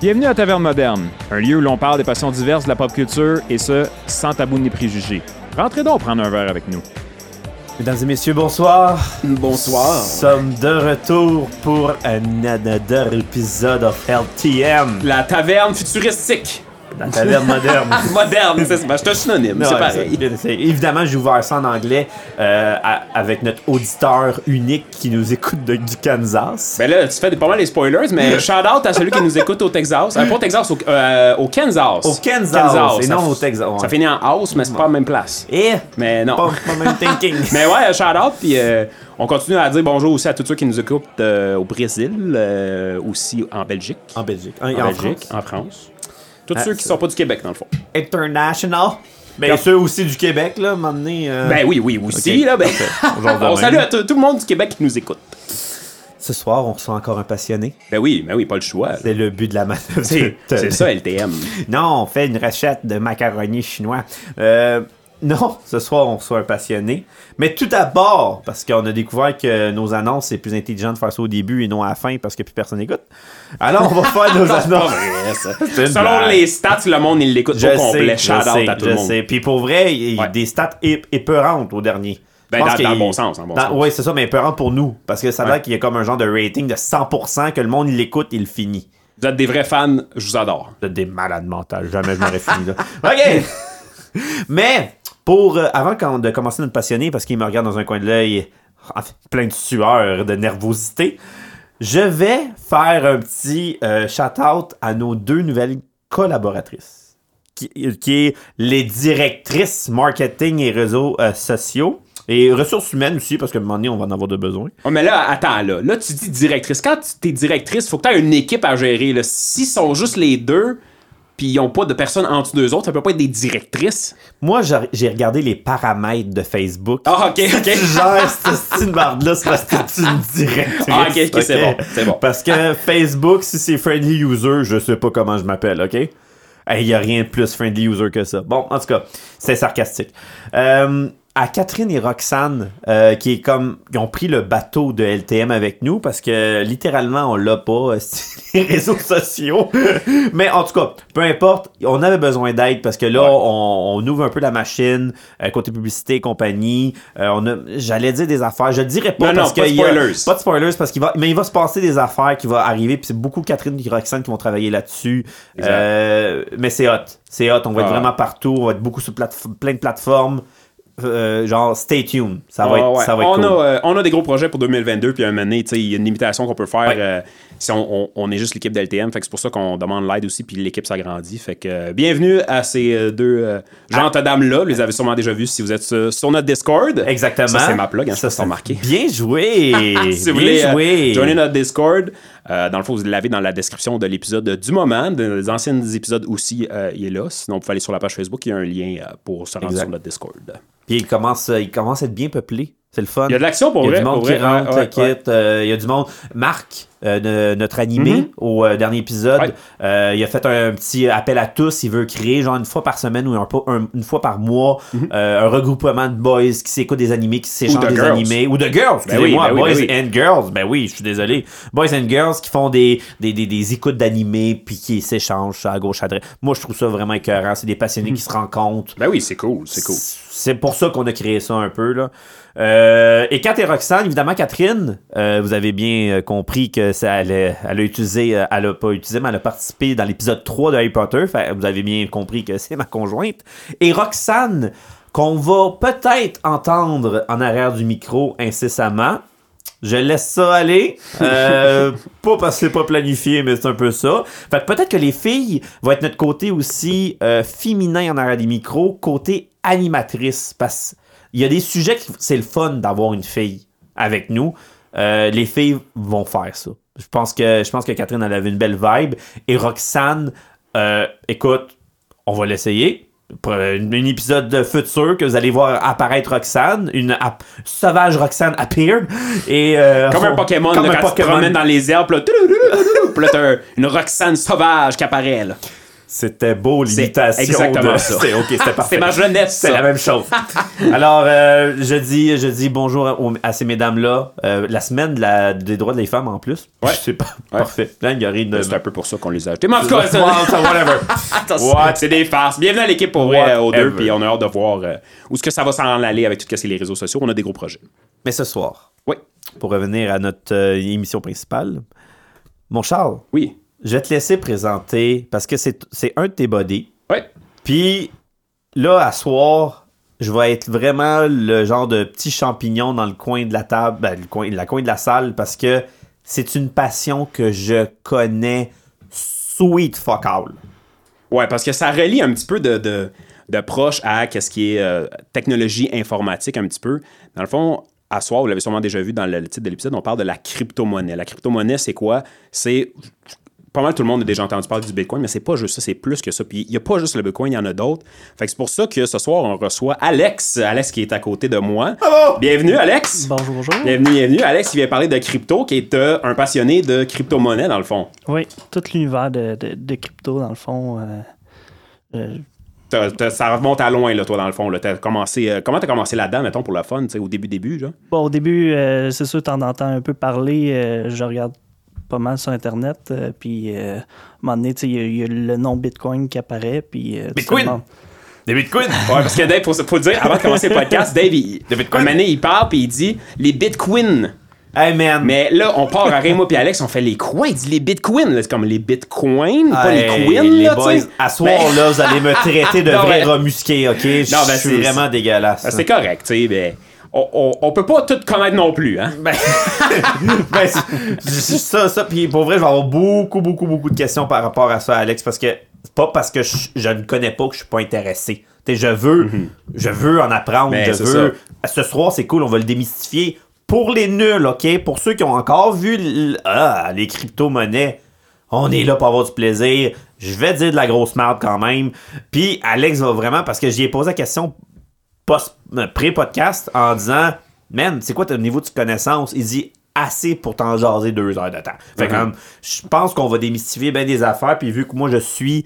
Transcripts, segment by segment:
Bienvenue à Taverne Moderne, un lieu où l'on parle des passions diverses de la pop culture et ce, sans tabou ni préjugés. Rentrez donc prendre un verre avec nous. Mesdames et messieurs, bonsoir. Bonsoir. Nous sommes de retour pour un another épisode of LTM, La taverne futuristique. la taverne moderne. Moderne, c'est ben, c'est un synonyme, c'est Ouais, pareil. c'est- c'est- Évidemment, j'ai ouvert ça en anglais euh, à- avec notre auditeur unique qui nous écoute de- du Kansas. Ben là, tu fais des- pas mal les spoilers, mais shout out à celui qui nous écoute au Texas. Euh, pas au Texas, au, euh, au Kansas. Au Kansas, et ça- non au Texas, ouais. Ça finit en house, mais c'est pas la même place. Eh, Mais non. pas, pas même thinking. Mais ouais, shout out, puis euh, on continue à dire bonjour aussi à tous ceux qui nous écoutent euh, au Brésil, euh, aussi en Belgique. en Belgique, en, en en Belgique, France. en France. Tous Ah, ceux qui ça. sont pas du Québec, dans le fond. International. Ben, ceux aussi du Québec, là, m'emmener. Ben oui, oui, aussi, là. Ben, on salue à tout tout le monde du Québec qui nous écoute. Ce soir, on reçoit encore un passionné. Ben oui, ben oui, pas le choix. là. C'est le but de la manœuvre. C'est c'est ça, LTM. Non, on fait une recette de macaroni chinois. Euh, non, ce soir, on reçoit un passionné. Mais tout d'abord, parce qu'on a découvert que nos annonces, c'est plus intelligent de faire ça au début et non à la fin parce que plus personne n'écoute. Alors, on va faire nos annonces. C'est une Selon blague. les stats, le monde, il l'écoute Je au sais, complet. je Shout out sais, à tout je le monde. sais. Puis pour vrai, il y a Ouais. des stats ép- épeurantes au dernier. Ben, Je pense dans- qu'il- dans le bon sens, dans le bon sens. Oui, c'est ça, mais épeurant pour nous. Parce que ça a Ouais. l'air qu'il y a comme un genre de rating de 100% que le monde il l'écoute et le finit. Vous êtes des vrais fans, je vous adore. Vous êtes des malades mentales. Jamais je m'aurais fini là. OK! Mais, pour, euh, avant qu'on- de commencer notre passionné, parce qu'il me regarde dans un coin de l'œil, en fait, plein de sueur, de nervosité, je vais faire un petit euh, shout-out à nos deux nouvelles collaboratrices, qui, euh, qui est les directrices marketing et réseaux euh, sociaux. Et ressources humaines aussi, parce que à un moment donné, on va en avoir de besoin. Oh, mais là, attends, là. Là, tu dis directrice. Quand tu t'es directrice, faut que tu aies une équipe à gérer. Là. S'ils sont juste les deux, puis ils n'ont pas de personnes entre deux autres, ça peut pas être des directrices. Moi, j'ai j'ai regardé les paramètres de Facebook. Ah, ok, ok. tu gères cette style barde-là, c'est parce que tu me directrice. Ah, ok, ok, c'est bon, c'est bon. Parce que Facebook, si c'est friendly user, je sais pas comment je m'appelle, ok? Il n'y a rien de plus friendly user que ça. Bon, en tout cas, c'est sarcastique. Euh, à Catherine et Roxane, euh, qui est comme, ils ont pris le bateau de LTM avec nous parce que littéralement on l'a pas euh, sur les réseaux sociaux. Mais en tout cas, peu importe, on avait besoin d'aide parce que là on, on ouvre un peu la machine euh, côté publicité et compagnie. Euh, on a, j'allais dire des affaires, je le dirais pas Non, parce non, que pas de il y a- spoilers. pas de spoilers parce qu'il va, mais il va se passer des affaires qui vont arriver puis c'est beaucoup Catherine et Roxane qui vont travailler là-dessus. Exact. Euh, mais c'est hot, c'est hot. On va être Ah. vraiment partout, on va être beaucoup sur platef- plein de plateformes. Euh, genre, stay tuned. Ça va Ouais, être, Ah ouais. ça va être on, cool. a, euh, on a des gros projets pour 2022, puis à un moment donné, tu sais, il y a une limitation qu'on peut faire Ouais. euh, si on, on- on est juste l'équipe d'LTM. Fait que c'est pour ça qu'on demande l'aide aussi, puis l'équipe s'agrandit. Fait que euh, bienvenue à ces euh, deux euh, Ah. gentes dames-là. Vous les avez sûrement déjà vus si vous êtes sur, sur notre Discord. Exactement. Ça, c'est ma plug, hein, je sais Ça, pas si t'as remarqué. Bien joué. Si vous bien voulez euh, joué. joiner notre Discord, euh, dans le fond, vous l'avez dans la description de l'épisode du moment. Des anciens épisodes aussi, euh, il est là. Sinon, vous pouvez aller sur la page Facebook, il y a un lien euh, pour se rendre Exact. sur notre Discord. Puis il commence, euh, il commence à être bien peuplé. C'est le fun. Il y a de l'action pour Il y a vrai. du monde pour qui vrai. rentre, Ouais, ouais, qui ouais. quitte, euh, il y a du monde. Marc, euh, de- notre animé Mhm. au euh, dernier épisode, Ouais. euh, il a fait un petit appel à tous. Il veut créer, genre, une fois par semaine ou un po- un- une fois par mois, euh, un regroupement de boys qui s'écoutent des animés, qui Mhm. Ou s'échangent de des girls. animés. Ou de girls, Ben excusez-moi. oui, ben oui, boys ben and girls. Ben oui, je suis désolé. Boys and girls qui font des, des, des, des écoutes d'animés puis qui s'échangent à gauche, à droite. Moi, je trouve ça vraiment écœurant. C'est des Mhm. passionnés qui se rencontrent. Ben oui, c'est cool, c'est cool. C'est pour ça qu'on a créé ça un peu. Là. Euh, et Kat et Roxane, évidemment, Catherine, euh, vous avez bien euh, compris que ça allait, elle a utilisé, euh, elle a pas utilisé, mais elle a participé dans l'épisode 3 de Harry Potter. Fait, vous avez bien compris que c'est ma conjointe. Et Roxane, qu'on va peut-être entendre en arrière du micro incessamment. Je laisse ça aller. Euh, pas parce que c'est pas planifié, mais c'est un peu ça. Fait que peut-être que les filles vont être notre côté aussi euh, féminin en arrière des micros, côté animatrice. Parce qu'il y a des sujets qui c'est le fun d'avoir une fille avec nous. Euh, les filles vont faire ça. Je pense que je pense que Catherine elle avait une belle vibe. Et Roxane, euh, écoute, on va l'essayer. Pour euh, Un un épisode de futur que vous allez voir apparaître Roxane, une app- sauvage Roxane appeared. Et, euh, Comme un on- Pokémon, comme là, un quand tu te Pokémon. promènes dans les herbes, là, puis là, t'as un- une Roxane sauvage qui apparaît, là. C'était beau l'imitation. exactement de- ça. C'était- ok, c'était parfait. C'est ma jeunesse, C'est ça. la même chose. Alors, euh, je, dis, je dis bonjour à, aux- à ces mesdames-là. Euh, la semaine de la- des droits des femmes en plus. Ouais. Je sais pas. Ouais. Parfait. Là, il y aurait une- C'est un peu pour ça qu'on les a achetés. Mais en tout cas, Euh, ben, ça- whatever. What? C'est des farces. Bienvenue à l'équipe pour vrai, euh, aux deux, Whatever. puis on a hâte de voir euh, où est-ce que ça va s'en aller avec tout ce que c'est les réseaux sociaux. On a des gros projets. Mais ce soir, Oui, pour revenir à notre euh, émission principale, mon Charles, oui, je vais te laisser présenter parce que c'est c'est un de tes buddies. oui. Puis là, à soir, je vais être vraiment le genre de petit champignon dans le coin de la table, ben, le coin, la coin de la salle, parce que c'est une passion que je connais sweet fuck all. Ouais, parce que ça relie un petit peu de, de, de proche à ce qui est euh, technologie informatique un petit peu. Dans le fond, à soir, vous l'avez sûrement déjà vu dans le titre de l'épisode, on parle de la crypto-monnaie. La crypto-monnaie, c'est quoi? C'est pas mal tout le monde a déjà entendu parler du Bitcoin, mais c'est pas juste ça, c'est plus que ça. Puis il y a pas juste le Bitcoin, il y en a d'autres. Fait que c'est pour ça que ce soir, on reçoit Alex. Alex qui est à côté de moi. Bienvenue, Alex! Bonjour, bonjour. Bienvenue, bienvenue. Alex, il vient parler de crypto, qui est euh, un passionné de crypto-monnaie, dans le fond. Oui, tout l'univers de, de- de crypto, dans le fond. euh, euh, T'as- t'as- ça remonte à loin, là, toi, dans le fond. Là. T'as commencé, euh, comment t'as commencé là-dedans, mettons, pour le fun, tu sais, au début-début, là? bon, au début, euh, c'est sûr, t'en entends un peu parler. euh, je regarde pas mal sur Internet. euh, puis, euh, à un moment donné, tu sais, il y a- il y, a le nom Bitcoin qui apparaît. Puis, euh, tu te Bitcoin? demandes- Des bitcoins! Ouais, parce que Dave, faut, faut le dire, avant de commencer le podcast, Dave, il, Le Bitcoin. un moment donné, il parle, puis il dit les bitcoins. Hey man! Mais là, on part à rien, moi puis Alex, on fait les quoi? Il dit les bitcoins. là. C'est comme les bitcoins, pas les Hey, queens, les là, boys, tu sais. à soir, Mais- là, vous allez me traiter de Non, vrai mais- remusqué, ok? Je Non, mais suis c'est- vraiment dégueulasse. Ben, C'est correct, tu sais, mais on, on, on peut pas tout connaître non plus, hein? Ben, ben, c'est- c'est ça, ça. Puis pour vrai, je vais avoir beaucoup, beaucoup, beaucoup de questions par rapport à ça, Alex, parce que c'est pas parce que je, je ne connais pas que je suis pas intéressé. T'sais, je veux, je veux en apprendre, Mhm. Ben, je c'est veux. Ce soir, c'est cool, on va le démystifier. Pour les nuls, ok, pour ceux qui ont encore vu l- ah, les crypto-monnaies, on est là pour avoir du plaisir. Je vais dire de la grosse merde quand même. Puis Alex va vraiment, parce que j'y ai posé la question post- euh, pré-podcast en disant Man, c'est quoi ton niveau de connaissance Il dit assez pour t'en jaser deux heures de temps. Fait que, Mhm. comme, je pense qu'on va démystifier bien des affaires, puis vu que moi je suis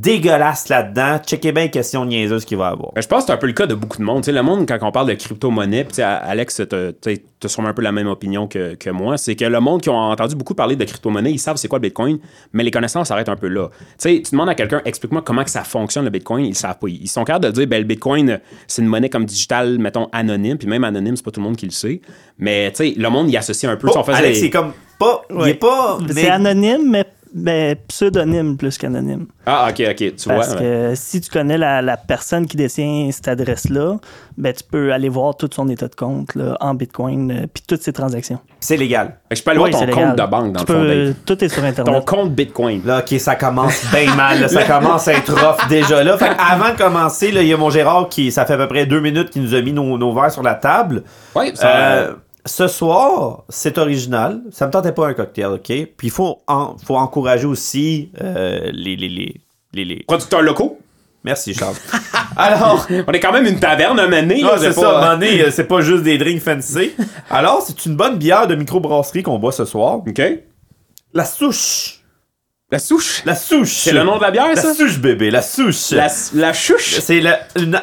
dégueulasse là-dedans, checkez bien les questions niaiseuses qu'il va y avoir. Ben, je pense que c'est un peu le cas de beaucoup de monde. Tu sais, le monde, quand on parle de crypto-monnaie, puis tu sais, Alex, tu as sûrement un peu la même opinion que, que moi, c'est que le monde qui ont entendu beaucoup parler de crypto-monnaie, ils savent c'est quoi le Bitcoin, mais les connaissances s'arrêtent un peu là. Tu sais, tu demandes à quelqu'un, explique-moi comment que ça fonctionne le Bitcoin, ils savent pas. Ils sont capables de dire, ben, le Bitcoin, c'est une monnaie comme digitale, mettons, anonyme, puis même anonyme, c'est pas tout le monde qui le sait. Mais tu sais, le monde y associe un peu. Si on Oh, faisait- Alex, c'est comme pas. Il Ouais. est Oh, pas. C'est mais- anonyme, mais ben, pseudonyme plus qu'anonyme. Ah, ok, ok, tu Parce vois. ouais. que si tu connais la, la personne qui détient cette adresse-là, ben, tu peux aller voir tout son état de compte là, en Bitcoin, euh, puis toutes ses transactions. C'est légal. Fait que je peux aller voir Oui, ton c'est compte légal. de banque, dans Tu le fond, peux- Dave. Tout est sur Ton Internet. compte Bitcoin. Là, ok, ça commence bien mal. là. ça commence à être rough déjà là. Fait que avant de commencer, là, il y a mon Gérard qui, ça fait à peu près deux minutes qu'il nous a mis nos, nos verres sur la table. Ouais, ça- Euh, ce soir, c'est original. Ça me tentait pas un cocktail, OK? Puis il faut, en- faut encourager aussi euh, les, les, les, les- les- Producteurs locaux. Merci, Charles. Alors, On est quand même une taverne à mener. non, Ah, c'est ça, à un hein. moment donné, euh, c'est pas juste des drinks fancy. Alors, c'est une bonne bière de microbrasserie qu'on boit ce soir. OK. La souche. La souche. La souche. C'est le nom de la bière, La ça? souche, bébé, la souche. La, la chouche. C'est la- une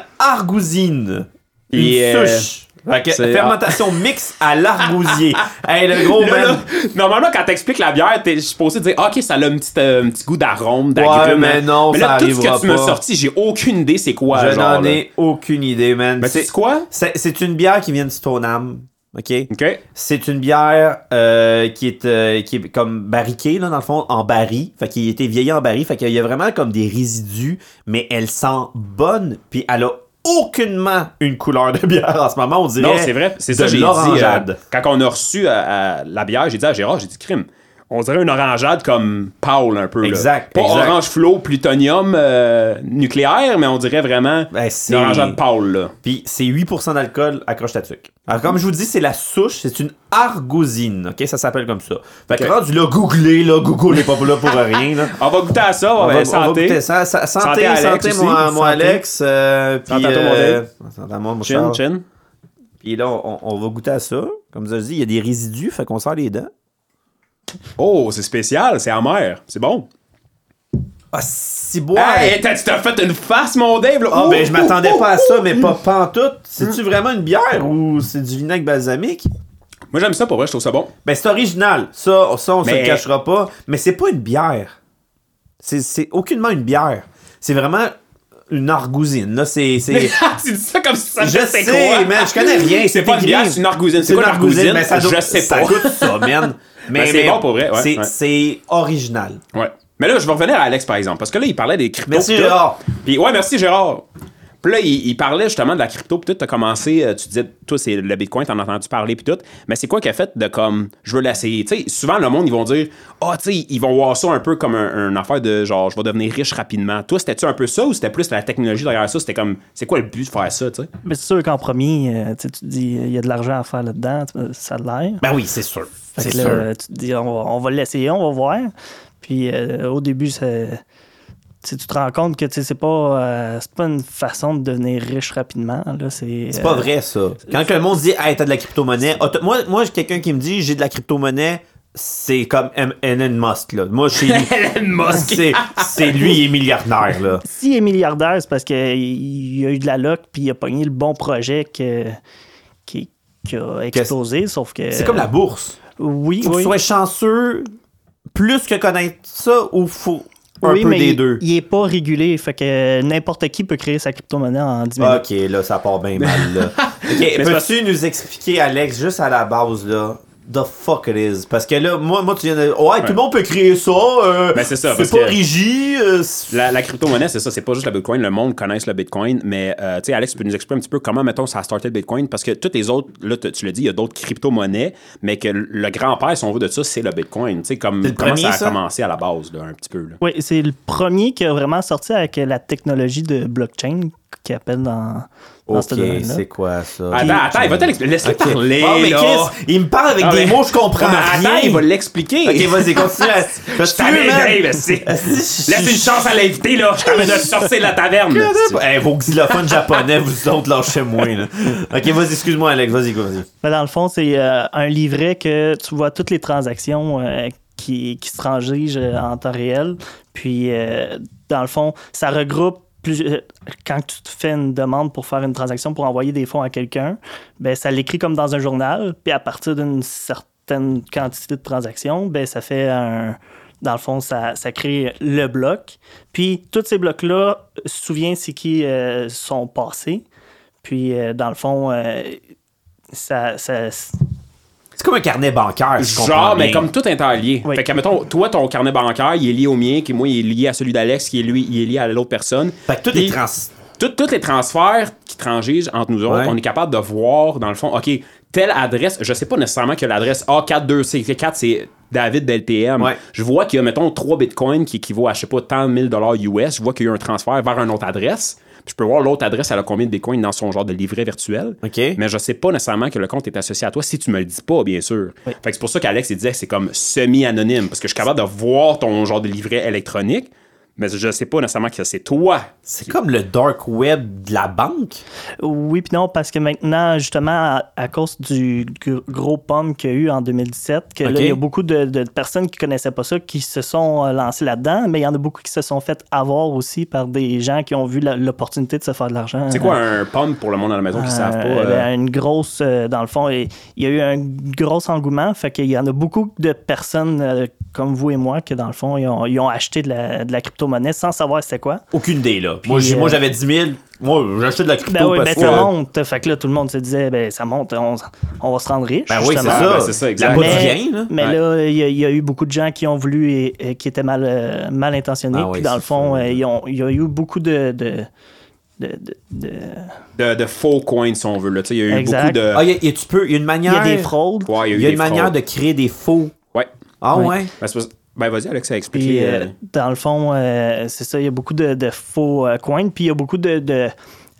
argousine. Puis, une euh, souche. Fait que c'est- fermentation mixte à l'argousier. hey, le gros Là, man. là, normalement, quand t'expliques la bière, t'es supposé dire ah, OK, ça a un petit, euh, un petit goût d'arôme, d'agrumes. hein. mais non, mais là, ça tout ce que arrivera tu m'as pas. sorti, j'ai aucune idée c'est quoi. Je genre, n'en là. Ben, ai aucune idée, man. Mais c'est, c'est quoi c'est- c'est une bière qui vient de Stoneham. OK? OK. C'est une bière euh, qui, est, euh, qui est comme barriquée, là, dans le fond, en baril. Fait qu'il était vieilli en baril. Fait qu'il y a vraiment comme des résidus, mais elle sent bonne. Puis elle a aucunement une couleur de bière en ce moment. On dirait Non, c'est vrai. C'est de ça, j'ai dit. euh, l'orangeade. quand on a reçu euh, euh, la bière, j'ai dit à Gérard, j'ai dit crime. On dirait une orangeade comme Paul un peu. là. Exact, Pas exact. orange flow, plutonium euh, nucléaire, mais on dirait vraiment Ben, c'est- une orangeade Paul. Là. Puis c'est 8% d'alcool, accroche ta tuque. Alors comme je vous dis, c'est la souche, c'est une argousine, ok? Ça s'appelle comme ça. Fait que Ok. rendu là, googlez, là, Google n'est pas là pour rien, là. On va goûter à ça. On, va, on va santé. goûter ça. Sa- Santé santé, à santé, Alex aussi. moi, moi, Santé. Alex. euh, puis, Santé à toi, mon euh, Dave. santé à moi, mon Chin, Charles. chin. Puis là, on, on va goûter à ça. Comme je dis, il y a des résidus, fait qu'on sort les dents. Oh, c'est spécial, c'est amer, c'est bon. Ah, si bois! Hey, Oh, t'as- tu t'as fait une face, mon Dave! là. Ah, Ouh, ben, je m'attendais ouh, pas à ouh, ça, ouh. mais pas pantoute. C'est-tu Mm. vraiment une bière ou c'est du vinaigre balsamique? Moi, j'aime ça pour vrai, je trouve ça bon. Ben, c'est original. Ça, ça on se Mais- le cachera pas. Mais c'est pas une bière. C'est- C'est aucunement une bière. C'est vraiment une argousine. Là, c'est. c'est- Ah, tu dis ça comme si ça Je c'est sais, quoi. man, je connais rien, C'est pas une c'est bière, gris. c'est une argousine. C'est quoi une argousine? mais ça doit- je sais ça pas. coûte ça, man. Ben, c'est bon pour vrai, ouais, c'est- ouais. C'est original. Ouais. Mais là, je vais revenir à Alex, par exemple, parce que là, il parlait des cryptos. Merci, pis tout. Gérard. Puis, ouais, merci, Gérard. Puis là, il, il parlait justement de la crypto, puis tout, t'as commencé, euh, tu disais, toi, c'est le Bitcoin, t'en as entendu parler, puis tout. Mais c'est quoi qui a fait de comme, je veux l'essayer? Tu sais, souvent, le monde, ils vont dire, ah, tu sais, ils vont voir ça un peu comme un, un affaire de genre, je vais devenir riche rapidement. Toi, c'était-tu un peu ça ou c'était plus la technologie derrière ça? C'était comme, c'est quoi le but de faire ça, tu sais? Mais c'est sûr qu'en premier, euh, tu sais, tu te dis, il y a de l'argent à faire là-dedans, tu- ça a l'air. Ben oui, c'est sûr. Fait C'est que là, sûr. tu te dis, on va, on va l'essayer, on va voir. Puis euh, au début, ça- tu sais, tu te rends compte que tu sais, c'est pas, euh, c'est pas une façon de devenir riche rapidement. là, C'est C'est euh, pas vrai, ça. Quand que le monde dit, hey, t'as de la crypto-monnaie. auto- Moi, moi j'ai quelqu'un qui me dit, j'ai de la crypto-monnaie, c'est comme M- Elon Musk, là. Moi, chez lui. c'est- C'est lui, il est milliardaire, là. S'il est milliardaire, c'est parce qu'il a eu de la loc puis il a pogné le bon projet que- qui, qui a explosé. Sauf que. C'est comme la bourse. Oui, Faut que Euh, tu oui. sois chanceux plus que connaître ça ou faut un Oui, peu mais des il, deux. il est pas régulé. Fait que n'importe qui peut créer sa crypto-monnaie en 10 minutes. Ok, là, ça part bien mal, là. Ok, peux-tu nous expliquer, Alex, juste à la base, là, the fuck it is? Parce que là, moi, moi tu viens de. Ouais, tout le monde peut créer ça. euh, Ben, c'est ça, C'est parce pas que- rigide. euh, c'est- La, la crypto-monnaie, c'est ça, c'est pas juste le Bitcoin. Le monde connaît le Bitcoin, mais euh, tu sais, Alex, tu peux nous expliquer un petit peu comment, mettons, ça a starté le Bitcoin? Parce que toutes les autres, là, tu tu le dis, il y a d'autres crypto-monnaies, mais que le grand-père, si on veut, de ça, c'est le Bitcoin. Tu sais, comme, C'est le comment ça a premier, ça? commencé à la base, là, un petit peu. là. Oui, c'est le premier qui a vraiment sorti avec la technologie de blockchain qui appelle dans, dans ce Ok, domaine-là. c'est quoi ça? Attends, attends, il va te l'expliquer. Laisse-le parler, Oh, mais là. Chris, il me parle avec Ah, des mais- mots, je comprends Ah, mais rien. Attends, il va l'expliquer. Ok, vas-y, continue. à- Je t'amène, Dave, esti. Euh, Laisse une chance à l'invité, là. Je t'amène de sortir de la taverne. esti. Hey, vos xylophones japonais, vous autres, lâchez-moi, là. Ok, vas-y, excuse-moi, Alex, vas-y, vas-y. Mais dans le fond, c'est euh, un livret que tu vois toutes les transactions euh, qui, qui se transigent euh, en temps réel. Puis, euh, dans le fond, ça regroupe. plus- euh, Quand tu te fais une demande pour faire une transaction, pour envoyer des fonds à quelqu'un, ben, ça l'écrit comme dans un journal. Puis à partir d'une certaine quantité de transactions, ben, ça fait un. Dans le fond, ça, ça crée le bloc. Puis tous ces blocs-là, euh, se souvient c'est qui euh, sont passés. Puis euh, dans le fond, euh, ça, ça- C'est comme un carnet bancaire, je comprends Genre, mais bien. comme tout interlié. Oui. Fait que, mettons, toi, ton carnet bancaire, il est lié au mien, qui, moi, il est lié à celui d'Alex, qui est lui, il est lié à l'autre personne. Fait que tout Puis- est trans... Tout- Tous les transferts qui transigent entre nous autres, Ouais. on est capable de voir, dans le fond, OK, telle adresse, je sais pas nécessairement que l'adresse A42C4, c'est David d'LTM. Ouais. Je vois qu'il y a, mettons, 3 bitcoins qui équivaut à, je sais pas, tant de 1000 US. Je vois qu'il y a eu un transfert vers une autre adresse. Puis je peux voir l'autre adresse, elle a combien de bitcoins dans son genre de livret virtuel. OK. Mais je sais pas nécessairement que le compte est associé à toi si tu me le dis pas, bien sûr. Fait que c'est pour ça qu'Alex, il disait que c'est comme semi-anonyme, parce que je suis capable de voir ton genre de livret électronique, mais je sais pas nécessairement que c'est toi. C'est comme le dark web de la banque. Oui, puis non, parce que maintenant, justement, à, à cause du gr- gros pomme qu'il y a eu en 2017, que là, Ok. il y a beaucoup de, de personnes qui connaissaient pas ça, qui se sont euh, lancées là-dedans, mais il y en a beaucoup qui se sont fait avoir aussi par des gens qui ont vu la- l'opportunité de se faire de l'argent. C'est quoi un pomme pour le monde à la maison qui savent pas? Ah. Euh, euh, ben, une grosse, euh, dans le fond, et- il y a eu un gros engouement, fait qu'il y en a beaucoup de personnes euh, comme vous et moi qui, dans le fond, ils ont, ils ont acheté de la, de la crypto-monnaie sans savoir c'était quoi. Aucune idée, là. moi, j'ai- euh, moi, j'avais 10 000. Moi, j'achetais de la crypto Ben oui, parce ben que... ça monte. Fait que là, tout le monde se disait, ben ça monte, on, on va se rendre riche. Ben oui, c'est justement. ça. Ben, c'est ça, exact. La Mais, botte vient, là. mais Ouais. là, il y, a- il y a eu beaucoup de gens qui ont voulu et, et qui étaient mal, euh, mal intentionnés. Ah oui, puis dans c'est le fond, ça. euh, ils ont- il y a eu beaucoup de. de de- de- de- euh, de, de faux coins, si on veut. Là. Tu sais, Il y a eu Exact. beaucoup de. Ah, y a- y a- tu peux... Il y a une Il manière... y a des fraudes. Ouais, Il eu y a des une manière fraudes. de créer des faux. Ouais. Ah Oui. ouais? Ben, c'est pas- ben, vas-y, Alex, explique. Puis, les, euh, euh, dans le fond, euh, c'est ça, il y a beaucoup de, de faux euh, coins, puis il y a beaucoup de, de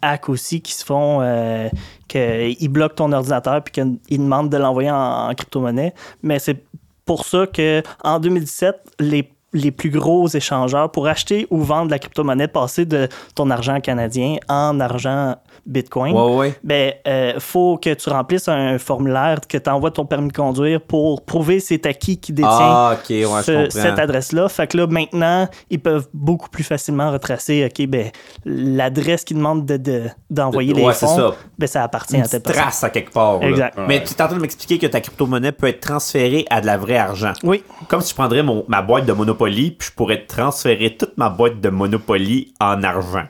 hacks aussi qui se font, euh, qu'ils bloquent ton ordinateur, puis qu'ils demandent de l'envoyer en, en crypto-monnaie. Mais c'est pour ça que en 2017, les les plus gros échangeurs pour acheter ou vendre la crypto-monnaie, passer de ton argent canadien en argent Bitcoin. Ouais, ouais. Ben, euh, faut que tu remplisses un formulaire, que tu envoies ton permis de conduire pour prouver c'est à qui qui détient Ah, ok, ouais, je ce- comprends. cette adresse-là. Fait que là, maintenant, ils peuvent beaucoup plus facilement retracer, OK, ben, l'adresse qu'ils demandent de- de- d'envoyer de, Ouais, les c'est fonds, ça. ben, ça appartient Une à cette petite personne. trace à quelque part. là. Exact. Mais tu es en train de m'expliquer que ta crypto-monnaie peut être transférée à de la vraie argent. Oui, Comme si je prendrais mon, ma boîte de Monopoly, puis je pourrais transférer toute ma boîte de Monopoly en argent.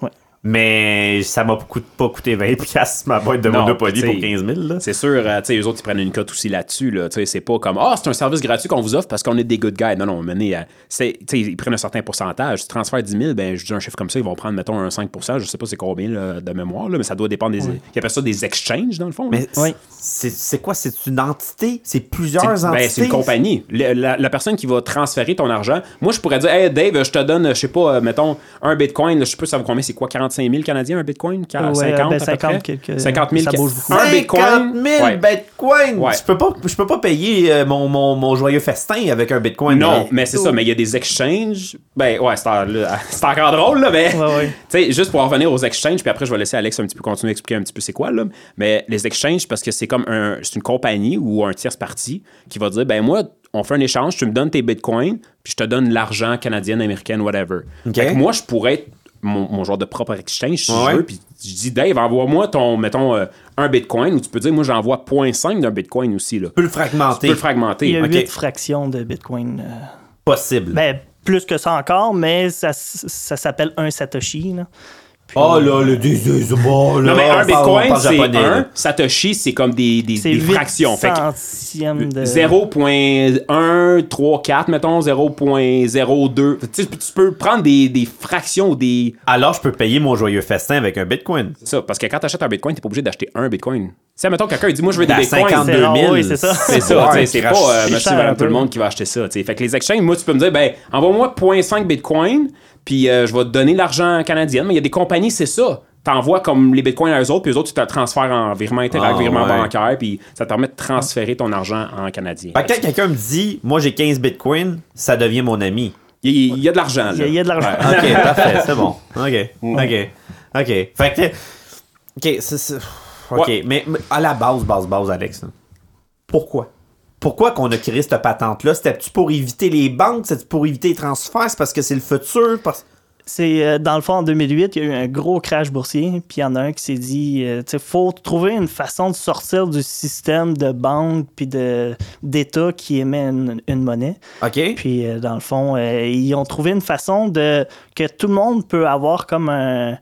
Ouais. Mais ça m'a coût- pas coûté 20$ piastres, ma boîte de Non, Monopoly t'sais, pour 15 000. là. C'est sûr, euh, tu sais, eux autres, ils prennent une cote aussi là-dessus. Là. Tu sais, C'est pas comme, ah, c'est un service gratuit qu'on vous offre parce qu'on est des good guys. Non, non, menez à- c'est- tu sais, ils prennent un certain pourcentage. Tu transfères 10 000, ben, je dis un chiffre comme ça, ils vont prendre, mettons, un 5 Je sais pas c'est combien là, de mémoire, là, mais ça doit dépendre des. Ils appellent ça des exchanges, dans le fond. là. Mais Oui. c'est c'est quoi? C'est une entité? C'est C'est- plusieurs entités? ben, c'est une compagnie. Le- la, la personne qui va transférer ton argent, moi, je pourrais dire, hey, Dave, je te donne, je sais pas, euh, mettons, un bitcoin, là, je sais pas, ça vaut combien, c'est quoi, 45 000 Canadiens, un bitcoin? Quar- Ouais, 50, ben, à peu 50, près? quelques- 50 000 ça bouge beaucoup. Un 50 bitcoin. 000 ouais. bitcoins! Ouais. Je, peux pas, je peux pas payer euh, mon, mon, mon joyeux festin avec un bitcoin. Non, mais- mais c'est ça, mais il y a des exchanges. Ben ouais, c'est en- là, c'est encore drôle, là, mais. Ouais, ouais. Tu sais, juste pour en revenir aux exchanges, puis après, je vais laisser Alex un petit peu continuer à expliquer un petit peu c'est quoi, là. Mais les exchanges, parce que c'est comme un. C'est une compagnie ou un tierce parti qui va dire, ben moi, on fait un échange, tu me donnes tes bitcoins, puis je te donne l'argent canadien, américain, whatever. Ok. Fait que moi, je pourrais être mon, mon genre de propre exchange si Ouais. je veux, puis je dis, Dave, envoie-moi ton, mettons, euh, un bitcoin, ou tu peux dire, moi, j'envoie 0.5 d'un bitcoin aussi, là. Tu peux le fragmenter. Tu peux le fragmenter. il y a Ok. huit fractions de Bitcoin. euh, Possible. Ben, plus que ça encore, mais ça, s- ça s'appelle un Satoshi. Là. Puis, oh là, le désir bon, là. Non, mais on parle- un on bitcoin, parle c'est japonais, là. un. Satoshi, c'est comme des, des, C'est des huit fractions. Fait que centièmes de... 0.134, mettons, 0.02. Tu, sais, tu peux prendre des, des fractions ou des. Alors, je peux payer mon joyeux festin avec un bitcoin. C'est ça, parce que quand tu achètes un bitcoin, t'es pas obligé d'acheter un bitcoin. Tu sais, mettons, quelqu'un dit, moi, je veux des À bitcoins. 52 c'est 000. rare, oui, c'est ça. C'est ça, tu sais, c'est pas euh, c'est monsieur cher madame, un tout le peu. monde qui va acheter ça. tu sais. Fait que les exchanges, moi, tu peux me dire, ben, envoie-moi 0.5 bitcoin, puis euh, je vais te donner l'argent canadien. Mais il y a des compagnies, c'est ça. T'envoies comme les bitcoins à eux autres, puis eux autres, tu te le transfères en virement interact, Ah, virement ouais. bancaire, puis ça te permet de transférer ton argent en canadien. Fait que quand quelqu'un me dit, moi j'ai 15 bitcoins, ça devient mon ami. Il y, il y a de l'argent, Il y a- là. il y a de l'argent. Ok, parfait, c'est bon. Mm. Ok, ok, ok. Fait que. Ok, c'est. c'est- Ok, Ouais. mais, mais à la base, base, base, Alex. là. Pourquoi? Pourquoi qu'on a créé cette patente-là? C'était-tu pour éviter les banques? C'était-tu pour éviter les transferts? C'est parce que c'est le futur? Parce... C'est euh, dans le fond en 2008, il y a eu un gros crash boursier, puis il y en a un qui s'est dit, euh, tu sais, faut trouver une façon de sortir du système de banque puis de d'État qui émet une, une monnaie. Ok? Puis euh, dans le fond, euh, ils ont trouvé une façon de que tout le monde peut avoir comme un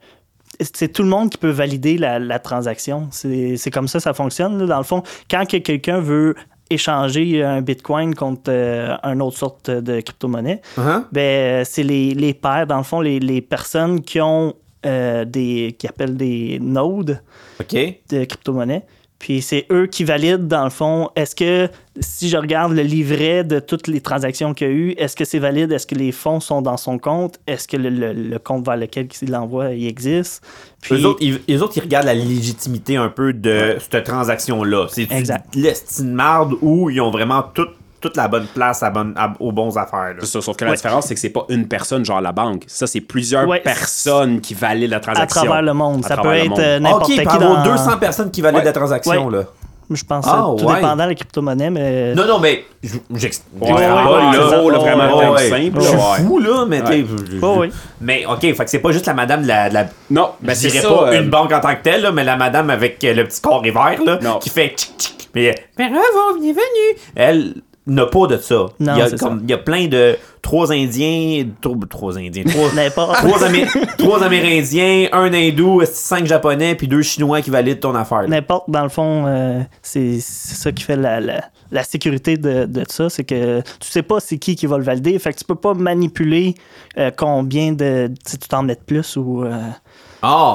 c'est tout le monde qui peut valider la, la transaction. C'est c'est comme ça ça fonctionne. là. Dans le fond, quand que quelqu'un veut échanger un bitcoin contre euh, une autre sorte de crypto-monnaie, Hein? ben, euh, c'est les, les pairs, dans le fond, les, les personnes qui ont euh, des. qui appellent des nodes Ok? de crypto-monnaie. Puis c'est eux qui valident, dans le fond, est-ce que si je regarde le livret de toutes les transactions qu'il y a eu, est-ce que c'est valide? Est-ce que les fonds sont dans son compte? Est-ce que le, le- le compte vers lequel il l'envoie, il existe? Puis, Eux autres, ils, eux autres, ils regardent la légitimité un peu de cette transaction-là. C'est Exact. l'estime marde où ils ont vraiment tout- toute la bonne place à bonne, à- aux bonnes affaires. là. C'est ça, sauf que la différence, c'est que c'est pas une personne, genre la banque. Ça, c'est plusieurs Ouais. personnes qui valident la à transaction. travers le monde. À ça peut travers le être monde. euh, n'importe ok, qui par dans... aux 200 personnes qui validaient Ouais. la transaction, Ouais. là. Je pense, Ah, euh, tout ouais. dépendant de la crypto-monnaie, mais... euh, Non, non, mais je- j'explique. Ouais, ouais, pas, ouais, là. c'est drôle, là, vraiment, Ouais, c'est oh, ouais. simple, Je suis là, ouais. fou, là, mais Ouais. t'sais, je- je- Ouais, ouais. Mais, OK, fait que c'est pas juste la madame de la... de la- Non, ben, je c'est dirais ça, pas euh, une banque en tant que telle, là, mais la madame avec euh, le petit corps et vert, là, Non. qui fait... tchic, tchic, Mais, euh, bravo, bienvenue! Elle n'a pas de ça. Non, il, y a c'est comme- il y a plein de... Trois Indiens... Trois, trois Indiens... Trois, N'importe. trois Amé- trois Amérindiens, un Hindou, cinq Japonais, puis deux Chinois qui valident ton affaire. là. N'importe, dans le fond, euh, c'est c'est ça qui fait la, la- la sécurité de, de ça, c'est que tu sais pas c'est qui qui va le valider, fait que tu peux pas manipuler euh, combien de... Si tu t'en mets de plus ou... euh,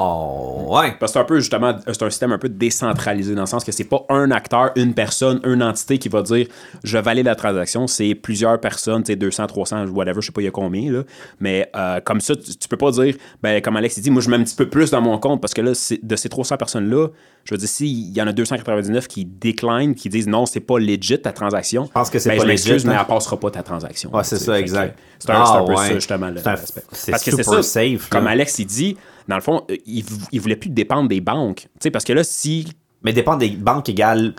Oh, ouais. Parce que c'est un peu, justement, c'est un système un peu décentralisé dans le sens que c'est pas un acteur, une personne, une entité qui va dire je valide la transaction. C'est plusieurs personnes, tu sais, 200, 300, whatever, je sais pas il y a combien, là. Mais euh, comme ça, tu, tu peux pas dire, ben, comme Alex il dit, moi, je mets un petit peu plus dans mon compte parce que là, c'est- de ces 300 personnes-là, je veux dire, s'il y en a 299 qui déclinent, qui disent non, c'est pas legit ta transaction. Je pense que c'est pas je m'excuse, legit, hein. mais elle passera pas ta transaction. Ouais, Ah, c'est tu sais. ça, Fait que exact. C'est un, c'est un Ah, peu ouais. ça, justement, le- C'est un- l'aspect. c'est Parce que c'est super ça, safe, comme là. Alex il dit, dans le fond, euh, il, vou- il voulait plus dépendre des banques. Tu sais, parce que là, si. Mais dépend des banques égales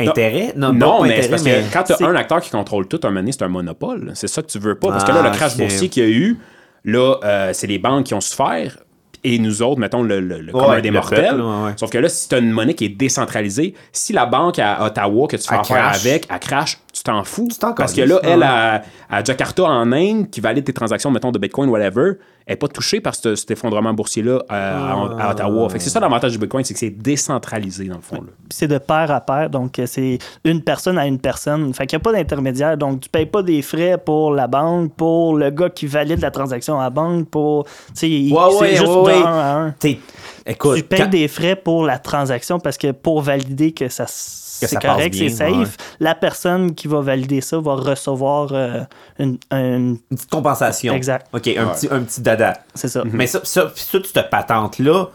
intérêt? Non, Non, pas mais c'est intérêt, parce mais- que quand tu c'est- un acteur qui contrôle tout, un moment donné, c'est un monopole. C'est ça que tu veux pas. Parce que là, Ah, le crash ok. boursier qu'il y a eu, là, euh, c'est les banques qui ont souffert. Et nous autres, mettons, le, le, le commun des le mortels. peuple, ouais, ouais. Sauf que là, si tu as une monnaie qui est décentralisée, si la banque à Ottawa que tu fais Elle affaire crash. avec, elle crash, tu t'en fous. t'en Parce que calisses, là, ouais. elle, à, à Jakarta, en Inde, qui valide tes transactions, mettons, de Bitcoin, whatever, elle n'est pas touchée par ce- cet effondrement boursier-là euh, Ah, à, à Ottawa. Fait que c'est ça l'avantage du Bitcoin, c'est que c'est décentralisé, dans le fond. là. Puis c'est de pair à pair, donc euh, c'est une personne à une personne. Fait qu'il n'y a pas d'intermédiaire, donc tu payes pas des frais pour la banque, pour le gars qui valide la transaction à la banque, pour... tu sais, il- Ouais, c'est ouais, juste ouais, ouais. de un à un. T'sais, écoute, tu payes quand- des frais pour la transaction parce que pour valider que ça c'est ça passe correct, c'est bien, safe, ouais. la personne qui va valider ça va recevoir euh, une, une- une petite compensation. Exact. OK, un, petit, un petit dada. c'est ça. Mais ça, ça, pis ça, tu te patentes là.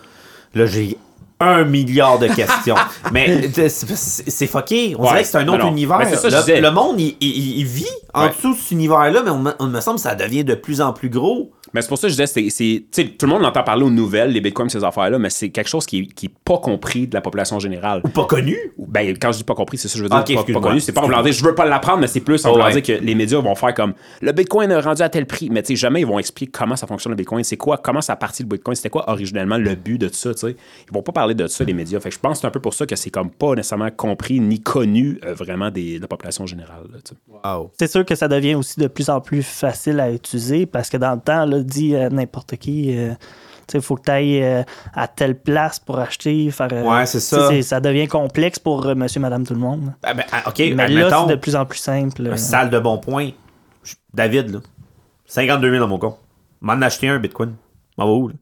Là, j'ai un milliard de questions. mais c'est- c'est c'est fucké. On Ouais. dirait que c'est un Non, autre non. univers. Mais c'est ça que je le, disais. le monde, il, il- il vit en Ouais. dessous de cet univers-là, mais on, me- on me semble que ça devient de plus en plus gros. Mais c'est pour ça que je disais, c'est, c'est- tu sais, tout le monde entend parler aux nouvelles, les bitcoins, ces affaires-là, mais c'est quelque chose qui n'est pas compris de la population générale. Pas connu. Ben, quand je dis pas compris, c'est ça que je veux dire. Ok, pas- pas, excuse-moi. connu. C'est pas en voulant dire, je veux pas l'apprendre, mais c'est plus en Oh, voulant ouais. dire que les médias vont faire comme le bitcoin est rendu à tel prix. Mais tu sais, jamais ils vont expliquer comment ça fonctionne le bitcoin. C'est quoi, comment ça a parti le bitcoin. C'était quoi originellement le but de ça, tu sais. Ils vont pas parler de ça, les médias. Fait que je pense que c'est un peu pour ça que c'est comme pas nécessairement compris ni connu euh, vraiment des, de la population générale, là, tu sais. Wow. C'est sûr que ça devient aussi de plus en plus facile à utiliser parce que dans le temps, là, dit euh, n'importe qui, euh, il faut que tu ailles à telle place pour acheter. Faire, euh, Ouais, c'est ça. tu sais, Ça devient complexe pour euh, monsieur, madame, tout le monde. Ah, ben, ah, OK, Mais là, admettons, c'est de plus en plus simple. un sale de bon point. Je- David, là, 52 000 dans mon compte. M'en acheter un Bitcoin. M'en va où, là?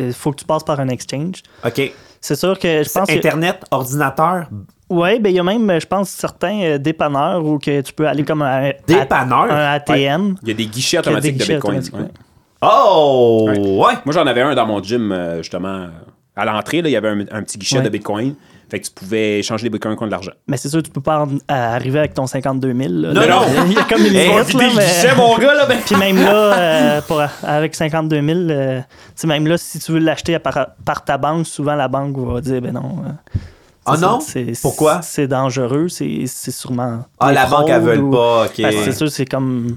Il faut que tu passes par un exchange. OK. C'est sûr que je pense que- Internet, ordinateur, Oui, ben il y a même, je pense, certains euh, dépanneurs où que tu peux aller comme à un, Dépanneur? un ATM. Il y a des guichets Il y a des automatiques guichets de bitcoin. automatiques, ouais. ouais. Oh! Ouais. Moi, j'en avais un dans mon gym, euh, justement. euh, À l'entrée, là, il y avait un, un petit guichet Ouais. de Bitcoin. Fait que tu pouvais changer des Bitcoins contre de l'argent. Mais c'est sûr, tu peux pas en- à- arriver avec ton 52 000. là. Non, Là, non. Eh, Il y a comme une Hey, limite, vider là, le mais- guichet, mon gars, là, ben- Puis même là, euh, pour- avec 52 000, euh, tu sais, même là, si tu veux l'acheter à par, par ta banque, souvent la banque va dire, ben non. euh, Ah c'est- non? c'est- Pourquoi? C'est dangereux, c'est c'est sûrement. Ah, des la banque, elle fraudes veut ou- pas, ok. Parce que c'est sûr, c'est comme.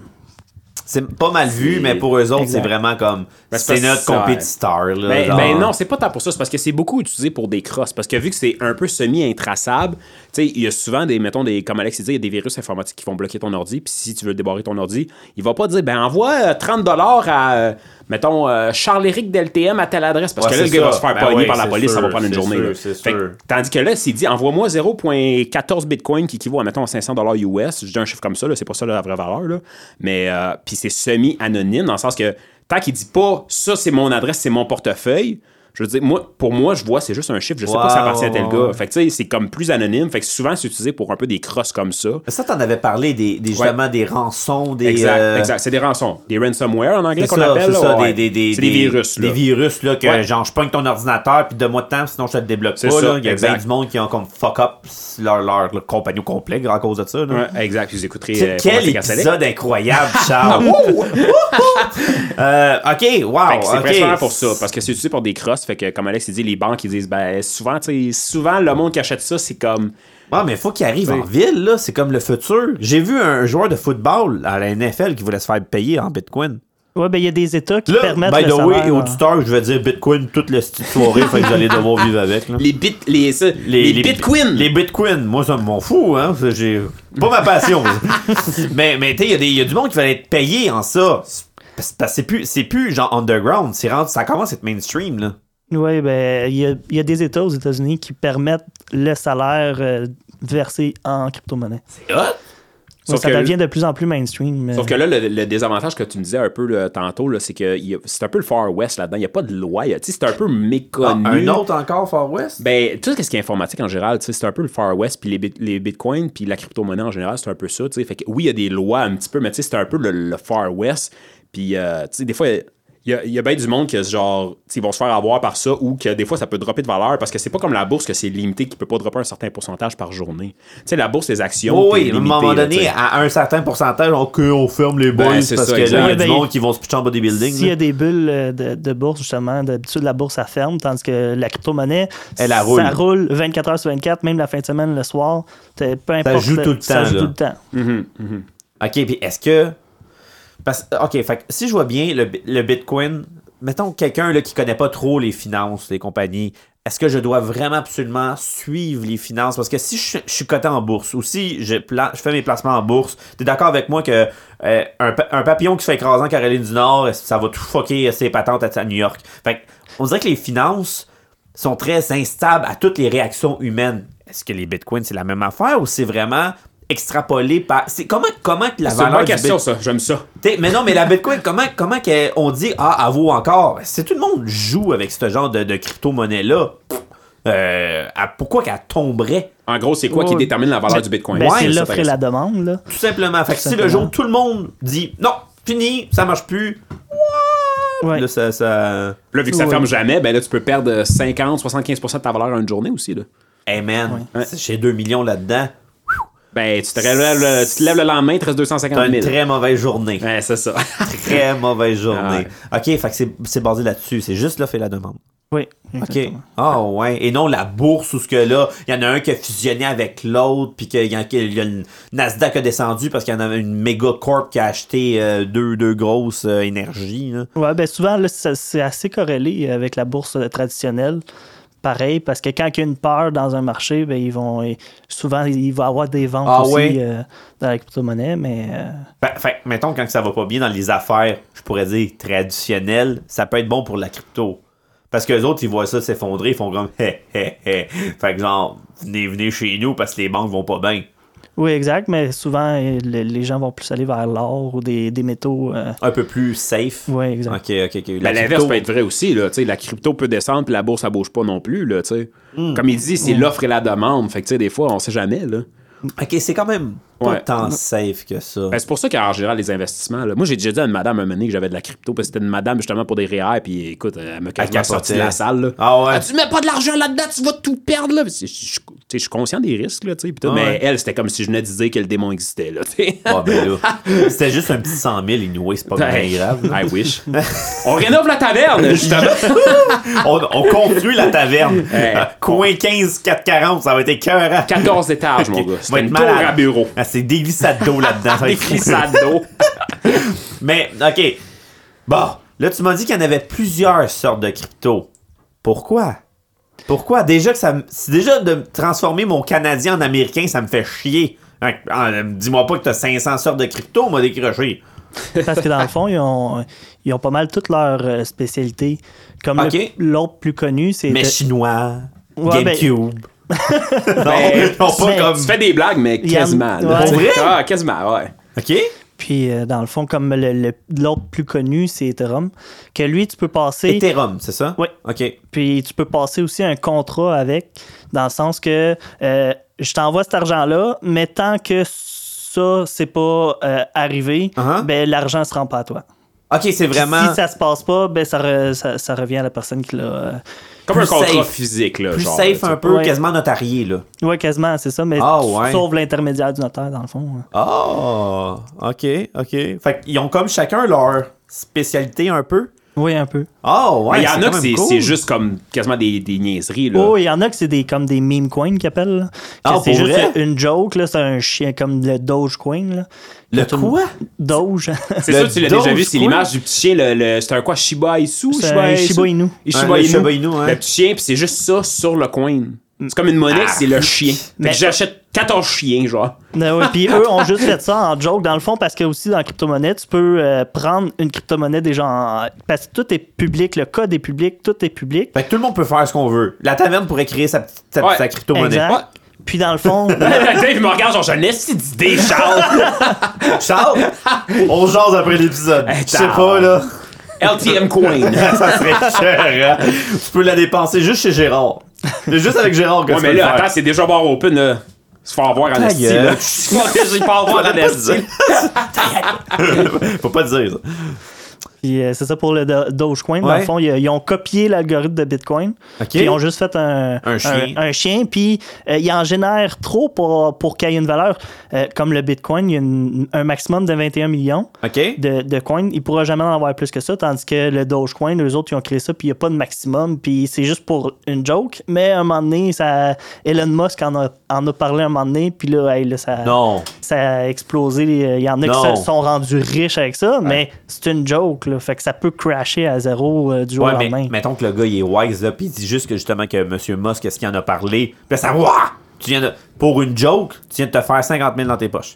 C'est pas mal vu, C'est- mais pour eux autres, c'est Exact. vraiment comme. Ben, c'est c'est parce- notre compétiteur, là. Mais genre. Ben, non, c'est pas tant pour ça. C'est parce que c'est beaucoup utilisé pour des crosses. Parce que vu que c'est un peu semi-intraçable, tu sais, il y a souvent des, mettons, des, comme Alex il dit, il y a des virus informatiques qui vont bloquer ton ordi. Puis si tu veux débarrer ton ordi, il va pas dire, ben envoie euh, 30 à, euh, mettons, euh, Charles-Éric d'LTM à telle adresse. Parce Ouais, que là, le c'est gars va ça. se faire Ben pogner ouais, par la c'est police, ça va sûr, prendre une c'est journée. sûr, là. c'est Fait que- sûr. tandis que là, c'est dit, envoie-moi 0.14 bitcoin qui équivaut à, mettons, 500 US. Je dis un chiffre comme ça, là, c'est pas ça la vraie valeur. Là. Mais, euh, puis c'est semi-anonyme dans le sens que tant qu'il dit pas ça, c'est mon adresse, c'est mon portefeuille. Je veux dire, moi, pour moi, je vois, c'est juste un chiffre. Je sais Wow, pas si ça appartient à tel ouais, gars. ouais. Fait que, tu sais, c'est comme plus anonyme. Fait que souvent, c'est utilisé pour un peu des crosses comme ça. Ça, t'en avais parlé des, des- justement des rançons, des. Exact, euh, exact. C'est des rançons. Des ransomware en anglais C'est qu'on ça, appelle. c'est là, ça, ouais. des, des, des, C'est des virus. là. Des virus, là, que Ouais. genre, je pogne ton ordinateur, puis donne-moi de temps, sinon je te le débloque C'est pas, ça, là. Il y a exact. bien du monde qui ont comme fuck up leur, leur, leur compagnie au complet à cause de ça, là. Ouais, exact. Puis vous écouterez. Quel- euh, Quel Convertir Catholique. épisode incroyable, Charles! Wouh! Euh, ok, wow! Fait que c'est ok. principalement pour ça, parce que c'est utilisé pour des crosses. Fait que, comme Alex il dit, les banques, ils disent, ben, souvent, tu sais, souvent, le monde qui achète ça, c'est comme. Ouais, mais faut qu'il arrive en ville, là. C'est comme le futur. J'ai vu un joueur de football à la NFL qui voulait se faire payer en Bitcoin. Ouais, ben il y a des États qui Là, permettent by le the way, et salaire, au hein. tuteur, je vais dire Bitcoin toute la petite soirée, fait que vous allez devoir vivre avec, là. Les bit, les, ça, les, bitcoins! Les bitcoins, moi ça m'en fout, hein. C'est- J'ai c'est pas ma passion. mais mais tu sais, il y a des- il y, a du monde qui fallait être payé en ça. C'est- parce- parce que C'est plus, c'est plus genre underground. C'est rendu- ça commence à être mainstream, là. Oui, ben il y a, il y a des États aux États-Unis Ah! qui permettent le salaire euh, versé en crypto-monnaie. Hot! Ouais, Sauf ça que- devient de plus en plus mainstream. euh, Sauf que là, le, le désavantage que tu me disais un peu là, tantôt, là, c'est que il y a- c'est un peu le Far West là-dedans. Il n'y a pas de loi. il y a- tu sais, C'est un peu méconnu. Ah, un autre encore, Far West? Ben, tout ce qui est informatique en général, tu sais, c'est un peu le Far West, puis les, bit- les bitcoins, puis la crypto-monnaie en général, c'est un peu ça. tu sais. Fait que oui, il y a des lois un petit peu, mais tu sais, c'est un peu le, le Far West. Puis, euh, tu sais, des fois, il y a, il y a bien du monde que, genre, tu sais, ils vont se faire avoir par ça ou que des fois, ça peut dropper de valeur parce que c'est pas comme la bourse que c'est limité, qui peut pas dropper un certain pourcentage par journée. Tu sais, la bourse, les actions. Oh t'es oui, à un limité, moment là, tu donné, sais. à un certain pourcentage, on, que on ferme les boys Ben, parce c'est ça, que là, il y a exact. du Ben, monde qui vont se pitcher en bas des buildings. S'il y là. a des bulles euh, de, de bourse, justement, d'habitude, la bourse, ça ferme, tandis que la crypto-monnaie, Elle, elle ça roule. 24 heures sur 24, même la fin de semaine, le soir. T'as- Peu importe. joue tout le temps, Ça joue là. tout le temps. OK, puis est-ce que. Parce, euh, OK, fait que si je vois bien le, bi- le Bitcoin, mettons quelqu'un là, qui connaît pas trop les finances, les compagnies, est-ce que je dois vraiment absolument suivre les finances? Parce que si je, suis- je suis coté en bourse ou si je, pla- je fais mes placements en bourse, tu es d'accord avec moi que euh, un, pa- un papillon qui se fait écraser en Caroline du Nord, ça va tout fucker ses patentes à, à New York. Fait que, on dirait que les finances sont très instables à toutes les réactions humaines. Est-ce que les bitcoins, c'est la même affaire ou c'est vraiment extrapolé par. C'est comment, comment que la C'est une valeur. bonne du question, Bit- ça. J'aime ça. T'sais, mais non, mais la bitcoin, comment, comment qu'elle- on dit Ah, elle vaut encore C'est tout le monde joue avec ce genre de, de crypto-monnaie-là. Pff, euh, à- pourquoi qu'elle tomberait En gros, c'est quoi qui Ouais. détermine la valeur du bitcoin? Ben, Ah, Ouais, c'est ça l'offre et la demande. Là. Tout simplement. Fait que Tout si le simplement. jour tout le monde dit Non, fini, ça marche plus. Ouais. Là, ça. ça... Là, vu que ça Ouais. ferme jamais, ben là, tu peux perdre 50, 75 de ta valeur en une journée aussi, là. Hey man, c'est- j'ai 2 millions là-dedans. Ben, tu te, relèves le- tu te lèves le lendemain, il te reste T'as 250 une 000. très mauvaise journée. Ouais, c'est ça. Très mauvaise journée. OK, fait que c'est- c'est basé là-dessus. C'est juste l'offre et la demande. Oui. OK. exactement. Ah ouais. Et non la bourse ou ce que là, il y en a un qui a fusionné avec l'autre, puis qu'il y, en- qu'il y a le Nasdaq qui a descendu parce qu'il y en avait une méga corp qui a acheté euh, deux, deux grosses euh, énergies. là. Ouais, ben souvent, là, ça- c'est assez corrélé avec la bourse euh, traditionnelle. Pareil, parce que quand il y a une peur dans un marché, ben, ils vont, et souvent, il va y avoir des ventes Ah aussi ouais? euh, dans la crypto-monnaie, mais euh, Fait, fait que, mettons, quand ça va pas bien dans les affaires, je pourrais dire traditionnelles, ça peut être bon pour la crypto. Parce que les autres, ils voient ça s'effondrer, ils font comme hé hé hé. Fait que genre, venez, venez chez nous parce que les banques vont pas bien. oui, exact, mais souvent, euh, le- les gens vont plus aller vers l'or ou des, des métaux. euh, Un peu plus safe. Ouais, exact. Ok, ok, ok. La Ben, l'inverse crypto- peut être vrai aussi, là. Tu sais, la crypto peut descendre, puis la bourse, ça bouge pas non plus, là, tu sais. Hmm. Comme il dit, c'est l'offre et la demande. Fait que, tu sais, des fois, on sait jamais, là. Ok, c'est quand même pas Ouais. tant safe que ça. Ben, c'est pour ça qu'en général, les investissements, là. Moi, j'ai déjà dit à une madame un moment donné que j'avais de la crypto, parce que c'était une madame, justement, pour des REER, puis écoute, elle m'a quasiment capotait. sorti de la salle, là. Ah ouais. Ah, tu mets pas de l'argent là-dedans, tu vas tout perdre, là. Puis c'est- Je je- tu sais, je suis conscient des risques, là, tu sais. puis tout, Ah mais ouais. elle, c'était comme si je venais de dire que le démon existait, là, tu sais. Ah ben là, c'était juste un petit 100 000 inouï, c'est pas bien Ben, grave. I wish. On rénove la taverne, justement. On, on construit la taverne. Hey. Euh, coin 15, 440, ça va être écœurant. 14 étages, mon gars. Va C'était être une tour malade. à bureau. Ah, c'est des glissades d'eau là-dedans. ça va Des être fou. glissades d'eau. Mais, ok. Bon, là, tu m'as dit qu'il y en avait plusieurs sortes de crypto. Pourquoi? Pourquoi? Déjà que ça me- c'est Déjà de transformer mon Canadien en Américain, ça me fait chier. Hein, euh, Dis-moi pas que t'as 500 sortes de crypto, on m'a décroché. Parce que dans le fond, ils ont, ils ont pas mal toutes leurs euh, spécialités. Comme le- Ok. l'autre plus connu, c'est. Mais de- chinois, Ouais, ben- GameCube. non, Ben, non, pas mais- comme. Tu fais des blagues, mais Il y a- quasiment. là. ouais. Pour vrai? Ah, quasiment, ouais. Ok? Puis euh, dans le fond, comme le- le- l'autre plus connu, c'est Ethereum, que lui, tu peux passer. Ethereum, c'est ça? Oui. Ok. Puis tu peux passer aussi un contrat avec, dans le sens que euh, je t'envoie cet argent-là, mais tant que ça, c'est pas euh, arrivé, Uh-huh. ben, l'argent se rend pas à toi. Ok, c'est Puis vraiment. Si ça se passe pas, ben, ça, re- ça, ça revient à la personne qui l'a. euh, Comme Plus un contrat safe. physique, là. Plus genre, safe hein. là, un peu, Ouais. quasiment notarié, là. Ouais, quasiment, c'est ça, mais Ah, tu ouais. sauves l'intermédiaire du notaire, dans le fond. hein. Ah, ok, ok. Fait qu'ils ont comme chacun leur spécialité un peu. Oui, un peu. Ah, tu sais. ouais. Mais il y c'est en a quand que même c'est cool. c'est juste comme quasiment des, des niaiseries, là. Oh, il y en a que c'est des, comme des meme coins qu'ils appellent. là. Que Ah, c'est pour juste vrai? une joke, là. C'est un chien comme le Dogecoin, là. Le Que tout quoi? Doge. C'est Le sûr que tu l'as déjà vu, Dogecoin. c'est l'image du petit chien, le, le- c'est un quoi, Shiba Inu? C'est un Shiba Inu. Ouais, Ah. Shiba le Inu. Shiba Inu, hein. Le petit chien, puis c'est juste ça sur le coin. C'est comme une monnaie, c'est le chien. Fait que Mm. Mais- j'achète 14 chiens, genre. Ben ouais, Puis eux ont juste fait ça en joke, dans le fond, parce que aussi dans la crypto-monnaie, tu peux euh, prendre une crypto-monnaie déjà en. Parce que tout est public, le code est public, tout est public. Fait que tout le monde peut faire ce qu'on veut. La taverne pourrait créer sa, petite- sa, Ouais. sa crypto-monnaie. Exact. Ouais. Puis dans le fond, Dave me regarde, genre, j'ai une esti d'idée, Charles. Charles, on jase après l'épisode. Hey, Je sais Charles. pas, là. LTM Coin. ça serait cher. hein. Tu peux la dépenser juste chez Gérard. C'est juste avec Gérard que Ouais, tu mais peux là, le faire. attends, c'est déjà bar open, là. Se faire avoir en Ta esti, gueule. là. Je crois que j'y pas avoir en esti. Faut pas dire ça. puis, euh, c'est ça pour le Do- Dogecoin. Dans Ouais. le fond, ils, ils ont copié l'algorithme de Bitcoin. OK. Puis ils ont juste fait un, Un chien. un chien, puis euh, ils en génèrent trop pour, pour qu'il y ait une valeur. Euh, comme le Bitcoin, il y a une- un maximum de 21 millions OK. de, de coins. Il ne pourra jamais en avoir plus que ça, tandis que le Dogecoin, eux autres, ils ont créé ça, puis il n'y a pas de maximum, puis c'est juste pour une joke. Mais à un moment donné, ça, Elon Musk en a, en a parlé un moment donné, puis là, hey, là, ça, Non. ça a explosé. euh, Il y en a Non. qui se sont rendus riches avec ça, mais c'est une joke. Là, fait que ça peut crasher à zéro euh, du jour Ouais, au mais lendemain. mettons que le gars, il est wise, là, pis il dit juste que justement que M. Musk, est-ce qu'il en a parlé? Pis là, ça, Wouah! Tu viens de, pour une joke, tu viens de te faire 50 000 dans tes poches.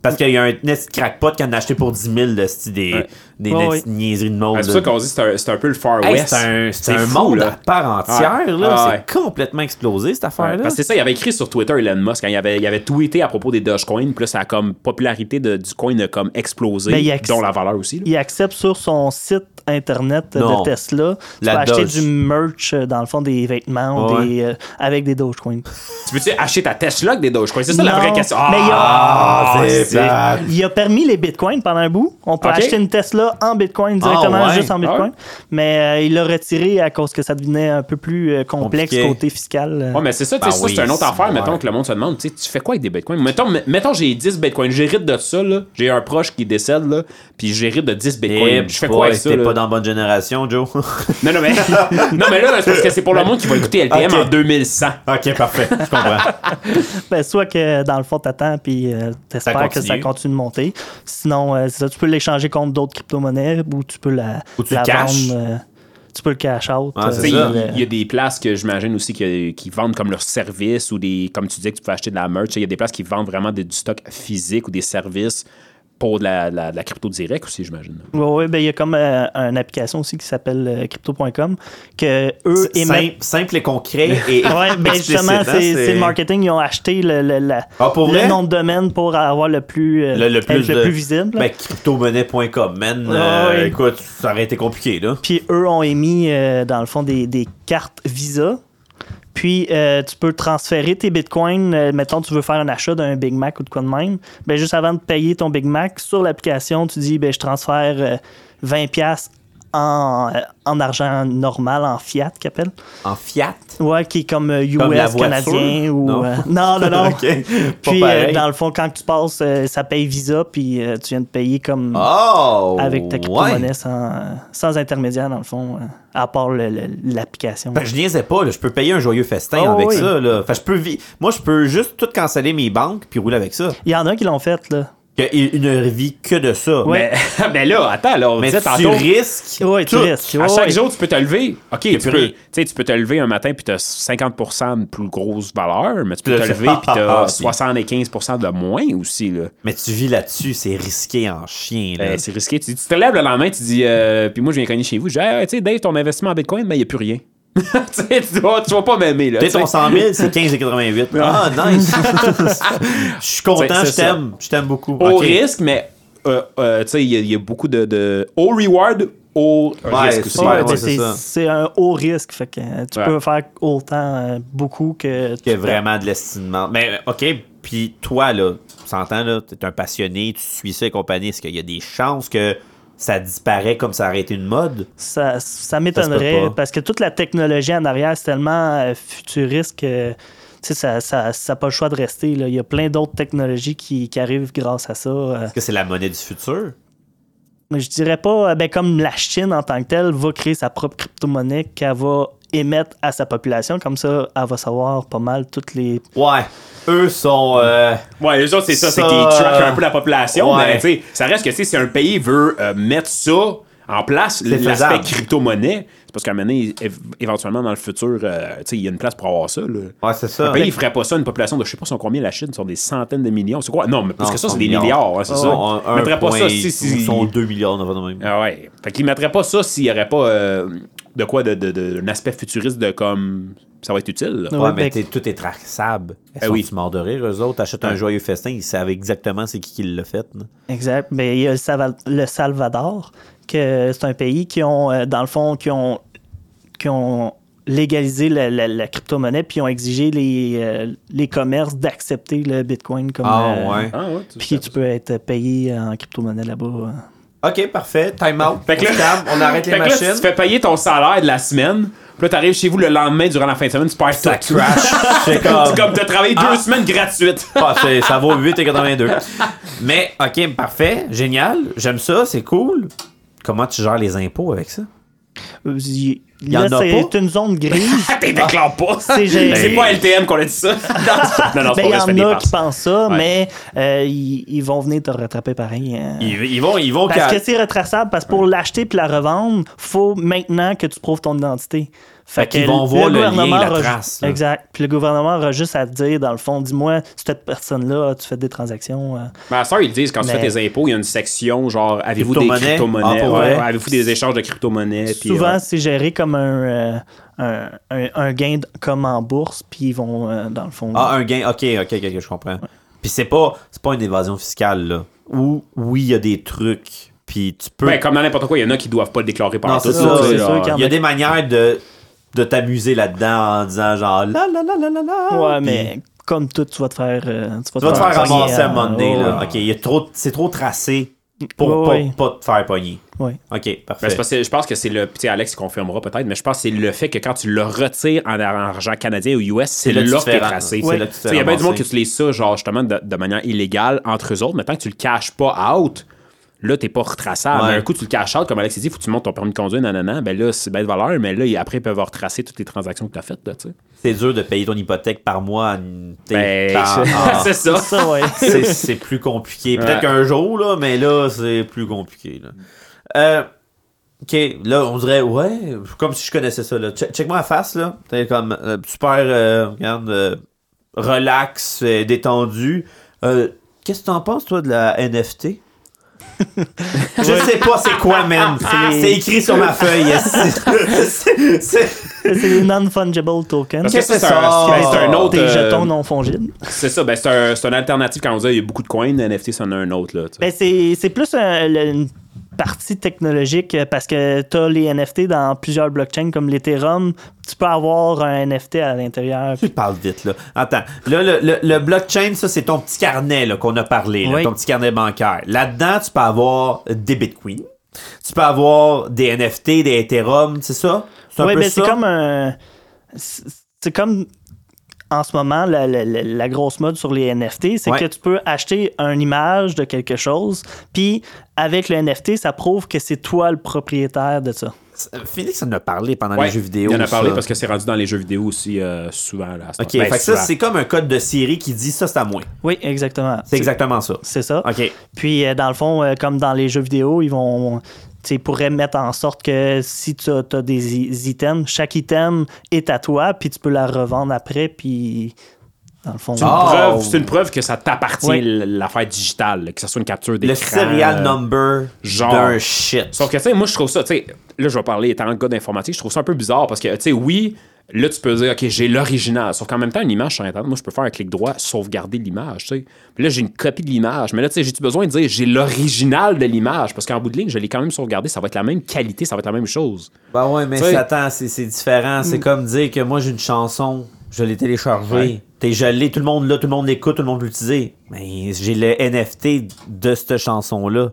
Parce qu'il y a un net crackpot qui en a acheté pour 10 000 de ce- des, Ouais. des Ouais, petites ouais. niaiseries de monde. C'est pour là. ça qu'on dit que c'est un- c'est un peu le Far Hey, West. c'est un, c'est un fou, monde à là. part entière, Ouais. là. Ouais. C'est complètement explosé, cette Ouais, affaire-là. parce que c'est ça, il avait écrit sur Twitter Elon Musk quand il avait, il avait tweeté à propos des Dogecoin, puis là, ça a comme popularité de- du coin a comme explosé, Ben, il a- dont la valeur aussi. là. il accepte sur son site internet Non. de Tesla. Tu La peux acheter Doge. du merch, euh, dans le fond, des vêtements ou Ouais. des, euh, avec des Dogecoin. Tu veux-tu acheter ta Tesla avec des Dogecoin? C'est ça la Non, vraie question. mais il y a- Ah, c'est plate. Euh, Il a permis les bitcoins pendant un bout. On peut Ok. acheter une Tesla en bitcoin directement, Ah ouais. juste en bitcoin. Ouais. Mais euh, il l'a retiré à cause que ça devenait un peu plus euh, complexe Compliqué. côté fiscal. euh. Ouais, mais c'est ça, tu Ben sais, ça, oui, c'est une autre c'est affaire, vrai. mettons, que le monde se demande, tu sais, tu fais quoi avec des bitcoins? Mettons, m- mettons j'ai 10 bitcoins, j'hérite de ça, là. J'ai un proche qui décède, là, puis j'hérite de 10 Eh, bitcoins. Je fais boy, quoi avec ça, T'es là? pas dans la bonne génération, Joe. ok, Non, non, mais, non, mais là, c'est parce que c'est pour le monde qui va écouter LPM Ok. en 2100. parfait. Je comprends. Ben, soit que dans le fond, t'attends puis euh, t'espères Ça que ça continue. continue de monter. Sinon, euh, c'est ça, tu peux l'échanger contre d'autres crypto-monnaies ou tu peux la, Ou tu la le caches. vendre. euh, tu peux le cash out. Ah, c'est Tu sais, puis, ça. euh, Il il y a des places que j'imagine aussi que- qui vendent comme leurs services ou des. Comme tu disais que tu peux acheter de la merch. tu sais, Il y a des places qui vendent vraiment des- du stock physique ou des services pour de la, la- de la crypto direct aussi, j'imagine. Oui, ouais, ben, il y a comme euh, une application aussi qui s'appelle euh, crypto.com que eux émettent. Simple, simple et concret. Et Ouais, ben explicite, justement, hein, c'est c'est le marketing. Ils ont acheté le, le, la- Ah, pour le vrai? nom de domaine pour avoir le plus, euh, Le, le plus, être de- le plus visible. Ben, cryptomonnaie.com, man. euh, Ouais, ouais. Écoute, ça aurait été compliqué, là. Puis eux ont émis, euh, dans le fond, des, des cartes Visa. Puis euh, tu peux transférer tes bitcoins. Euh, mettons, tu veux faire un achat d'un Big Mac ou de quoi de même. Ben, juste avant de payer ton Big Mac, sur l'application, tu dis ben, je transfère euh, 20$ en, euh, en argent normal, en fiat, qu'appelle. En fiat. Ouais, qui est comme euh, US, Comme la voiture? canadien ou. Non. euh, non, non, non. OK. Pas Puis, euh, pareil. dans le fond, quand tu passes, euh, ça paye Visa, puis euh, tu viens de payer comme Oh! avec ta ouais. crypto-monnaie sans, sans intermédiaire, dans le fond, euh, à part le- le- l'application. Fait que Ben, je niaisais pas, là. je peux payer un joyeux festin Oh, avec oui. ça. Là. Fait que je peux vi- Moi, je peux juste tout canceller mes banques puis rouler avec ça. Il y en a qui l'ont fait, là. Il y a une vie que de ça. Ouais. Mais, mais là, attends, alors, on Mais, disait mais tu tantôt. risques. Oui, tu tout. risques. À Ouais, chaque ouais. jour, tu peux te lever. OK, tu plus peux, rien. tu sais, tu peux te lever un matin puis tu as 50 de plus grosse valeur, mais tu peux Là, te c'est- lever puis tu as Puis- 75 de moins aussi. Là. Mais tu vis là-dessus, c'est risqué en chien. Là. Euh, c'est risqué. Tu, tu te lèves le lendemain, tu dis, euh, puis moi, je viens cogner chez vous. Je dis, Ah, tu sais, Dave, ton investissement en Bitcoin, mais il n'y a plus rien. tu, sais, tu vas, tu vas pas m'aimer. là. Peut-être tu sais. ton 100 000, c'est 15,88. Ah, nice! Je suis content, C'est- je c'est t'aime. Je t'aime beaucoup. au Ok. risque, mais euh, euh, tu sais, il y, a- il y a beaucoup de, de au reward, au Ouais, risque aussi. c'est Ouais, ouais, t'sais, c'est c'est- ça. c'est un haut risque, fait que euh, tu Ouais. peux faire autant euh, beaucoup que. Que tu- vraiment de l'estimement. Mais euh, OK, puis toi, là, tu s'entends, là, t'es un passionné, tu suis ça et compagnie. Est-ce qu'il y a des chances que ça disparaît comme ça aurait été une mode? Ça, ça Ça se peut m'étonnerait pas. parce que toute la technologie en arrière, c'est tellement euh, futuriste que tu sais, ça n'a ça, ça a pas le choix de rester. là. Il y a plein d'autres technologies qui, qui arrivent grâce à ça. euh. Est-ce que c'est la monnaie du futur? Je dirais pas, euh, ben, comme la Chine en tant que telle va créer sa propre crypto-monnaie qu'elle va émettre à sa population. Comme ça, elle va savoir pas mal toutes les. Ouais. Eux sont. euh, Ouais, les autres, c'est ça, c'est Ça, qu'ils traquent euh, un peu la population, ouais. mais tu sais, ça reste que tu sais, si un pays veut euh, mettre ça en place, l'aspect faisable. crypto-monnaie, c'est parce qu'à un moment donné, é- éventuellement, dans le futur, euh, tu sais, il y a une place pour avoir ça. Là. Ouais, c'est ça. Un pays, il ferait pas ça, une population de, je sais pas, sont combien la Chine, sont des centaines de millions, c'est quoi? Non, mais parce Non, que ça, sont c'est des milliards. milliards, hein, c'est Ils ça. sont un- Ils mettraient pas un ça point- si... si- Ils sont 2 milliards, on va de même. Ah ouais. Fait qu'il mettrait pas ça s'il y aurait pas euh, de quoi, de, de- de- d'un aspect futuriste de comme ça va être utile. Ouais, là. Ben Ouais, mais ben- t'es- tout est traçable. Elles Eh sont oui. morts de rire. Eux autres achètent un Ouais. joyeux festin, ils savent exactement c'est qui qui l'a fait. là. Exact. Mais il y a le, Sava- le Salvador, que c'est un pays qui ont, euh, dans le fond, qui ont, qui ont légalisé la, la- la crypto-monnaie, puis ils ont exigé les, euh, les commerces d'accepter le Bitcoin comme. Ah, euh, ouais. Ah, ouais, tu- Puis tu peux être payé en crypto-monnaie là-bas. hein. Ok, parfait. Time out. Fait que là- On se calme, on arrête Fait les que là, tu te machines. fais payer ton salaire de la semaine, puis là, t'arrives chez vous le lendemain durant la fin de semaine, tu perds Ça tout. crash. C'est comme. C'est comme t'as travaillé Ah. deux semaines gratuites. Ah, c'est- ça vaut 8,82. Mais, ok, parfait. Génial. J'aime ça. C'est cool. Comment tu gères les impôts avec ça? Euh, Y- y en Là, a c'est pas? une zone grise. Ah, T'es déclare pas. C'est géré. C'est pas LTM qu'on a dit ça. Non, non, c'est Ben, il pas vrai, y ça fait en des a passes. qui pensent ça, Ouais. mais euh, ils ils vont venir te rattraper pareil. hein. Ils, ils vont, ils vont Parce qu'à- que c'est retraçable, parce que pour l'acheter puis la revendre, faut maintenant que tu prouves ton identité. Fait qu'ils vont le voir le lien, gouvernement la aura ju- trace, là. Exact. Puis le gouvernement aura juste à te dire, dans le fond, dis-moi, cette personne-là, ah, tu fais des transactions. euh. Mais à ça, ils disent quand tu Mais- fais tes impôts, il y a une section genre avez-vous des Crypto-monnaie? crypto-monnaies Ah, pour Ouais, vrai? Avez-vous des échanges de crypto-monnaies puis, euh, Souvent, ouais. c'est géré comme un, euh, un, un- un gain de- comme en bourse, puis ils vont, euh, dans le fond. Ah, un gain. Ok, ok, ok, ok, je comprends. Puis c'est pas, c'est pas une évasion fiscale, là. Ou, oui, il y a des trucs. Puis tu peux. Ben, comme dans n'importe quoi, il y en a qui doivent pas le déclarer par non, c'est tout ça. ça. c'est c'est- sûr qu'il y en Il y a a- des manières de, de t'amuser là-dedans en disant genre la la la la la la. ouais, Puis mais comme tout, tu vas te faire. euh, tu vas Tu vas te faire ramasser à un moment donné, euh, là. ouais. Ok, il y a trop, c'est trop tracé pour Ouais, pas, ouais. pas te faire pogner. Ouais. Ok, Ben, parfait. c'est parce que je pense que c'est le. Tu sais, Alex confirmera peut-être, mais je pense que c'est le fait que quand tu le retires en argent canadien ou US, c'est là là que tu te que t'es fais tracé. ra- ouais. C'est là que tu te Tu sais, fais Il y a bien du monde qui ramasser. utilise ça, genre, justement, de, de manière illégale entre eux autres. Mais tant que tu le caches pas out, là, t'es pas retraçable. Ouais. Mais un coup, tu le caches out, comme Alex a dit, faut que tu montes ton permis de conduire, nanana. Ben là, c'est bien de valeur, mais là, ils- après, ils peuvent retracer toutes les transactions que t'as faites, là, tu sais. C'est dur de payer ton hypothèque par mois. en- t'es- Ah. Ben, par- en- c'est ça. Ça, ouais. c'est, c'est plus compliqué. Peut-être Ouais. qu'un jour, là, mais là, c'est plus compliqué. Là. Euh, ok, là, on dirait, ouais, comme si je connaissais ça. Là. Che- Check-moi la face, là. T'es comme euh, super, euh, regarde, euh, relax, euh, détendu. Euh, qu'est-ce que t'en penses, toi, de la NFT? je sais pas c'est quoi, man. C'est les- C'est écrit sur ma feuille. C'est- c'est- c'est- c'est des non-fungible tokens. Ah, Parce que ça, c'est ça? un, ben, c'est un autre. Des euh, jetons non fongibles. C'est ça, ben, c'est un, c'est une alternative quand on dit il y a beaucoup de coins, NFT, c'en a un autre, là. tu sais. Ben, c'est c'est plus un- le- une partie technologique euh, parce que tu as les NFT dans plusieurs blockchains comme l'Ethereum. Tu peux avoir un NFT à l'intérieur. Tu parles vite, là. Attends. Là, le, le- le blockchain, ça, c'est ton petit carnet là, qu'on a parlé, là, Oui. ton petit carnet bancaire. Là-dedans, tu peux avoir des bitcoins. Tu peux avoir des NFT, des Ethereum, c'est ça? C'est un Oui, peu ben, ça? c'est comme un. C'est c'est comme. En ce moment, la, la- la- la grosse mode sur les NFT, c'est Ouais. que tu peux acheter une image de quelque chose, puis avec le NFT, ça prouve que c'est toi le propriétaire de ça. Félix en a parlé pendant Ouais, les jeux vidéo. Il en a parlé ça. parce que c'est rendu dans les jeux vidéo aussi euh, souvent. Là, à ce OK, moment. fait Ben, que ça, souvent. c'est comme un code de série qui dit ça, c'est à moi. Oui, exactement. C'est exactement ça. C'est ça. OK. Puis, euh, dans le fond, euh, comme dans les jeux vidéo, ils vont. tu sais, Ils pourraient mettre en sorte que si tu as, t'as des i- items, chaque item est à toi, puis tu peux la revendre après, puis dans le fond. Ah, Preuve- Oh. C'est une preuve que ça t'appartient, Ouais. l'affaire digitale, là, que ce soit une capture d'écran. Le serial euh, number genre. d'un shit. Sauf que, tu sais, moi, je trouve ça, tu sais, là, je vais parler étant un gars d'informatique, je trouve ça un peu bizarre parce que, tu sais, oui, là, tu peux dire, OK, j'ai l'original. Sauf qu'en même temps, une image sur Internet, moi, je peux faire un clic droit, sauvegarder l'image, tu sais. Puis là, j'ai une copie de l'image. Mais là, tu sais, j'ai-tu besoin de dire, j'ai l'original de l'image? Parce qu'en bout de ligne, je l'ai quand même sauvegardé, ça va être la même qualité, ça va être la même chose. Ben ouais, mais Tu sais- Hmm. c'est- attends, c'est c'est différent. C'est comme dire que moi j'ai une chanson, je l'ai téléchargée, t'es- je l'ai, tout le monde là, tout le monde l'écoute, tout le monde l'utilise. Mais j'ai le NFT de cette chanson-là.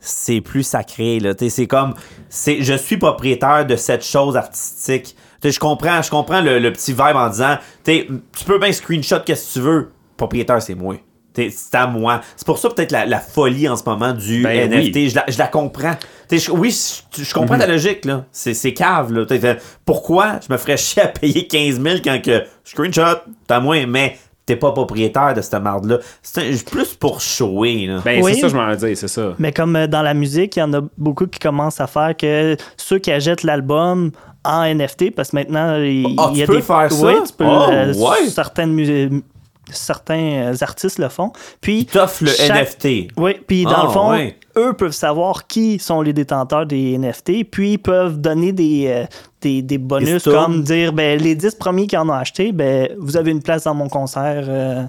C'est plus sacré, là. T'sais, C'est comme. c'est Je suis propriétaire de cette chose artistique. T'sais, Je comprends, je comprends le, le petit vibe en disant t'sais, Tu peux bien screenshot qu'est-ce que tu veux. Propriétaire, c'est moi. T'es- C'est à moi. C'est pour ça peut-être la, la folie en ce moment du Ben oui. NFT. Je, la, je la comprends. T'sais, je- oui, je, je comprends ta logique, là. C'est, c'est cave, là. T'sais, fait, pourquoi je me ferais chier à payer 15 000 quand que screenshot, t'as moins, mais t'es pas propriétaire de cette marde-là. C'est un- plus pour shower, là. Ben, Oui. c'est ça, je m'en dis, c'est ça. Mais comme euh, dans la musique, il y en a beaucoup qui commencent à faire que ceux qui achètent l'album en NFT, parce que maintenant, il Ah, il y tu a peux des... faire ça? Oui, tu peux, Oh, euh, ouais. certaines mus- certains euh, artistes le font. Puis, T'offres le chaque- Mm. NFT. Oui, puis dans Ah, le fond, ouais. eux peuvent savoir qui sont les détenteurs des NFT, puis ils peuvent donner des, euh, des, des bonus Des comme dire ben, les 10 premiers qui en ont acheté, ben, vous avez une place dans mon concert. euh,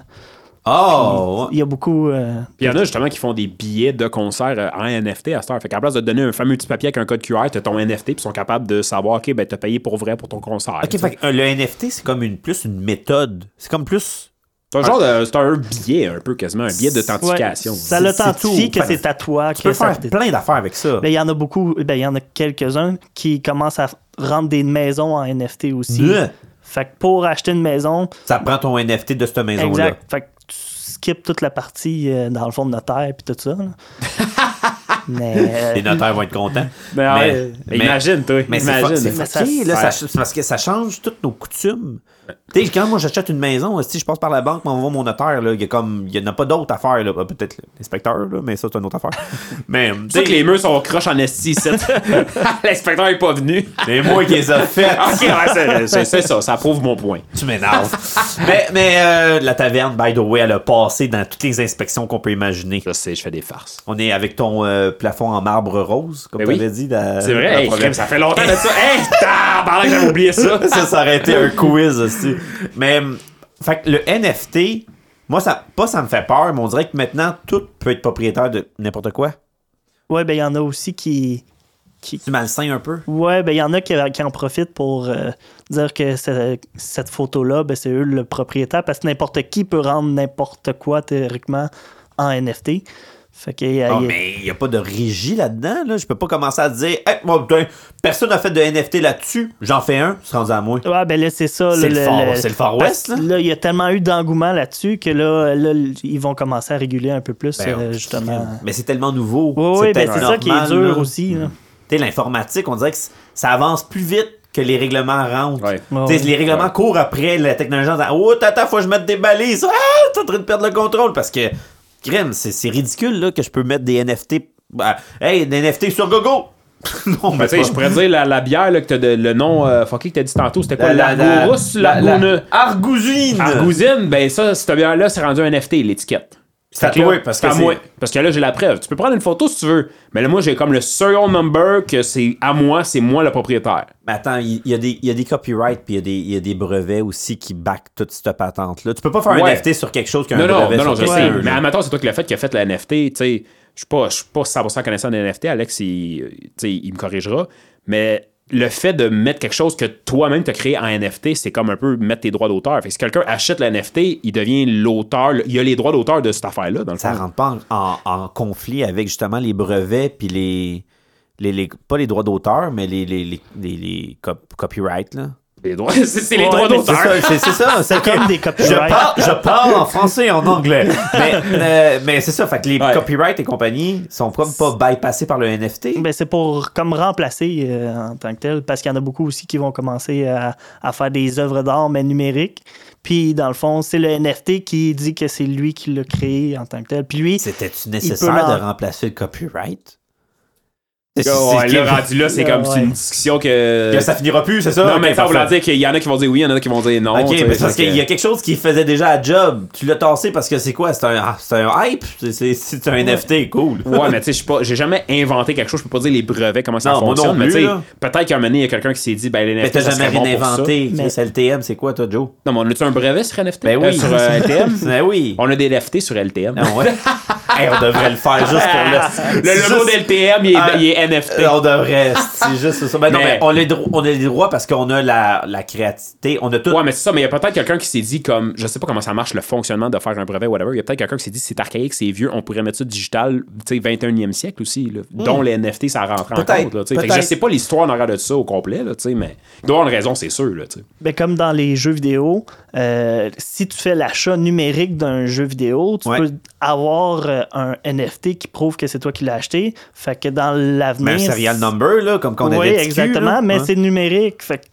Oh! Il y a beaucoup. euh, Puis il y en a justement qui font des billets de concert euh, en NFT à cette heure. Fait qu'à place de te donner un fameux petit papier avec un code QR, t'as ton NFT, puis ils sont capables de savoir, OK, ben t'as payé pour vrai pour ton concert. Ok, fait que, euh, le NFT, c'est comme une plus une méthode. C'est comme plus. C'est un genre Ah, de. Euh, C'est un billet, un peu quasiment, un billet d'authentification. ouais, ça C'est- l'authentifie c'est tout. que c'est à toi. Tu que peux ça faire te- plein d'affaires avec ça. Ben, il y en a beaucoup, ben, il y en a quelques-uns qui commencent à rendre des maisons en NFT aussi. Bleu. Fait que pour acheter une maison, Ça prend ton NFT de cette maison-là. exact. Fait que tu skips toute la partie euh, dans le fond de notaire puis tout ça. là. Mais euh, Les notaires vont être contents. Ben, ouais, mais imagine, toi, Mais c'est fu- imagine. c'est Mais ça- fucké, là, ouais. ça- c'est parce que ça change toutes nos coutumes. Tu sais, quand moi j'achète une maison, si je passe par la banque, m'envoie mon notaire, là, il y a comme, il n'y en a pas d'autre affaire, là. Euh, Peut-être l'inspecteur, là, mais ça, c'est une autre affaire. mais, C'est sûr que les murs sont croches en esti, ici. L'inspecteur est pas venu. c'est moi qui les ai faites. OK, ouais, c'est- c'est c'est ça, ça prouve mon point. Tu m'énerves. mais mais euh, la taverne, by the way, elle a passé dans toutes les inspections qu'on peut imaginer. Je sais, je fais des farces. On est avec ton euh, plafond en marbre rose, comme Ben tu oui. avais dit. la- C'est la vrai, hey, première- crème, ça fait longtemps de ça. Hey, pendant que j'avais oublié ça. ça, ça aurait été un quiz aussi. Mais, hum, fait que le NFT, moi, ça, pas ça me fait peur, mais on dirait que maintenant, tout peut être propriétaire de n'importe quoi. ouais, ben, il y en a aussi qui. C'est malsain un peu. Ouais, ben, il y en a qui, qui en profitent pour euh, dire que ce- cette photo-là, ben, c'est eux le propriétaire parce que n'importe qui peut rendre n'importe quoi théoriquement en NFT. Fait que, euh, Ah, il- mais il n'y a pas de régie là-dedans. Là. Je peux pas commencer à dire, hey, moi, putain, personne n'a fait de NFT là-dessus. J'en fais un, c'est rendu à moi. Ouais, ben là, c'est ça. C'est là, le Far- c'est le Far West, parce- là. il y a tellement eu d'engouement là-dessus que là, là, ils vont commencer à réguler un peu plus, Ben, euh, oh, justement. Mais c'est tellement nouveau. Oui, oui, ben, tellement c'est ça qui est normal, dur là. aussi. là. Tu sais, l'informatique, on dirait que c- ça avance plus vite que les règlements rentrent. Ouais. Tu sais, Ouais, Les règlements Ouais. courent après la technologie en disant Oh, tata, faut que je mette des balises. Ah, t'es en train de perdre le contrôle. Parce que, crème, c'est c'est ridicule là, que je peux mettre des NFT. bah, hey, des NFT sur Gogo. non, Ben, mais tu sais, je pourrais dire la, la bière, là, que t'as de- le nom euh, fucké que t'as dit tantôt, c'était quoi? La, Argourus, la, Argousine. Argousine, ben ça, cette bière-là, c'est rendu un NFT, l'étiquette. C'est à Fait que là, toi, parce c'est que à c'est- moi. Parce que là, j'ai la preuve. Tu peux prendre une photo si tu veux, mais là, moi, j'ai comme le serial number que c'est à moi, c'est moi le propriétaire. Mais attends, il il y, a des- il y a des copyrights puis il y a des- il y, a des brevets aussi qui back toute cette patente-là. Tu peux pas faire un Ouais. NFT sur quelque chose qu'un Non, brevet non, non, sur non, je quelque sais. chose, là. Mais admettons, c'est toi qui l'as fait, qui a fait la NFT. Tu sais, je suis pas, je suis pas 100% connaissant des NFT. Alex, il, tu sais, il me corrigera. Mais le fait de mettre quelque chose que toi-même t'as créé en NFT, c'est comme un peu mettre tes droits d'auteur. Fait que si quelqu'un achète la NFT, il devient l'auteur. Il a les droits d'auteur de cette affaire-là, dans le ça fond. rentre pas en, en- en conflit avec justement les brevets puis les, les, les- pas les droits d'auteur mais les les, les, les- les cop- copyright là. Les droits, c'est c'est les Ouais, droits mais C'est d'auteur. ça, c'est- c'est ça, c'est Comme des Je copyrights. parle, je parle en français et en anglais. Mais, euh, mais c'est ça, fait que les Ouais. copyrights et compagnie sont comme pas bypassés par le NFT. Ben, c'est pour comme remplacer euh, en tant que tel, parce qu'il y en a beaucoup aussi qui vont commencer à, à faire des œuvres d'art, mais numériques. Puis, dans le fond, c'est le NFT qui dit que c'est lui qui l'a créé en tant que tel. Puis lui, C'était-tu peut nécessaire l'en- de remplacer le copyright? Ouais, C'est- là, rendu là, c'est comme Ouais. c'est une discussion que. que ça finira plus, c'est ça? non, mais Ok, ça veut parfait. dire qu'il y en a qui vont dire oui, il y en a qui vont dire non. Ok, tu sais, mais c'est parce fait qu'il y a quelque chose qui faisait déjà à job. Tu l'as tassé parce que c'est quoi? C'est un, ah, c'est un hype? C'est- C'est c'est un NFT, cool. Ouais, mais tu sais, je suis pas- j'ai jamais inventé quelque chose, je peux pas dire les brevets, comment ça Non, moi non fonctionne, mais plus, tu sais, là. peut-être qu'à un moment donné, il y a quelqu'un qui s'est dit, ben, les NFT, Mais t'as ça jamais serait bon rien pour ça. inventé. Mais- Mais... LTM, c'est quoi, toi, Joe? Non, mais on a-tu un brevet sur NFT? Ben oui. Euh, sur euh, LTM? Ben oui. On a des LFT sur LTM. Ah ouais. Hey, on devrait le faire juste pour le. Le logo juste- d'LTM, il, est- Ah. il est NFT. Euh, On devrait. C'est juste ça. Ben non, Mais- mais on a les dro- on a les droits parce qu'on a la, la créativité. On a tout. Ouais, mais c'est ça, mais il y a peut-être quelqu'un qui s'est dit, comme, je sais pas comment ça marche le fonctionnement de faire un brevet, whatever. Il y a peut-être quelqu'un qui s'est dit, c'est archaïque, c'est vieux, on pourrait mettre ça digital, tu sais, 21e siècle aussi, là, dont les NFT, ça rentre en compte. Hmm. Peut-être, là, tu sais. Fait que je peut-être. sais pas l'histoire en arrière de ça au complet, là, tu sais, mais il doit y avoir une raison, c'est sûr, là, tu sais. Ben, comme dans les jeux vidéo, euh, si tu fais l'achat numérique d'un jeu vidéo, tu Ouais. peux avoir euh, un NFT qui prouve que c'est toi qui l'as acheté. Fait que dans Mais l'avenir. un serial si- number, là, comme qu'on Oui, avait dit. exactement, mais c'est numérique. Fait que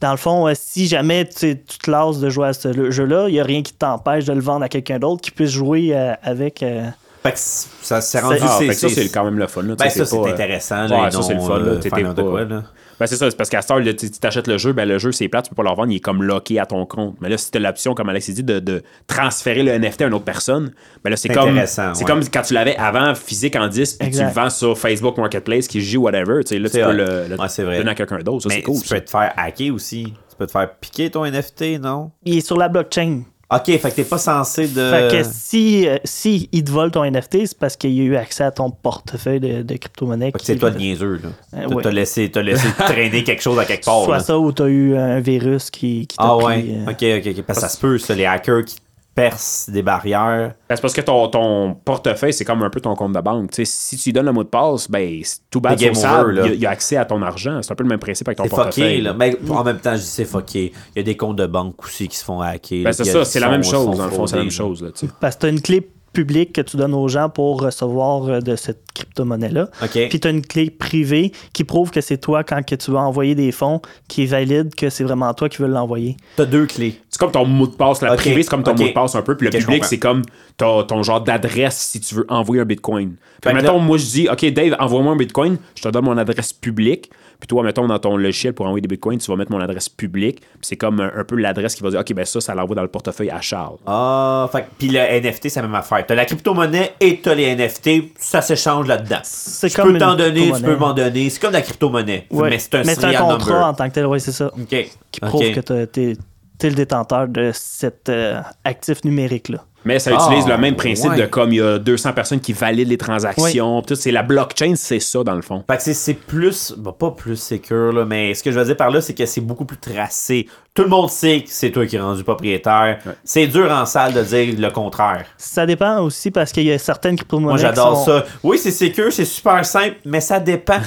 dans le fond, euh, si jamais tu, tu te lasses de jouer à ce le- jeu-là, il n'y a rien qui t'empêche de le vendre à quelqu'un d'autre qui puisse jouer euh, avec. euh, Fait que ça s'est rendu. Ah, fait que ça, c'est- c'est quand même le fun. Là. Ben, Tu sais, ça, c'est pas, euh, intéressant. Ouais, Là, ça, c'est le fun. là. T'es- t'es pas- Ben, c'est ça, c'est parce qu'à cette heure, là, tu tu t'achètes le jeu, ben, le jeu, c'est plat, tu peux pas le revendre, il est comme locké à ton compte. Mais là, si t'as l'option, comme Alexis dit, de, de transférer le NFT à une autre personne, ben là, c'est C'est comme, intéressant, c'est ouais. comme quand tu l'avais avant physique en 10, puis tu Exact. le vends sur Facebook Marketplace, qui joue whatever, tu sais, là, tu C'est peux hot. le, le Ouais, c'est vrai. donner à quelqu'un d'autre. Ça, Mais c'est cool. tu peux te faire hacker aussi. Tu peux te faire piquer ton NFT, non? Il est sur la blockchain. Ok, fait que t'es pas censé de. Fait que si, euh, si il te vole ton NFT, c'est parce qu'il a eu accès à ton portefeuille de, de crypto-monnaie. Fait que c'est qui- toi le niaiseux, là. Euh, T'as- ouais. T'as laissé, t'as laissé traîner quelque chose à quelque part. Soit là. ça ou t'as eu un virus qui, qui t'a Ah ouais. pris, euh, Ok, ok, ok. Parce que ça se peut, ça, les hackers qui percent des barrières. Ben, c'est parce que ton, ton portefeuille, c'est comme un peu ton compte de banque. Tu sais, si tu lui donnes le mot de passe, ben, c'est tout bas C'est game sur sable, over, là. il y a- il y a accès à ton argent. C'est un peu le même principe avec ton C'est fucké, portefeuille. là. Mais en même temps, je dis c'est fucké. Il y a des comptes de banque aussi qui se font hacker. Ben, là, c'est qui- ça, qui c'est la sont- même sont chose, dans le fond, c'est la même fraudés, là. chose. Là, tu sais. Parce que t'as une clé publique que tu donnes aux gens pour recevoir euh, de cette crypto-monnaie-là. Ok. Puis tu as une clé privée qui prouve que c'est toi quand que tu vas envoyer des fonds qui est valide que c'est vraiment toi qui veux l'envoyer. T'as deux clés. C'est comme ton mot de passe. La Ok, privée, c'est comme ton ok. mot de passe un peu. Puis le Ok, je public, comprends. c'est comme ton, ton genre d'adresse si tu veux envoyer un bitcoin. Fait Fait que que mettons, là- moi, je dis, OK, Dave, envoie-moi un bitcoin. Je te donne mon adresse publique. Puis toi, mettons, dans ton logiciel pour envoyer des bitcoins, tu vas mettre mon adresse publique. Puis c'est comme un, un peu l'adresse qui va dire, OK, ben ça, ça l'envoie dans le portefeuille à Charles. Ah, fait que- puis le NFT, c'est la même affaire. T'as la crypto-monnaie et t'as les NFT, ça s'échange là-dedans. C'est Tu comme peux t'en une donner, tu crypto-monnaie. peux m'en donner. C'est comme la crypto-monnaie. Ouais. Mais c'est un serial contrat number. en tant que tel, oui, c'est ça. OK. Qui OK. prouve que t'as- t'es t'es le détenteur de cet euh, actif numérique-là. Mais ça Ah, utilise le même principe ouais. de comme il y a 200 personnes qui valident les transactions. Puis tout, C'est la blockchain, c'est ça, dans le fond. Fait que c'est- c'est plus, bah, pas plus secure, là, mais ce que je veux dire par là, c'est que c'est beaucoup plus tracé. Tout le monde sait que c'est toi qui es rendu propriétaire. C'est dur en salle de dire le contraire. Ça dépend aussi parce qu'il y a certaines crypto-monnaies. Moi, qui j'adore sont- ça. Oui, c'est secure, c'est super simple, mais ça dépend.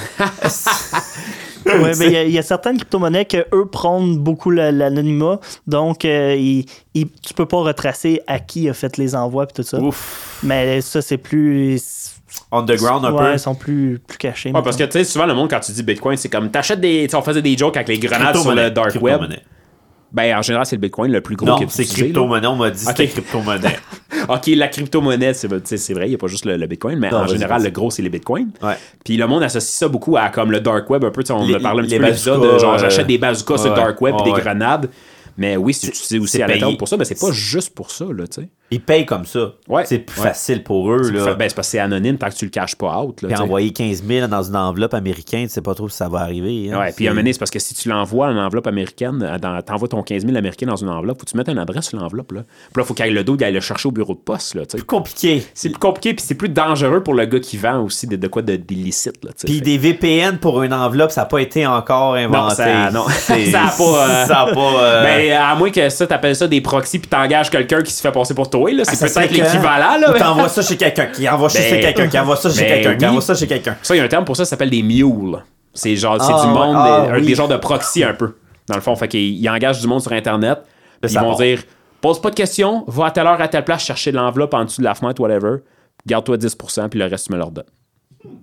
Ouais, mais il y a- il y, a certaines crypto-monnaies que eux prônent beaucoup la- l'anonymat, donc euh, ils- ils- tu peux pas retracer à qui a fait les envois et tout ça. Ouf. Mais ça, c'est plus. Underground un ouais, peu. ils sont plus, plus cachés. Ouais, parce que tu sais, souvent, le monde, quand tu dis bitcoin, c'est comme t'achètes des. tu sais, On faisait des jokes avec les grenades sur le Crypto-monnaie, dark web. crypto-monnaie. Ben, en général, c'est le bitcoin le plus gros Non, qui est c'est utilisé, là. crypto-monnaie. On m'a dit Ok. c'était crypto-monnaie. OK, la crypto-monnaie, c'est tu sais, c'est vrai, il n'y a pas juste le, le Bitcoin, mais Non, en vas-y, général, vas-y. le gros, c'est les Bitcoins. Ouais. Puis le monde associe ça beaucoup à comme le dark web, un peu, tu sais, on Les- me parlait un petit les peu l'épisode bazookas, de genre, euh, j'achète des bazookas sur le ouais, dark web ouais, puis des ouais. grenades. Mais oui, c'est utilisé aussi c'est à l'intérieur payé. pour ça, mais c'est pas juste pour ça, là, tu sais. Ils payent comme ça. Ouais. C'est plus Ouais. facile pour eux. Là. Fait- Ben, c'est parce que c'est anonyme tant que tu le caches pas out, là, Puis tu sais. envoyer 15 000 dans une enveloppe américaine, tu sais pas trop si ça va arriver. hein. Ouais, puis à un C'est- moment donné, c'est parce que si tu l'envoies en enveloppe américaine, euh, dans- t'envoies ton 15 000 américain dans une enveloppe, faut que tu mettes une adresse sur l'enveloppe, là. Puis là, faut qu'il aille le dos, il aille le chercher au bureau de poste, là, tu sais. plus compliqué. C'est plus compliqué, puis c'est plus dangereux pour le gars qui vend aussi de, de quoi de- d'illicite, là, tu sais. Puis Fait- des VPN pour une enveloppe, ça n'a pas été encore inventé. ça- non. C'est- Ça a pas, euh, ça a pas, euh, Ben, à moins que ça, t'appelles ça des proxys puis t'engages quelqu'un qui se fait passer pour toi, là. ah, C'est ça serait peut-être que- l'équivalent, là. Ou T'envoies ça chez quelqu'un, qui envoie ça Ben, chez quelqu'un, qui envoie ça chez ben quelqu'un, qui oui. envoie ça chez quelqu'un. Ça, il y a un terme pour ça, ça s'appelle des mules. C'est genre, c'est Ah, du monde, ah, des, un- oui. des genres de proxy un peu, dans le fond. Fait qu'ils ils engagent du monde sur Internet. puis Ils ça vont part. dire, pose pas de questions, va à telle heure, à telle place, chercher de l'enveloppe en dessous de la fenêtre, whatever. Garde-toi 10%, puis le reste, tu me le redonnes.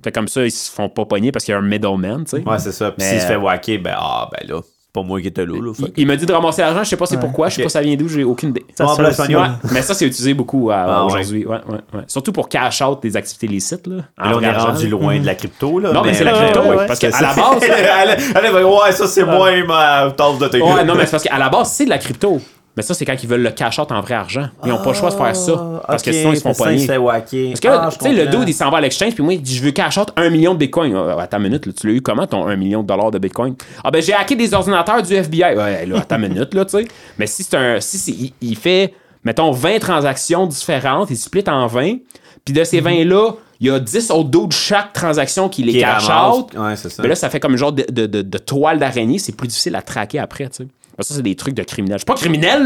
Fait comme ça, ils se font pas pogner parce qu'il y a un middleman, tu sais. Ouais, c'est ça. Puis Mais- euh, s'il se fait wacker, ben ah, ben là, c'est pas moi qui étais là, là. Il, fuck. il me dit de ramasser l'argent, je sais pas c'est Ouais, pourquoi, je sais ok. pas ça vient d'où, j'ai aucune idée. Ça Bon, se bleu, fait aussi, espagnol. ouais. Mais ça, c'est utilisé beaucoup euh, Ah, ouais. aujourd'hui. Ouais, ouais, ouais. Surtout pour cash out des activités licites. Là, Ah, Là, on En est argent, rendu là. loin de la crypto, là. Non, mais c'est la crypto, ouais, oui. ouais. Parce qu'à la base. Ah. elle, elle, elle va dire, ouais, ça, c'est moi, ma tasse de thé. ouais, non, mais c'est parce qu'à la base, c'est de la crypto. Mais ça, c'est quand ils veulent le cash out en vrai argent. Ils n'ont pas le choix de faire Ah, ça. Parce que sinon, ils se font pas Ils se Ah, pogner. fait wacker. Parce que, là, tu sais, le dude, il s'en va à l'exchange, puis moi, il dit Je veux cash out 1 million de bitcoin. Ah, attends une minute, là, tu l'as eu comment ton 1 million de dollars de bitcoin Ah, ben, j'ai hacké des ordinateurs du FBI. Ouais, là, attends une minute, là, tu sais. Mais si c'est un. Si c'est- il, il fait, mettons, 20 transactions différentes, il split en 20, puis de ces 20-là, il y a 10 autres dudes chaque transaction qui les Mhm. Qui cash ramasse. out. Ouais, c'est ça. Mais là, ça fait comme un genre de, de- de- de toile d'araignée, c'est plus difficile à traquer après, tu sais. Ben, Ça, c'est des trucs de criminels. Je suis pas criminel,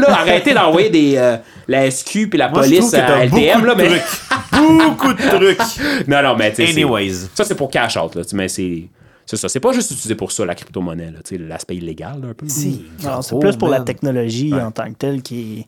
là. Arrêtez d'envoyer des, euh, la SQ puis la Moi, je trouve police que t'as à LTM, beaucoup là. de Mais... Beaucoup de trucs. Non, non, mais tu sais, c'est- Anyways. Ça, c'est pour cash out, là. tu- Mais c'est. C'est ça. C'est pas juste utilisé pour ça, la crypto-monnaie, là, tu sais, l'aspect illégal, là, un peu. Non, c'est Oh, plus pour la man. technologie en tant que telle qui.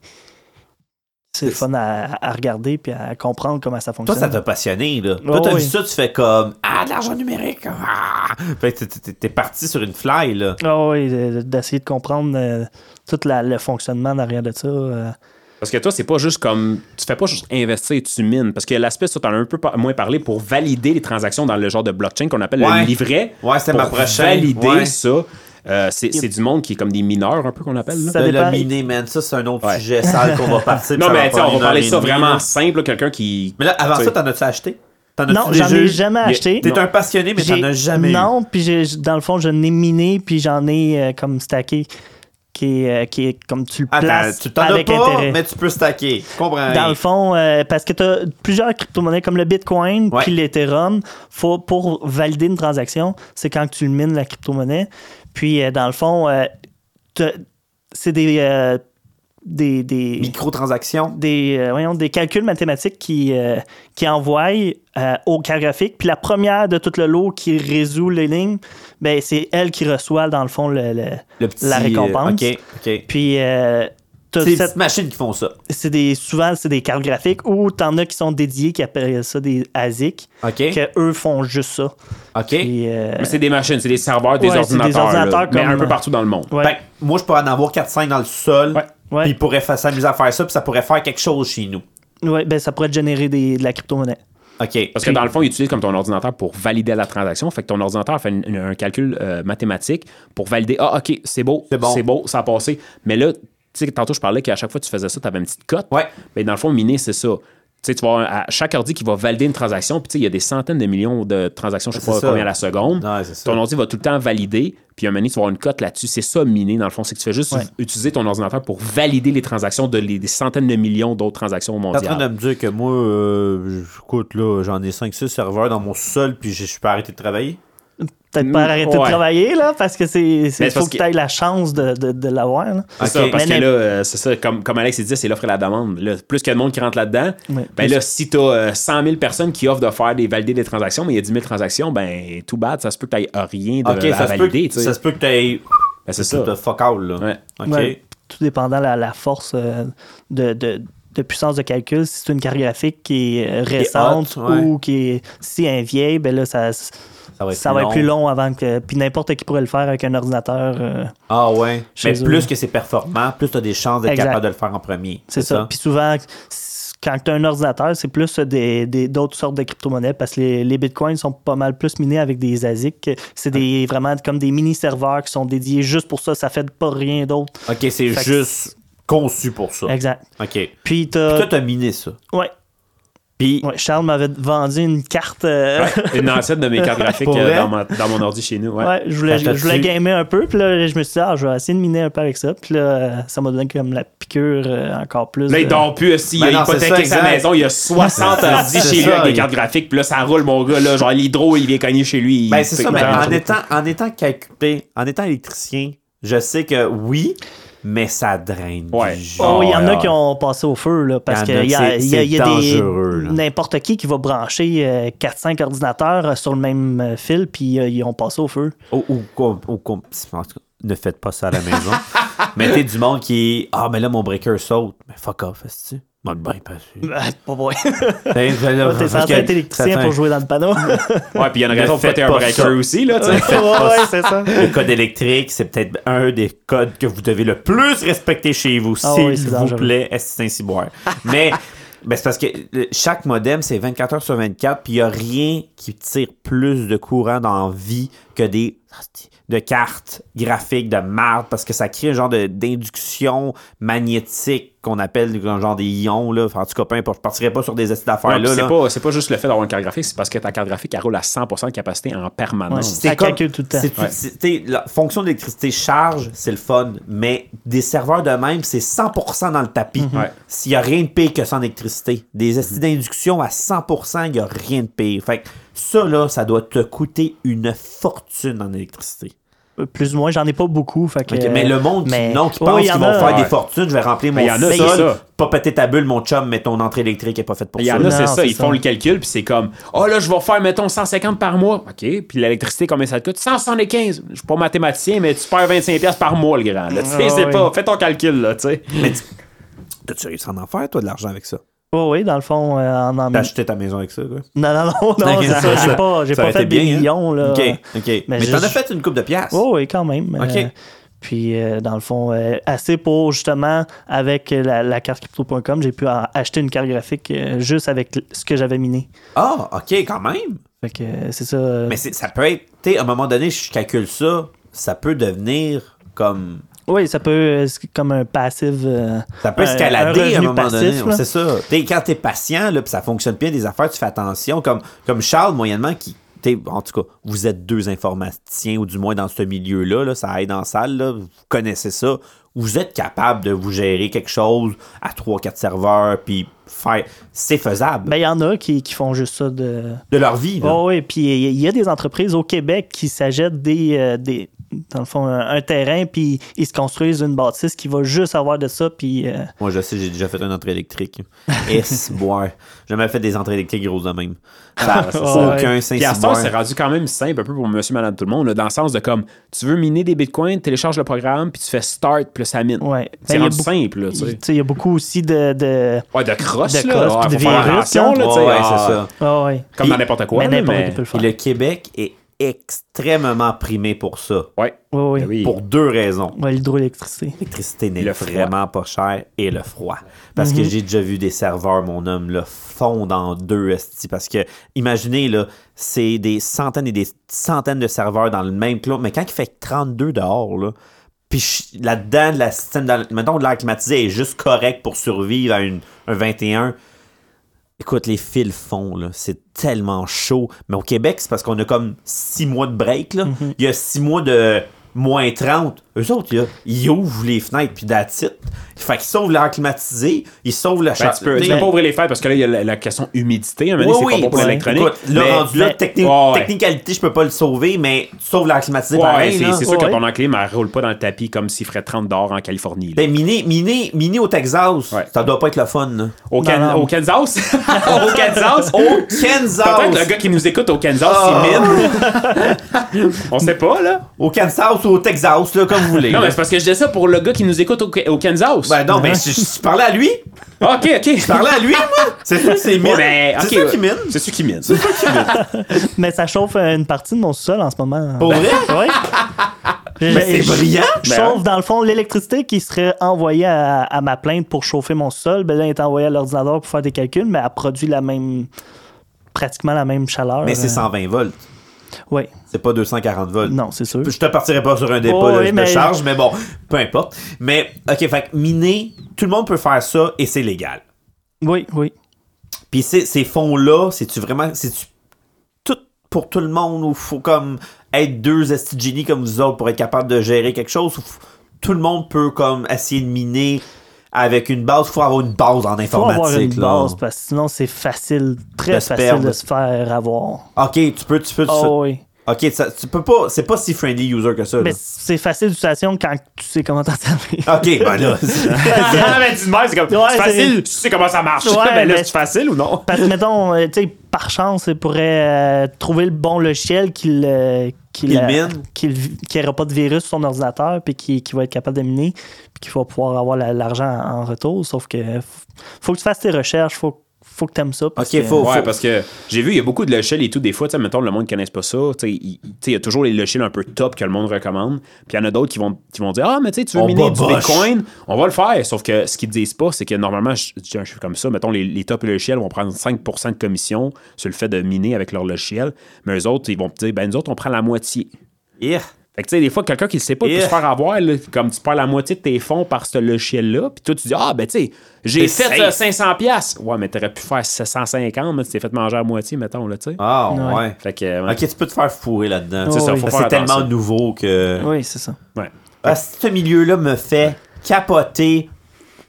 C'est le fun à, à regarder puis à comprendre comment ça Toi, fonctionne. ça t'a passionné, là. Oh, Toi, t'as oui. vu ça, tu fais comme Ah, de l'argent numérique. Ah! Fait que t'es- t'es- t'es parti sur une fly, là. Ah oui, de- de- d'essayer de comprendre euh, tout la- le fonctionnement derrière de ça. euh, Parce que toi, c'est pas juste comme. Tu fais pas juste investir, tu mines. Parce que l'aspect, ça, t'en as un peu par- moins parlé pour valider les transactions dans le genre de blockchain qu'on appelle Ouais. le livret. Ouais, c'était Pour ma prochaine. Valider Ouais. ça. euh, c'est c'est du monde qui est comme des mineurs, un peu qu'on appelle. là. Ça de dépend- le miner, man. Ça, c'est un autre Ouais. sujet sale qu'on va partir. Non, ça mais va tu sais, on prendre va une heure parler et ça demie, vraiment là. simple, là, quelqu'un qui. Mais là, avant Tu ça, sais. t'en as-tu acheté? T'en as-tu Non, déjà j'en ai eu? jamais Yeah. acheté. T'es Non. un passionné, mais t'en J'ai- as jamais eu. Non, puis j'ai- dans le fond, je n'ai miné, puis j'en ai euh, comme stacké, qui est, euh, qui est comme tu le Attends, places Ah, tu t'en as avec pas, intérêt. mais tu peux stacker. Je comprends. Dans le fond, euh, parce que tu as plusieurs crypto-monnaies comme le Bitcoin Ouais. puis l'Ethereum, faut, pour valider une transaction, c'est quand tu mines la crypto-monnaie. Puis, euh, dans le fond, euh, t'as- c'est des, euh, des, des, Microtransactions. des, euh, voyons, des calculs mathématiques qui, euh, qui envoient euh, au cartographique. Puis la première de tout le lot qui résout les lignes, ben, c'est elle qui reçoit, dans le fond, le, le- Le petit, euh, La récompense. OK, OK. Puis, euh, t'as C'est les cette- petites machines qui font ça. c'est des, souvent, c'est des cartes graphiques ou t'en as qui sont dédiés, qui appellent ça des ASIC, OK, que eux font juste ça. OK. Puis, euh, Mais c'est des machines, c'est des serveurs, des Ouais, c'est des ordinateurs. là. ordinateurs Mais comme- un peu partout dans le monde. ouais. Ben, moi, je pourrais en avoir 4-5 dans le sol. Ouais. Ouais. Puis ils pourraient fa- s'amuser à faire ça, puis ça pourrait faire quelque chose chez nous. Ouais, ben, ça pourrait te générer des, de la crypto-monnaie. OK. Parce que dans le fond, il utilise comme ton ordinateur pour valider la transaction. Fait que ton ordinateur fait une- une- un calcul euh, mathématique pour valider Ah, OK, c'est beau, C'est c'est bon. beau, ça a passé. Mais là, tu sais, tantôt, je parlais qu'à chaque fois que tu faisais ça, tu avais une petite cote. Ouais. Mais dans le fond, miner, c'est ça. Tu sais, tu vas avoir un- à chaque ordi qui va valider une transaction, puis tu sais, il y a des centaines de millions de transactions, je sais C'est pas ça. combien à la seconde. Ouais, c'est ça. ton ordi va tout le temps valider, puis à un moment donné, tu vas avoir une cote là-dessus. C'est ça, miner, dans le fond. C'est que tu fais juste Ouais. utiliser ton ordinateur pour valider les transactions de les- des centaines de millions d'autres transactions au T'es en train de mondial. me dire que moi, euh, je- écoute, là, j'en ai 5-6 serveurs dans mon sol, puis je je peux arrêter de travailler. Peut-être Mm, pas arrêter de ouais. travailler, là, parce que c'est, c'est- Mais c'est faut parce que que- tu aies la chance de, de, de l'avoir. là. C'est ça, Ok. parce que Mais ne- là, euh, c'est ça, comme, comme Alex il dit, c'est l'offre et la demande. Là, plus qu'il y a de monde qui rentre là-dedans, Ouais. ben là, si tu as 100 000 personnes qui offrent de faire des valider des transactions, mais il y a 10 000 transactions, ben tout bad, ça se peut que tu rien de, OK, à ça se, peut valider. que, tu sais. ça se peut que t'aies Ben, c'est tout ça. de fuck out, là. Ouais. OK. Ouais, tout dépendant la, la force euh, de, de- de puissance de calcul. Si c'est une carte graphique qui est euh, récente haute, ouais. ou qui est si un vieille, ben là, ça, Ça va être ça plus va être long. plus long avant que. Puis n'importe qui pourrait le faire avec un ordinateur. euh, Ah ouais. Chez Mais eux. plus que c'est performant, plus t'as des chances d'être Exact. capable de le faire en premier. c'est ça. Puis souvent, c- quand tu as un ordinateur, c'est plus des, des- d'autres sortes de crypto-monnaies parce que les, les bitcoins sont pas mal plus minés avec des ASIC. C'est des, vraiment comme des mini-serveurs qui sont dédiés juste pour ça. Ça fait pas rien d'autre. OK, c'est Fait que- juste conçu pour ça. Exact. OK. Puis Puis tu toi, as. t'as miné ça. Ouais, Puis ouais, Charles m'avait vendu une carte. euh, Une ancienne de mes cartes graphiques Pour euh, vrai? dans, ma- dans mon ordi chez nous. Ouais. Ouais, je voulais, Fait que je voulais tu- gamer un peu, puis là, je me suis dit, ah, je vais essayer de miner un peu avec ça, puis là, euh, ça m'a donné comme la piqûre euh, encore plus. Là, il de- dort plus aussi. Ben il a non, c'est ça, hypothéqué sa exact. maison. Il y a 60 ordi C'est chez lui ça, avec des il- cartes graphiques. Puis là, ça roule, mon gars. Là, genre, l'hydro, il vient cogner chez lui. Ben, il c'est fait ça, que mais là, en étant, en étant calculé, en étant électricien, je sais que oui, mais ça draine. du Ouais. jus. Oh, il y en a Ah, qui ont passé au feu, là, parce Il y en a qu'il y que a, c'est- il y a- il y a c'est des. dangereux, là. N'importe qui qui va brancher 4-5 ordinateurs euh, sur le même euh, fil, puis euh, ils ont passé au feu. Ou, ou com- ou com- en tout cas, ne faites pas ça à la maison. Mettez du monde qui. Ah, mais là, mon breaker saute. Mais fuck off, est-ce que tu. Moi, ben, pas sûr. Ben, pas vrai. Ben, ben, là, T'es parce censé que- être électricien ça fait pour jouer dans le panneau. ouais, Ouais, puis il y a une Ne raison pour faites péter un pas ça. breaker aussi. Là, tu sais. ouais, c'est ça. un- Le code électrique, c'est peut-être un des codes que vous devez le plus respecter chez vous, Ah s'il oui, c'est vous dangereux. plaît, est Mais ben, c'est parce que le- chaque modem, c'est 24 heures sur 24, puis il n'y a rien qui tire plus de courant dans la vie que des de cartes graphiques de marde, parce que ça crée un genre de- d'induction magnétique qu'on appelle un genre des ions. Là. Enfin, en tout cas, peu importe. Je ne partirai pas sur des essais Ouais, d'affaires. puis là, c'est là. pas, c'est pas juste le fait d'avoir une carte graphique, c'est parce que ta carte graphique, elle roule à 100% de capacité en permanence. Ça calcule tout le temps. c'est- Hum. Ouais. c'est- t'sais, la fonction d'électricité charge, c'est le fun, mais des serveurs de même, c'est 100% dans le tapis. Mm-hmm. Ouais. Mm-hmm. S'il n'y a rien de pire que ça en électricité. Des estis d'induction à 100%, il n'y a rien de pire. Fait que ça, là, ça doit te coûter une fortune en électricité. Plus ou moins, j'en ai pas beaucoup. Fait que, Ok, mais le monde qui, Euh, mais- non, qui Oh, pense il y qu'ils en vont a. faire des Ouais. fortunes, je vais remplir mon Mais il y en a, c'est sol, ça. pas péter ta bulle, mon chum, mais ton entrée électrique n'est pas faite pour Il y ça. en a, c'est Non, ça. c'est Ils ça. font le calcul, puis c'est comme, oh là, je vais faire, mettons, 150 par mois. OK. Puis l'électricité, combien ça te coûte? 175. Je suis pas mathématicien, mais tu perds 25$ piastres par mois, le grand. là. Tu sais, Ah c'est oui. pas, fais ton calcul, là, tu sais. Mais tu- T'as-tu réussi à en faire, toi, de l'argent avec ça? Ouais, oui, dans le fond, euh, en en T'as acheté ta maison avec ça, quoi? Non, non, non, non, c'est ça. J'ai pas, j'ai Ça pas aurait été fait des bien, hein? millions, là. OK, OK. Mais, j'ai- t'en as fait une coupe de pièces. Oh, oui, quand même. OK. Euh, Puis, euh, dans le fond, euh, assez pour justement, avec la, la carte crypto.com, j'ai pu en- acheter une carte graphique euh, juste avec l- ce que j'avais miné. Ah, ok, quand même. Fait que euh, c'est ça. euh, Mais c'est- ça peut être, tu sais, à un moment donné, je calcule ça, ça peut devenir comme. Oui, ça peut euh, c'est comme un passif. euh, Ça peut un- escalader à un revenu moment passif, donné. là. C'est ça. T'sais, quand t'es patient, là, puis ça fonctionne bien, des affaires, tu fais attention. Comme, comme Charles, moyennement, qui. t'sais, En tout cas, vous êtes deux informaticiens, ou du moins dans ce milieu-là, là, ça aide en salle, là, vous connaissez ça. Vous êtes capable de vous gérer quelque chose à 3-4 serveurs, puis faire. C'est faisable Ben, il y en a qui, qui font juste ça de. de leur vie. là. Oh, oui, puis il y- y a des entreprises au Québec qui s'achètent des, euh, des. Dans le fond, un, un terrain, puis ils se construisent une bâtisse qui va juste avoir de ça, puis. euh, Moi, je sais, j'ai déjà fait une entrée électrique. S, boire. J'ai jamais fait des entrées électriques grosses de même. Ça, Ouais. Aucun saint Puis à ce temps, c'est rendu quand même simple un peu pour monsieur, madame, tout le monde, là, dans le sens de comme, tu veux miner des bitcoins, télécharge le programme, puis tu fais start, plus ça mine. ouais. C'est Ben, il y a rendu beaucoup- simple, là, tu il- sais. tu sais, il y a beaucoup aussi de. de... Ouais, de cross, De là. cross, Ouais, puis de faut faire virus, attention, hein. là, tu sais. ouais, Ah, c'est ça. Ah oui. Comme dans n'importe quoi, mais là, n'importe mais- qui peut le faire. Et le Québec est extrêmement primé pour ça. Ouais. Oui, oui. Ben oui. Pour deux raisons. Ouais, l'hydroélectricité. L'électricité n'est Le froid. vraiment pas chère et le froid. Parce que j'ai déjà vu des serveurs, mon homme, là, fondre en deux esti. Parce que, imaginez, là, c'est des centaines et des centaines de serveurs dans le même clos. Mais quand il fait 32 dehors, là, puis je- là-dedans, la système, dans- mettons, l'air climatisé est juste correct pour survivre à une, un 21. Écoute, les fils font, là. C'est tellement chaud. Mais au Québec, c'est parce qu'on a comme six mois de break, là. Il y a six mois de moins 30. Eux autres, là, ils ouvrent les fenêtres, puis that's it. Fait qu'ils sauvent l'air climatisé, ils sauvent la Ben, chaleur. tu peux, tu peux pas ouvrir les fêtes parce que là, il y a la, la question humidité. À un moment donné, c'est pas bon pour ouais. l'électronique. Écoute, là, mais- rendu là, mais- techni- Ouais, ouais. technicalité, je peux pas le sauver, mais tu sauves l'air climatisé Ouais, pareil, c'est là. c'est sûr que Ouais. ton enclime, elle roule pas dans le tapis comme s'il ferait 30 dehors en Californie. là. Ben, miner, miner, miner au Texas, Ouais. ça doit pas être le fun, là. Au, Kan- non, non. au Kansas? au Kansas? Au Kansas! Peut-être le gars qui nous écoute au Kansas, Ah. il mine. On sait pas, là. Au Kansas ou au Texas, là, comme vous voulez. Non, là. mais c'est parce que je disais ça pour le gars qui nous écoute au, au Kansas. Ah, Ben non, mais je, je parlais à lui. Je ok, ok. Je parlais à lui, moi. C'est sûr que c'est mine. ben, c'est sûr qu'il mine. C'est sûr qui mine. Mais ça chauffe euh, une partie de mon sol en ce moment. hein. Ben, Pour vrai? Oui. Mais c'est brillant. Sauf dans le fond, l'électricité qui serait envoyée à, à ma plainte pour chauffer mon sol, ben là, elle est envoyée à l'ordinateur pour faire des calculs, mais elle produit la même. pratiquement la même chaleur. Mais c'est 120 volts. Oui, C'est pas 240 volts. non, c'est sûr. Je te partirai pas sur un débat, Oh, là, oui, je me mais- charge, mais bon, peu importe. Mais, ok, fait que miner, tout le monde peut faire ça et c'est légal. Oui, oui. Puis ces, ces fonds-là, c'est-tu vraiment. C'est-tu tout pour tout le monde ou faut comme être deux esti de génies comme vous autres pour être capable de gérer quelque chose ou f- tout le monde peut comme essayer de miner avec une base? Faut avoir une base en Faut informatique. avoir une là. base parce que sinon c'est facile, De très se facile perdre. de se faire avoir. Ok, tu peux. Tu peux Oh, oui. Ok, ça- tu peux pas. C'est pas si friendly user que ça. là. Mais c'est facile d'utilisation quand tu sais comment t'en servir. Ok, ben là. c'est- Ah, mais dis-moi, c'est comme. Ouais, c'est c'est- facile, tu sais comment ça marche. Ouais, ben là, mais- c'est facile ou non? Parce que, mettons, euh, tu sais, par chance, il pourrait euh, trouver le bon logiciel qui le. Qui Qui le le- mine. Qui n'aura pas de virus sur son ordinateur, puis qui, qui va être capable de miner, puis qu'il va pouvoir avoir la- l'argent en retour. Sauf que f- faut que tu fasses tes recherches, faut, faut que tu aimes ça. parce Ok, que- faut- Ouais, parce que j'ai vu, il y a beaucoup de logiciels et tout. Des fois, tu sais, mettons, le monde ne connaisse pas ça. Tu sais, il tu sais, il y a toujours les logiciels un peu top que le monde recommande. Puis il y en a d'autres qui vont, qui vont dire Ah, mais tu sais, tu veux On miner du baboche. Bitcoin, on va le faire. Sauf que ce qu'ils disent pas, c'est que normalement, je je dis un chiffre comme ça, mettons, les, les top logiciels vont prendre 5 de commission sur le fait de miner avec leur logiciel. Mais eux autres, ils vont dire Ben, nous autres, on prend la moitié. Yeah. Fait que tu sais, des fois, quelqu'un qui le sait pas, il peut Yeah. se faire avoir, là, comme tu perds la moitié de tes fonds par ce logiciel-là, puis toi, tu dis, ah, ben tu sais, j'ai T'es fait safe. euh, 500$. piastres. Ouais, mais t'aurais pu faire 750, mais tu t'es fait manger à moitié, mettons, là, tu sais. Ah, Ouais. ouais. Fait que, euh, Ok, tu peux te faire fourrer là-dedans. c'est ça, oui. faut Parce faire que C'est tellement attention. nouveau que. Oui, c'est ça. Ouais. Ah, ce milieu-là me fait capoter,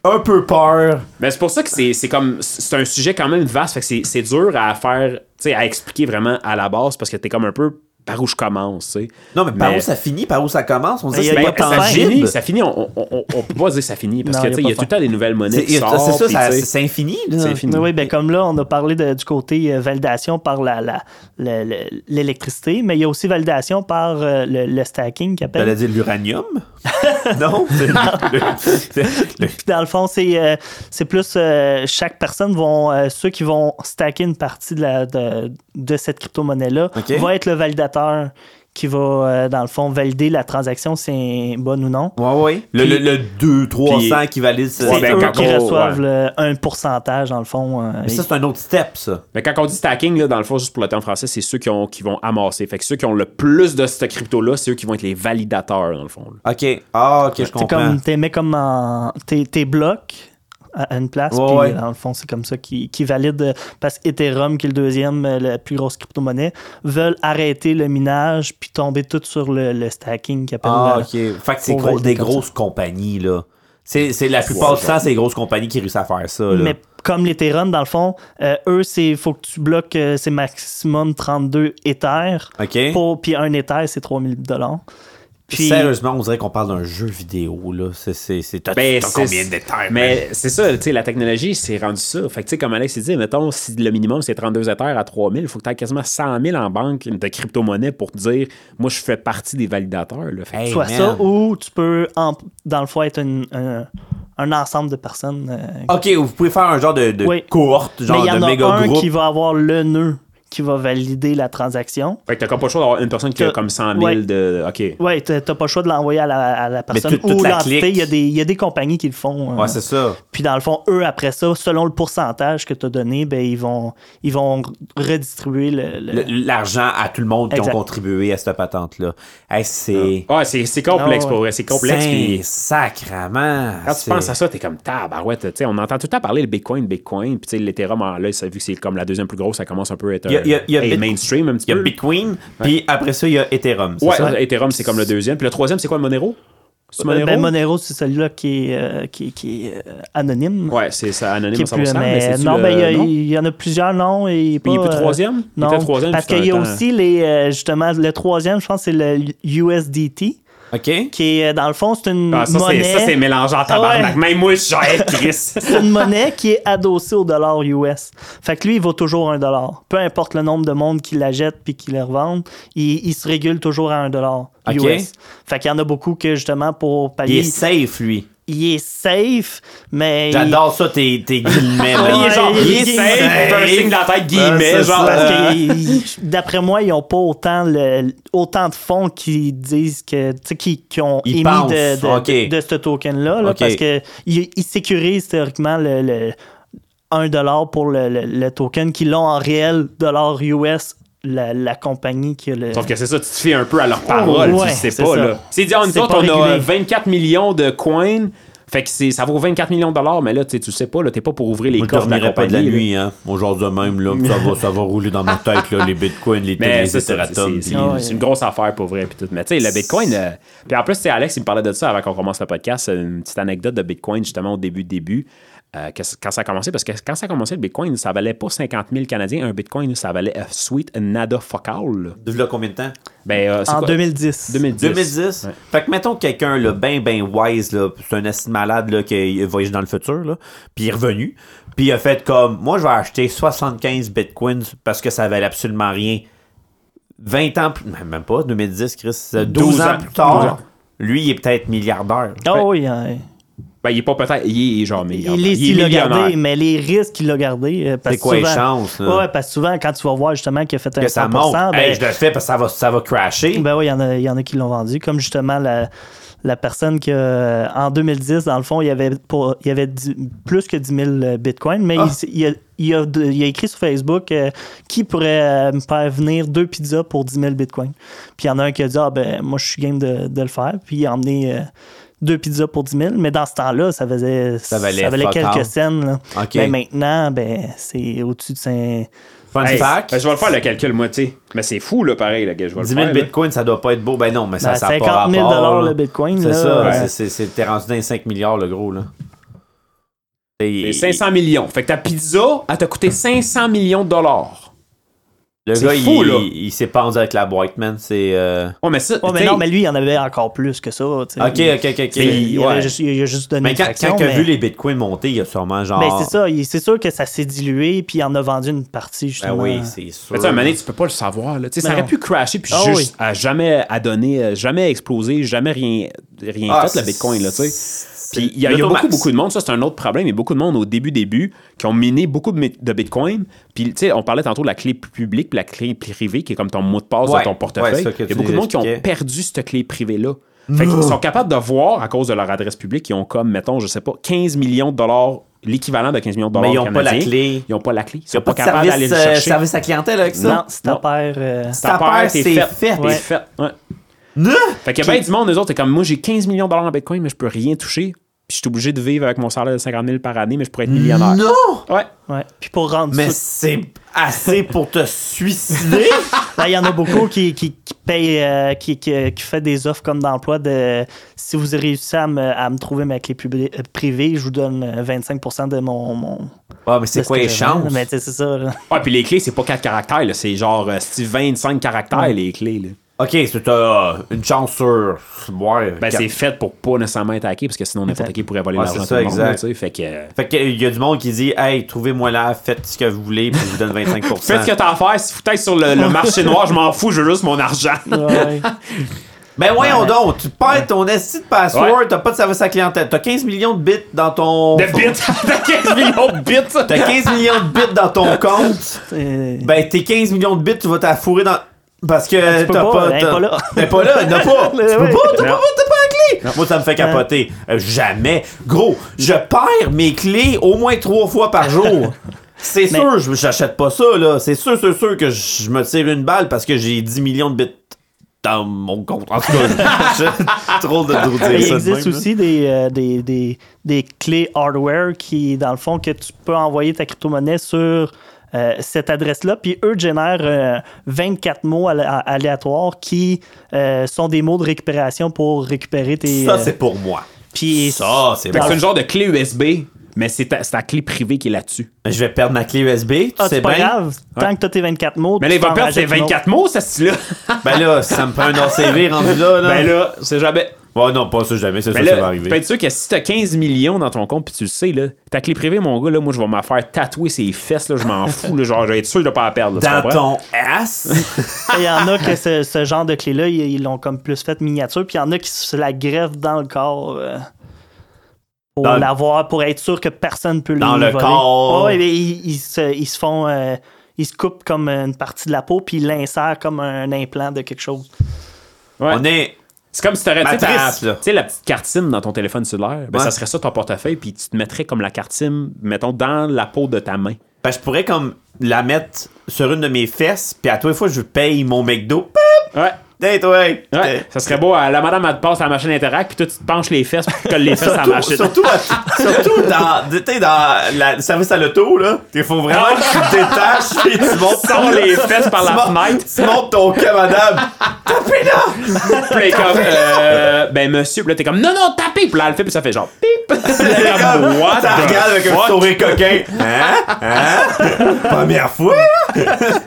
un peu peur. Mais c'est pour ça que c'est c'est comme, c'est un sujet quand même vaste, fait que c'est- c'est dur à faire, tu sais, à expliquer vraiment à la base, parce que t'es comme un peu par où je commence, tu sais. Non, mais par Mais- où ça finit, par où ça commence, on dirait que Mais y a- c'est y a pas pas ça de tangible. finit, ça finit, on, on- on- on peut pas dire ça finit, parce Non, que y a tu sais, il pas y a de tout le temps des nouvelles monnaies C'est qui c'est sortent. ça, puis, ça, tu sais, c'est infini. là. c'est fini. Oui, ben comme là, on a parlé de- du côté euh, validation par la- la- la- la- l'électricité, mais il y a aussi validation par euh, le, le stacking qui appelle. T'allais dire l'uranium? non? c'est- le- le- Puis dans le fond, c'est euh, c'est plus euh, chaque personne vont euh, ceux qui vont stacker une partie de la de, de cette crypto monnaie là Ok. va être le validateur qui va, euh, dans le fond, valider la transaction si c'est bonne ou non. Ouais, ouais. Le, Puis- le, 2, 300 qui valide ce- C'est Ouais, ben, eux quand qui on- reçoivent le- un pourcentage, dans le fond. euh, Mais ça, c'est un autre step, ça. Mais quand on dit stacking, là, dans le fond, juste pour le temps français, c'est ceux qui, ont, qui vont amasser. Fait que ceux qui ont le plus de cette crypto-là, c'est eux qui vont être les validateurs, dans le fond. là. OK. Ah, OK, je C'est comprends. comme, t'es mets comme en. T'es t'es blocs à une place, Ouais, puis ouais. dans le fond, c'est comme ça qui, qui valide. euh, Parce que Ethereum, qui est le deuxième, euh, la plus grosse crypto-monnaie, veulent arrêter le minage, puis tomber tout sur le, le stacking qui appelle. Ah, la- OK. Fait que c'est Faut gros- valider des comme grosses compagnies, là. C'est c'est la plupart du temps, c'est les grosses compagnies qui réussissent à faire ça. Là. Mais comme l'Ethereum, dans le fond, euh, eux, c'est faut que tu bloques, euh, c'est maximum 32 Ethers. OK. Pour, puis un Ether, c'est 3000 dollars. Puis, Sérieusement, on dirait qu'on parle d'un jeu vidéo, là. C'est- C'est c'est- t'as- Ben, t'as c'est- combien de terres, man? Mais c'est ça, tu sais, la technologie, c'est rendu ça. Fait que, tu sais, comme Alex dit, mettons, si le minimum, c'est 32 Ethers à 3000, il faut que tu aies quasiment 100 000 en banque de crypto-monnaie pour te dire, moi, je fais partie des validateurs. Là. Fait que- Hey, soit man. ça, ou tu peux, en- dans le fond, être une- un, un ensemble de personnes euh, OK, vous pouvez faire un genre de, de Oui. cohorte, Mais genre il y de en a méga un groupe. qui va avoir le nœud qui va valider la transaction. Fait que t'as comme pas le choix d'avoir une personne qui a comme 100 000 Ouais. de. OK. Oui, t'as t'as pas le choix de l'envoyer à la, à la personne toute- toute ou la l'entité. clique. Il y, a des- il y a des compagnies qui le font. euh, Ouais, c'est ça. puis dans le fond, eux, après ça, selon le pourcentage que tu as donné, ben, ils, vont, ils vont redistribuer le... le- Le- L'argent à tout le monde qui Exact. ont contribué à cette patente-là. Hey, c'est. Ah, c'est c'est complexe Non, ouais. pour vrai. C'est Ah. complexe. puis- C'est sacrement. Quand tu penses à ça, t'es comme tabarouette. Tu sais, on entend tout le temps parler le Bitcoin, Bitcoin. Puis tu sais, l'Ethereum, en- là, ça, vu que c'est comme la deuxième plus grosse, ça commence un peu à être Il y a- il y a- il y a hey, Bit- mainstream un petit Il y a peu. Bitcoin, puis après ça, il y a Ethereum. c'est ouais, ça? Ethereum, c'est comme le deuxième. Puis le troisième, c'est quoi, Monero? C'est Monero? Ben, Monero, c'est celui-là qui est, euh, qui, qui est euh, anonyme. Ouais, c'est ça, anonyme, Qui est ça va plus- ensemble, mais c'est-tu non, le- ben, il y a- non? il y, en a plusieurs noms. Et il est, Mais il est pas, plus euh, troisième? Il non, était troisième, parce c'était qu'il y a un temps- aussi les, euh, justement le troisième, je pense, c'est le USDT, OK? qui est euh, dans le fond, c'est une Ah, ça, c'est- monnaie. ça, c'est mélangeant tabarnak. Même moi, je suis Hey, Chris. C'est une monnaie qui est adossée au dollar US. Fait que lui, il vaut toujours un dollar. Peu importe le nombre de monde qui la jette puis qui la revendent, il, il se régule toujours à un dollar Ok. US. Fait qu'il y en a beaucoup que, justement, pour Il pallier, est safe, lui. il est safe, mais... J'adore ça, tes, tes guillemets. là. Il est genre- Ah, Il est safe, un signe dans la tête, guillemets, Ouais, c'est ça. genre. Parce que ils- ils- d'après moi, ils n'ont pas autant, le, autant de fonds qui disent que. tu sais, qui, qui ont Ils émis pensent, de, de, ok. de, de ce token-là. là, Ok. Parce que ils ils sécurisent théoriquement le. le 1$ pour le, le- le token qui l'ont en réel dollar US, la, la compagnie qui a le. Sauf que c'est ça, tu te fais un peu à leurs paroles, ouais, tu sais c'est pas, ça. là. C'est dit, ah, nous C'est autres, pas on a régulé. 24 millions de coins, fait que c'est- ça vaut 24 millions de dollars, mais là, tu sais, tu sais pas, là, t'es pas pour ouvrir les Je coffres de la dormirai pas de la compagnie, là. nuit, hein. Aujourd'hui même, là, ça va, ça va rouler dans ma tête, là, les bitcoins, les télés, Mais les c'est ça, c'est- Ethereum. c'est- puis- c'est Ah ouais. c'est une grosse affaire pour vrai. Puis tout. Mais tu sais, le Bitcoin. euh, puis en plus, tu sais, Alex, il me parlait de ça avant qu'on commence le podcast. euh, Une petite anecdote de Bitcoin, justement, au début, début. euh, que- quand ça a commencé, parce que quand ça a commencé, le Bitcoin, ça valait pas 50 000 Canadiens. Un Bitcoin, ça valait euh, sweet nada focal. De là, combien de temps? Ben, euh, c'est en quoi? 2010. 2010. 2010. Ouais. Fait que mettons quelqu'un, là, ben, ben wise, là, c'est un assis malade, là, qui a voyagé dans le futur, là, puis il est revenu, puis il a fait comme, moi, je vais acheter 75 bitcoins parce que ça valait absolument rien. 20 ans plus, même pas, 2010, Chris, 12, 12 ans ans. plus tard, 12 ans. lui, il est peut-être milliardaire. Ah oui, hein. Ben, il est pas peut-être. Il est genre milliardaire. Il est, il est s'il l'a gardé, millionnaire. mais les risques qu'il l'a gardé. euh, parce C'est quoi que les souvent- chances, là? Ouais, parce que souvent, quand tu vas voir justement qu'il a fait un Que ça 100%, monte. ben, Hey, je le fais parce que ça va, ça va crasher. Ben oui, il y en a, il y en a qui l'ont vendu. Comme justement la, la personne qui, a- en 2010, dans le fond, il y avait, pour, il y avait dix- plus que 10 000 euh, bitcoins, mais Ah. il, s- il a, il a de- il a écrit sur Facebook euh, qui pourrait euh, me faire venir deux pizzas pour 10 000 bitcoins. Puis il y en a un qui a dit Ah, ben moi, je suis game de, de le faire. Puis il a emmené. euh, deux pizzas pour 10 000, mais dans ce temps-là, ça faisait, ça valait valait, fuck all. quelques cents. là. Ok. Mais maintenant, ben, c'est au-dessus de 5... Fun Hey, fact, ben, je vais le faire le calcul, moi, tu sais. Mais c'est fou, là, pareil, le gars. Je vais le 10 000 faire, là. bitcoins, ça doit pas être beau. Ben non, mais ça, Ben, ça a pas 50 000 rapport, là. le bitcoin. C'est là. ça, ouais. c'est- c'est- c'est- t'es rendu dans les 5 milliards, le gros, là. Et- C'est 500 millions. Fait que ta pizza, elle t'a coûté 500 millions de dollars. Le c'est gars, fou, il, là. il s'est pendu avec la boîte, man. C'est. euh, Ouais, mais ça. Ouais, mais t'sais, non, mais lui, il y en avait encore plus que ça. tu sais. Ok, ok, ok, ok. Il, il ouais. avait juste, il a juste donné Mais une quand, fraction, quand t'as mais- vu les Ah. bitcoins monter, il y a sûrement genre. Ben, c'est ça, il- c'est sûr que ça s'est dilué, puis il en a vendu une partie, Ben justement. oui, c'est sûr. Mais tu sais, à un moment donné, tu peux pas le savoir. Là. Tu sais, Ça Non. aurait pu crasher puis Ah juste oui. à jamais à donner, euh, jamais exploser, jamais rien, rien Ah, fait, le c'est- Bitcoin. Là, tu sais. Puis il y a, il y a beaucoup, beaucoup de monde, ça c'est un autre problème, il y a beaucoup de monde au début, début, qui ont miné beaucoup de, mi- de Bitcoin. Puis, tu sais, on parlait tantôt de la clé publique, puis la clé privée, qui est comme ton mot de passe Ouais, de ton ouais, portefeuille. ça que il y tu a beaucoup de nous monde qui ont expliquais. perdu cette clé privée-là. Fait qu'ils sont capables de voir, à cause de leur adresse publique, ils ont comme, mettons, je sais pas, 15 millions de dollars, l'équivalent de 15 millions de dollars Mais ils ont pas la canadiens. clé. Ils n'ont pas la clé. Ils Il n'y sont a pas pas, de capables d'aller service, le euh, chercher. service à clientèle avec ça. Non, si ta non. paire, euh, Si ta paire, t'es c'est fait. fait. T'es Ouais. fait. Ouais. Non! Fait qu'il y a bien du monde, eux autres, c'est comme moi, j'ai 15 millions de dollars en Bitcoin, mais je peux rien toucher. Puis je suis obligé de vivre avec mon salaire de 50 000 par année, mais je pourrais être millionnaire. Non! Ouais. ouais. Puis pour rendre Mais ça, c'est assez pour te suicider! là, ben, il y en a beaucoup qui, qui, qui payent, euh, qui, qui, qui fait des offres comme d'emploi de si vous réussissez à me, à me trouver ma clé publi- euh, privée, je vous donne euh, 25 de mon. mon Ah, mais c'est quoi les chances? Mais tu sais, c'est ça. là. Ah, puis les clés, c'est pas 4 caractères, là. c'est genre euh, c'est 25 caractères, les clés. Là. Ok, c'est euh, une chance sur. Ouais. Ben, quatre- c'est fait pour pas nécessairement être hacké, parce que sinon, n'importe qui pourrait voler Ouais, l'argent c'est ça, de tout le monde. exact. là, tu sais. Fait que. euh, Fait qu'il y a du monde qui dit Hey, trouvez-moi là, faites ce que vous voulez, puis je vous donne 25%. Faites ce que t'as à faire, si vous êtes sur le, le marché noir, je m'en fous, je veux juste mon argent. Ouais. Mais Ben, voyons donc, tu perds ton esti de password, Ouais. t'as pas de service à clientèle, t'as 15 millions de bits dans ton. De bits, de 15 millions de bits. T'as 15 millions de bits dans ton compte. Euh, Ben, tes 15 millions de bits, tu vas t'affourrer dans. Parce que peux t'as pas, pas. elle est t'as- pas là. Elle est pas là, elle n'a pas. tu peux Mais pas, t'as pas, oui. t'as pas, la clé. Moi, ça me fait capoter. Euh, jamais. Gros, je perds mes clés au moins trois fois par jour. C'est Mais- sûr, je j'achète pas ça, là. C'est sûr, c'est sûr que je me tire une balle parce que j'ai 10 millions de bits dans mon compte. En tout cas, je- trop de trop dire Il ça de existe même, là. aussi des, euh, des, des, des clés hardware qui, dans le fond, que tu peux envoyer ta crypto-monnaie sur euh, cette adresse-là. Puis eux génèrent euh, 24 mots alé- a- aléatoires qui euh, sont des mots de récupération pour récupérer tes. Ça, euh, c'est pour moi. puis- Ça, c'est Fait que bon. c'est une genre de clé USB, mais c'est ta, c'est ta clé privée qui est là-dessus. Je vais perdre ma clé USB, tu Ah, sais c'est pas bien. grave. Tant que t'as tes 24 mots. Mais là, tu il va t'en perdre ses rajoutes une autre. 24 mots, ça, style-là. Ben là, ça me prend un ACV rendu là, là. Ben là, c'est jamais. Ouais, non, pas ça jamais, c'est ça, ça Mais va là, tu arriver. peux être sûr que si t'as 15 millions dans ton compte, puis tu le sais, là, ta clé privée, mon gars, là, moi, je vais m'en faire tatouer ses fesses, là, je m'en fous, là, genre, je vais être sûr de pas la perdre. là, tu dans comprends? ton ass. Il y en a que ce, ce genre de clé-là, ils ils l'ont comme plus fait miniature, puis il y en a qui se la greffent dans le corps euh, pour Dans le- l'avoir, pour être sûr que personne ne peut Dans lui le voler. corps. Ouais, mais ils, ils se, ils se font. euh, ils se coupent comme une partie de la peau, puis ils l'insèrent comme un implant de quelque chose. Ouais. On est. C'est comme si t'aurais, tu sais, ta- Matrice, là. tu sais, la petite carte SIM dans ton téléphone cellulaire, ben, Ouais. ça serait ça ton portefeuille, puis tu te mettrais comme la carte SIM, mettons, dans la peau de ta main. Ben, je pourrais comme la mettre sur une de mes fesses, puis à tous les fois, je paye mon McDo. Pip! Ouais. Hey, toi, hey. Ouais, ça serait beau, euh, la madame elle te passe à la machine Interact, puis toi tu te penches les fesses, puis tu colles les fesses à la Surtout, machine. surtout, à- surtout dans, tu sais, dans la- le service à l'auto, là. Il faut vraiment que tu te détaches et tu montes Sors les fesses par la tu mon- fenêtre. Tu montes ton cas, madame. Tapez-la! Puis là, il est comme, euh, ben monsieur, puis là t'es comme, non, non, tapez, puis là elle le fait, puis ça fait genre, pip. T'es comme, What ça the regarde avec un fuck? sourire coquin. Hein? Hein? Première fois?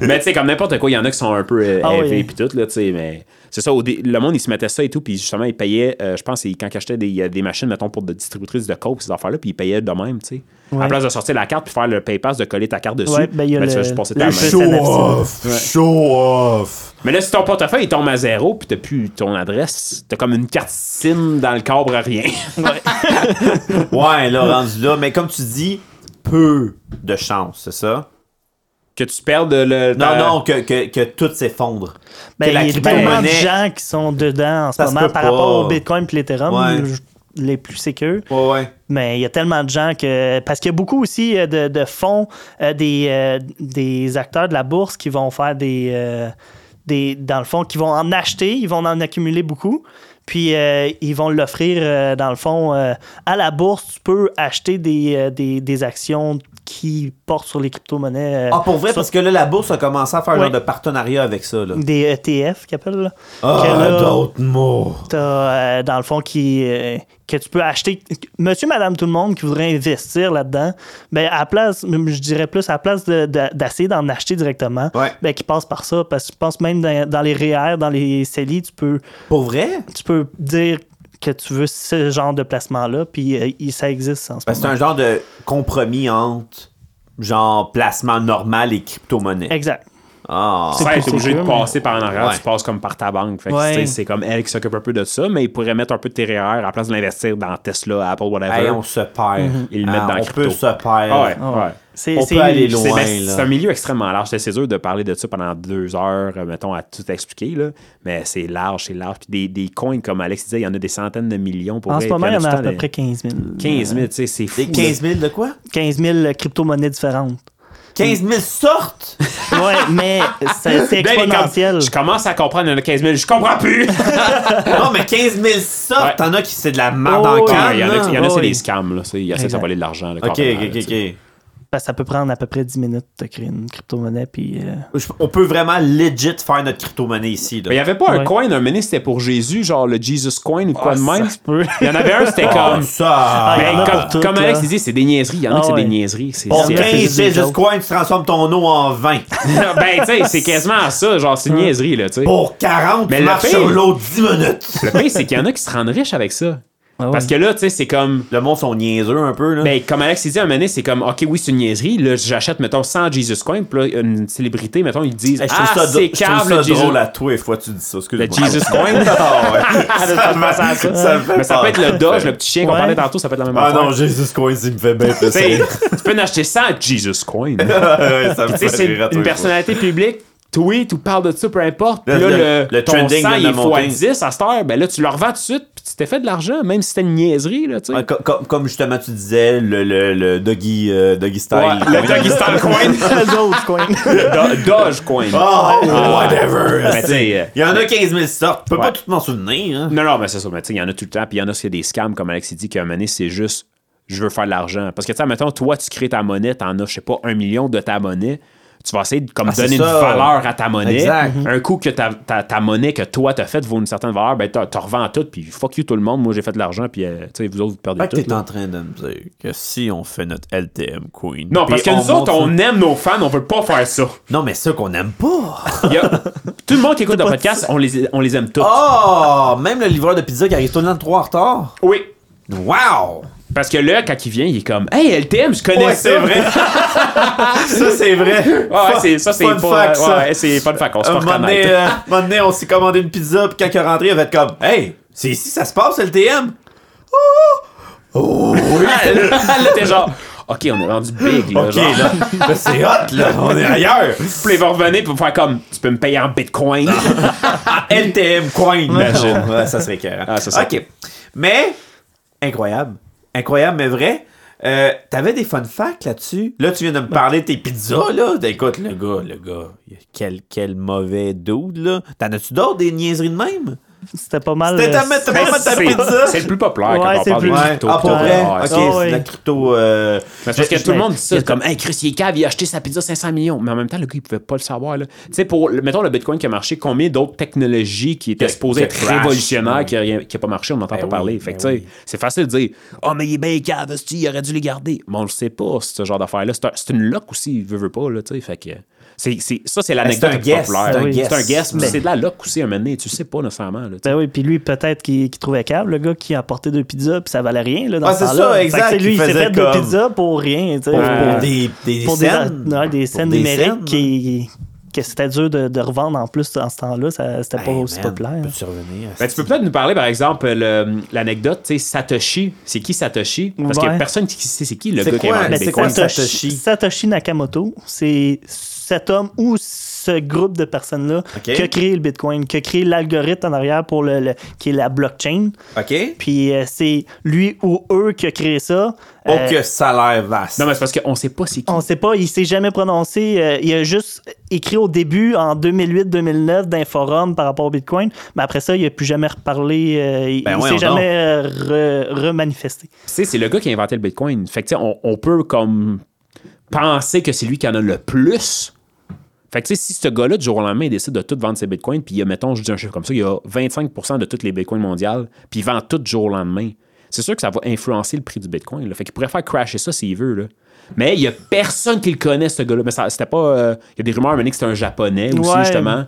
Mais tu sais, comme n'importe quoi, il y en a qui sont un peu euh, Ah oui. élevés puis tout, là, tu sais, mais c'est ça, au dé- le monde, il se mettait ça et tout, puis justement, il payait, euh, je pense, c'est quand ils achetaient des, euh, des machines, mettons, pour des distributrices de coke, ces affaires-là, puis ils payaient de même, tu sais. À la place de sortir la carte puis faire le PayPass, de coller ta carte dessus, Ouais, ben, il y a ben, tu le- vas juste passer le ta main. show. Show-off! Show-off! Mais là, si ton portefeuille il tombe à zéro, puis t'as plus ton adresse, t'as comme une carte SIM dans le corps pour rien. Ouais, là, rendu là. Mais comme tu dis, peu de chance, c'est ça? que tu perdes le. Non, ta- non, que, que, que tout s'effondre. Ben, que la il y a tellement de crypto-monnaie- gens qui sont dedans en ce Ça se moment peut par pas. rapport au Bitcoin et l'Ethereum, Ouais. je- les plus sécures. Ouais, ouais. Mais il y a tellement de gens que. Parce qu'il y a beaucoup aussi euh, de, de fonds, euh, des, euh, des acteurs de la bourse qui vont faire des. euh, des dans le fond, qui vont en acheter, ils vont en accumuler beaucoup. Puis euh, ils vont l'offrir, euh, dans le fond, euh, à la bourse. Tu peux acheter des, euh, des, des actions qui portent sur les crypto-monnaies. euh, Ah, pour vrai, sur parce que là, la bourse a commencé à faire un Ouais. genre de partenariat avec ça, là. Des ETF qu'ils appellent. là. Ah, Que là, d'autres mots. T'as, euh, dans le fond, qui, euh, que tu peux acheter. Monsieur, madame, tout le monde qui voudrait investir là-dedans, ben, à place, je dirais plus, à la place de- de- d'essayer d'en acheter directement, Ouais. ben, qui passe par ça. Parce que je pense même dans, dans les REER, dans les CELI, tu peux, Pour vrai? tu peux dire que tu veux ce genre de placement-là, puis euh, il- ça existe en ce Ben, c'est moment. un genre de compromis entre genre placement normal et crypto-monnaie. Exact. Ah. C'est Ouais, plus t'es obligé de sécure, mais- passer par en arrière, Ouais. tu passes comme par ta banque. Fait que, Ouais. tu sais, C'est comme elle qui s'occupe un peu de ça, mais ils pourraient mettre un peu de TRR à la place de l'investir dans Tesla, Apple, whatever. Hey, ben, on se perd. Ils le mettent dans on crypto. peut se perdre. Ah ouais, Ah ouais. ouais. C'est- On c'est- peut aller c'est- loin. C'est ben, là. c'est un milieu extrêmement large. C'est dur de parler de ça pendant deux heures, euh, mettons, à tout expliquer. Là. Mais c'est large, c'est large. Puis des, des coins, comme Alex disait, il y en a des centaines de millions pour En vrai, ce moment, il y en a à tout le peu temps près 15 000. des- 15 000, tu sais, c'est fou. Des 15 000 de quoi? 15 000 euh, crypto-monnaies différentes. 15 000 sortes? Ouais, mais c'est là. Ben, les c'est com- exponentiel. je commence à comprendre, il y en a 15 000, je comprends plus! Ah, non, mais 15 000 sortes! Ouais. T'en as qui c'est de la merde en Oh, Ouais, canne, il y en a, il y en a, là. c'est oui. des scams. Là, tu sais, il y a ça, ça Exact. valait de l'argent. là, Ok, carrément, ok, là, tu sais. ok, Parce que ça peut prendre à peu près 10 minutes de créer une crypto-monnaie. Puis, euh, ok. Je- On peut vraiment legit faire notre crypto-monnaie ici. Là. Mais il n'y avait pas un Ouais. coin, un menu, c'était pour Jésus, genre le Jesus coin ou quoi Ah, de ça même. se peut. Il y en avait un, c'était Ah, comme. ça! Ah, il y Ben, en a comme, pour toutes, comme là. Alex disait, c'est des niaiseries. Il y en a Ah, que c'est ouais. des niaiseries. C'est Pour c'est- Là, c'est 15 des Jesus jokes. Coin, tu transformes ton eau en vin. ben, tu sais, c'est quasiment ça. Genre, c'est une niaiserie, là, tu sais. Pour 40, Mais tu le marches pire- sur l'eau 10 minutes. Le pire, c'est qu'il y en a qui se rendent riches avec ça. Ah ouais. Parce que là, tu sais, c'est comme. Le monde sont niaiseux un peu. Là. Ben, comme Alex il dit, à un moment donné, c'est comme, OK, oui, c'est une niaiserie. Là, j'achète, mettons, 100 Jesus Coin. Puis là, une célébrité, mettons, ils disent, Hey, je trouve Ah, ça, dr- c'est je trouve câble, ça le Jesus. drôle à toi, fois tu dis ça. Excuse-moi. Le Jesus Coin. Ah ouais. ça, me- Ça, ça, ça me fait Mais ça peur. peut être le Dodge, le petit chien qu'on Ouais. parlait tantôt, ça peut être la même Ah affaire. non, Jesus Coin, il me fait bien Tu sais, plaisir. tu peux en acheter 100 Jesus Coin. Ouais, ça me Tu sais, fait c'est rire à tous une les fois. personnalité publique tweet ou parle de ça, peu importe. Puis Le- là, le- le, le ton trending 100, vient de il est fois monter. 10 à cette heure, ben là, tu le revends tout de suite, puis tu t'es fait de l'argent, même si c'était une niaiserie, là, tu sais. Ouais, Ah, co- co- comme justement tu disais, le, le, le doggy, euh, doggy style. Ouais, le Doggy Style Coin. Eux autres, quoi. Do- Doge Coin. Oh, Ben, whatever. tu sais, euh, Il y en a 15 000 sortes. Tu peux pas Ouais. tout m'en souvenir. Hein. Non, non, mais c'est ça. Mais tu sais, il y en a tout le temps. Puis il y en a, c'est des scams, comme Alexis dit, qu'à un moment donné, c'est juste, je veux faire de l'argent. Parce que, tu sais, mettons, toi, tu crées ta monnaie, t'en as, je sais pas, un million de ta monnaie. Tu vas essayer de comme, Ah, c'est donner une ça. valeur à ta monnaie. Exact. Un coup que ta, ta, ta monnaie que toi, t'as faite vaut une certaine valeur, ben, t'as- t'en revends tout. Puis fuck you, tout le monde. Moi, j'ai fait de l'argent. Puis, euh, tu sais, vous autres, vous perdez Fait que tout. t'es là. en train de me dire que si on fait notre LTM Queen. Non, parce puis que nous monte autres, on ça- aime nos fans, on veut pas faire ça. Non, mais ça qu'on aime pas. Il y a- Tout le monde qui écoute le podcast, on les, on les aime tous. Oh, même le livreur de pizza qui arrive tout le temps de 3 en retard. Oui. Wow! Parce que là, quand il vient, il est comme Hey, LTM, je connais ça. ça, c'est vrai. Ah ouais, c'est, ça, c'est Fun pas. fact, ouais, ça. ouais, c'est fun fact, on se hein. Un fait moment, donné, reconnaître. euh, un moment donné, on s'est commandé une pizza, puis quand il est rentré, il a fait comme Hey, c'est ici que ça se passe, LTM? là, t'es genre, OK, on est rendu big, là. Ok, genre. là, là, c'est hot, là, on est ailleurs. Puis il va revenir pour faire comme, tu peux me payer en bitcoin. LTM Coin. Imagine. Ouais, ça serait carré. Ah, ça serait- Ok. Mais, incroyable. Incroyable, mais vrai. Euh, T'avais des fun facts là-dessus? Là, tu viens de me parler de tes pizzas, là. Ben, Écoute, le gars, le gars, quel, quel mauvais dude, là. T'en as-tu d'autres, des niaiseries de même? C'était pas mal. C'était euh, ta mettre ta Ben, mettre ta c'est- pizza? C'est le plus populaire Ouais, quand on c'est parle le de plus- Ouais. crypto. Ah, pour vrai? Ouais, Ok, c'est- Ah, ouais. c'est la crypto... euh, Mais c'est parce que tout le monde dit ça, Mais- c'est comme, hey, Chris, il est cave, il a acheté sa pizza 500 millions. Mais en même temps, le gars, il pouvait pas le savoir, là. Tu sais, pour, le- mettons, le bitcoin qui a marché, combien d'autres technologies qui étaient Que- supposées que être crash. révolutionnaires qui a, rien- qui a pas marché, on n'entend Ben pas oui, parler. Fait que, ben tu sais, c'est facile de dire, oh, mais il est bien cave, hostie, il aurait dû les garder. Mais on le sait pas, ce genre d'affaire-là. C'est un- C'est une loque aussi, il veut, veut pas, là, tu sais. Fait que. c'est- c'est- ça, Ben, c'est l'anecdote un la plus guess, populaire. c'est un guess. C'est un guess, mais Mais- c'est de la loque aussi, à un moment donné. Tu sais pas nécessairement, là, tu sais. Ben oui, puis lui, peut-être qu'il qu'il trouvait câble, le gars qui a apporté deux pizzas, puis ça valait rien. Là, dans Ah, ce c'est temps-là. ça, Fait que, exact, tu sais, il Lui, il s'est faisait fait deux comme- pizzas pour rien. tu sais. Pour, Ouais. pour des, des pour des, scènes. ouais, des scènes Pour des numériques scènes. qui que c'était dur de, de revendre en plus en ce temps-là, ça- c'était pas Hey, aussi man, populaire. peux-tu revenir à ça? Ben, tu peux peut-être nous parler, par exemple, le- l'anecdote, tu sais, Satoshi. C'est qui Satoshi? Parce qu'il y a Ouais. personne qui sait c'est qui le C'est gars qui a quoi- inventé mais le Ben, c'est Bitcoin. quoi Satoshi, Satoshi? Satoshi Nakamoto, c'est cet homme ou ce groupe de personnes-là Ok. qui a créé le Bitcoin, qui a créé l'algorithme en arrière pour le, le- qui est la blockchain. OK? Puis euh, c'est lui ou eux qui a créé ça. Oh, Euh, que ça a l'air vaste. Non, mais c'est parce qu'on sait pas c'est qui. On sait pas, il s'est jamais prononcé. euh, il a juste écrit au début, en 2008-2009, d'un forum par rapport au Bitcoin. Mais après ça, il n'a plus jamais reparlé. euh, il Ben il voyons s'est jamais euh, re- remanifesté. Tu sais, c'est le gars qui a inventé le Bitcoin. Fait que, tu sais, on, on peut comme penser que c'est lui qui en a le plus. Fait que, tu sais, si ce gars-là, du jour au lendemain, il décide de tout vendre ses bitcoins, puis il y a, mettons, je dis un chiffre comme ça, il y a 25 de tous les bitcoins mondiales, puis il vend tout du jour au lendemain, c'est sûr que ça va influencer le prix du bitcoin. là. Fait qu'il pourrait faire crasher ça s'il veut. Là. Mais il y a personne qui le connaît, ce gars-là. Mais ça- c'était pas. euh, Il y a des rumeurs, à un moment donné, que c'est un japonais aussi, Ouais. justement.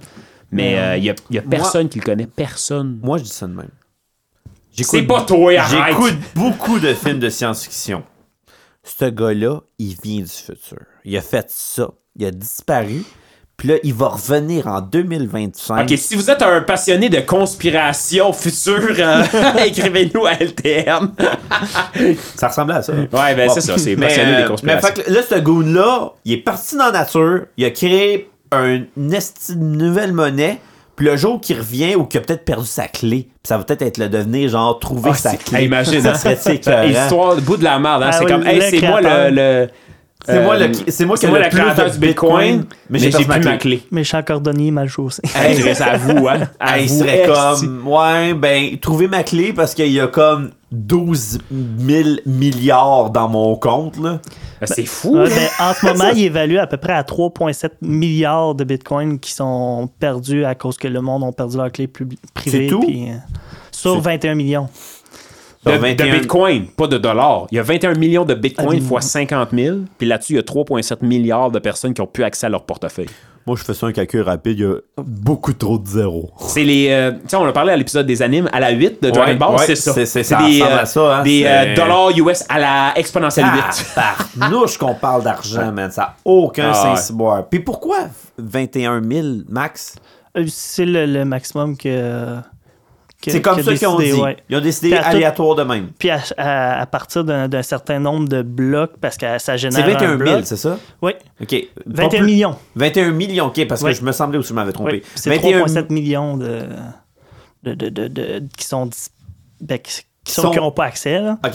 Mais euh, il y, a, il y a personne qui le connaît. Personne. Moi, je dis ça de même. C'est pas toi, arrête! J'écoute beaucoup de films de science-fiction. Ce gars-là, il vient du futur. Il a fait ça. Il a disparu. Puis là, il va revenir en 2025. OK, si vous êtes un passionné de conspiration future, euh, écrivez-nous à LTM. Ah, Ça ressemblait à ça. Ouais, ben, c'est ça, c'est Mais, passionné des euh, conspirations. Mais fait que là, ce goon-là, il est parti dans la nature, il a créé un esti de nouvelle monnaie, puis le jour qu'il revient ou qu'il a peut-être perdu sa clé, puis ça va peut-être être le devenir, genre, trouver Ah, sa c'est- clé. Hey, imagine, ça hein. serait tu sais, écœurant. Histoire de bout de la merde, hein. Ah c'est oui, comme, hey, le c'est moi le. créateur. le- C'est euh, moi le qui- c'est moi qui ai le le plus créateur de du Bitcoin, Bitcoin, mais mais j'ai j'ai perdu plus ma ma clé. Méchant cordonnier mal chaussé. Hey, Chris, avoue, hein. Hey, il Avoue, serait esti. comme, ouais, ben, trouver ma clé parce qu'il y a comme 12 000 milliards dans mon compte, là. C'est fou. Ouais, hein. ben, en ce moment, il évalue à peu près à 3,7 milliards de bitcoins qui sont perdus à cause que le monde ont perdu leurs clés publi- privées. C'est tout? puis, euh, sur 21 millions. De, Sur de 21 Bitcoin, pas de dollars. Il y a 21 millions de Bitcoin fois 50 000, puis là-dessus, il y a 3,7 milliards de personnes qui ont plus accès à leur portefeuille. Moi, je fais ça un calcul rapide, il y a beaucoup trop de zéros. C'est les. euh, tu sais, on a parlé à l'épisode des animes, à la 8 de Dragon Ouais, Ball, ouais, c'est ça. c'est- c'est- ça des, ressemble à ça, hein, des euh, c'est- Ah, dollars US à la exponentielle 8. Tabarnouche qu'on parle d'argent, man. Ça n'a aucun Ah ouais. sens boire. Puis pourquoi 21 000 max? Euh, C'est le, le maximum que. que- C'est comme que ça qu'ils ont décidé, dit. ouais. Ils ont décidé Puis à tout- aléatoire de même. Puis à, à- à partir d'un d'un certain nombre de blocs, parce que ça C'est génère. 21 000, un bloc. c'est ça? Oui, OK. Pas 21 plus- millions. 21 millions, OK, parce Ouais. que je me semblais aussi que je m'avais trompé. oui. C'est 21 3,7 millions de, de, de- de- de- qui sont. dis- ben, qui, qui sont, Sont- qui n'ont pas accès, là. OK.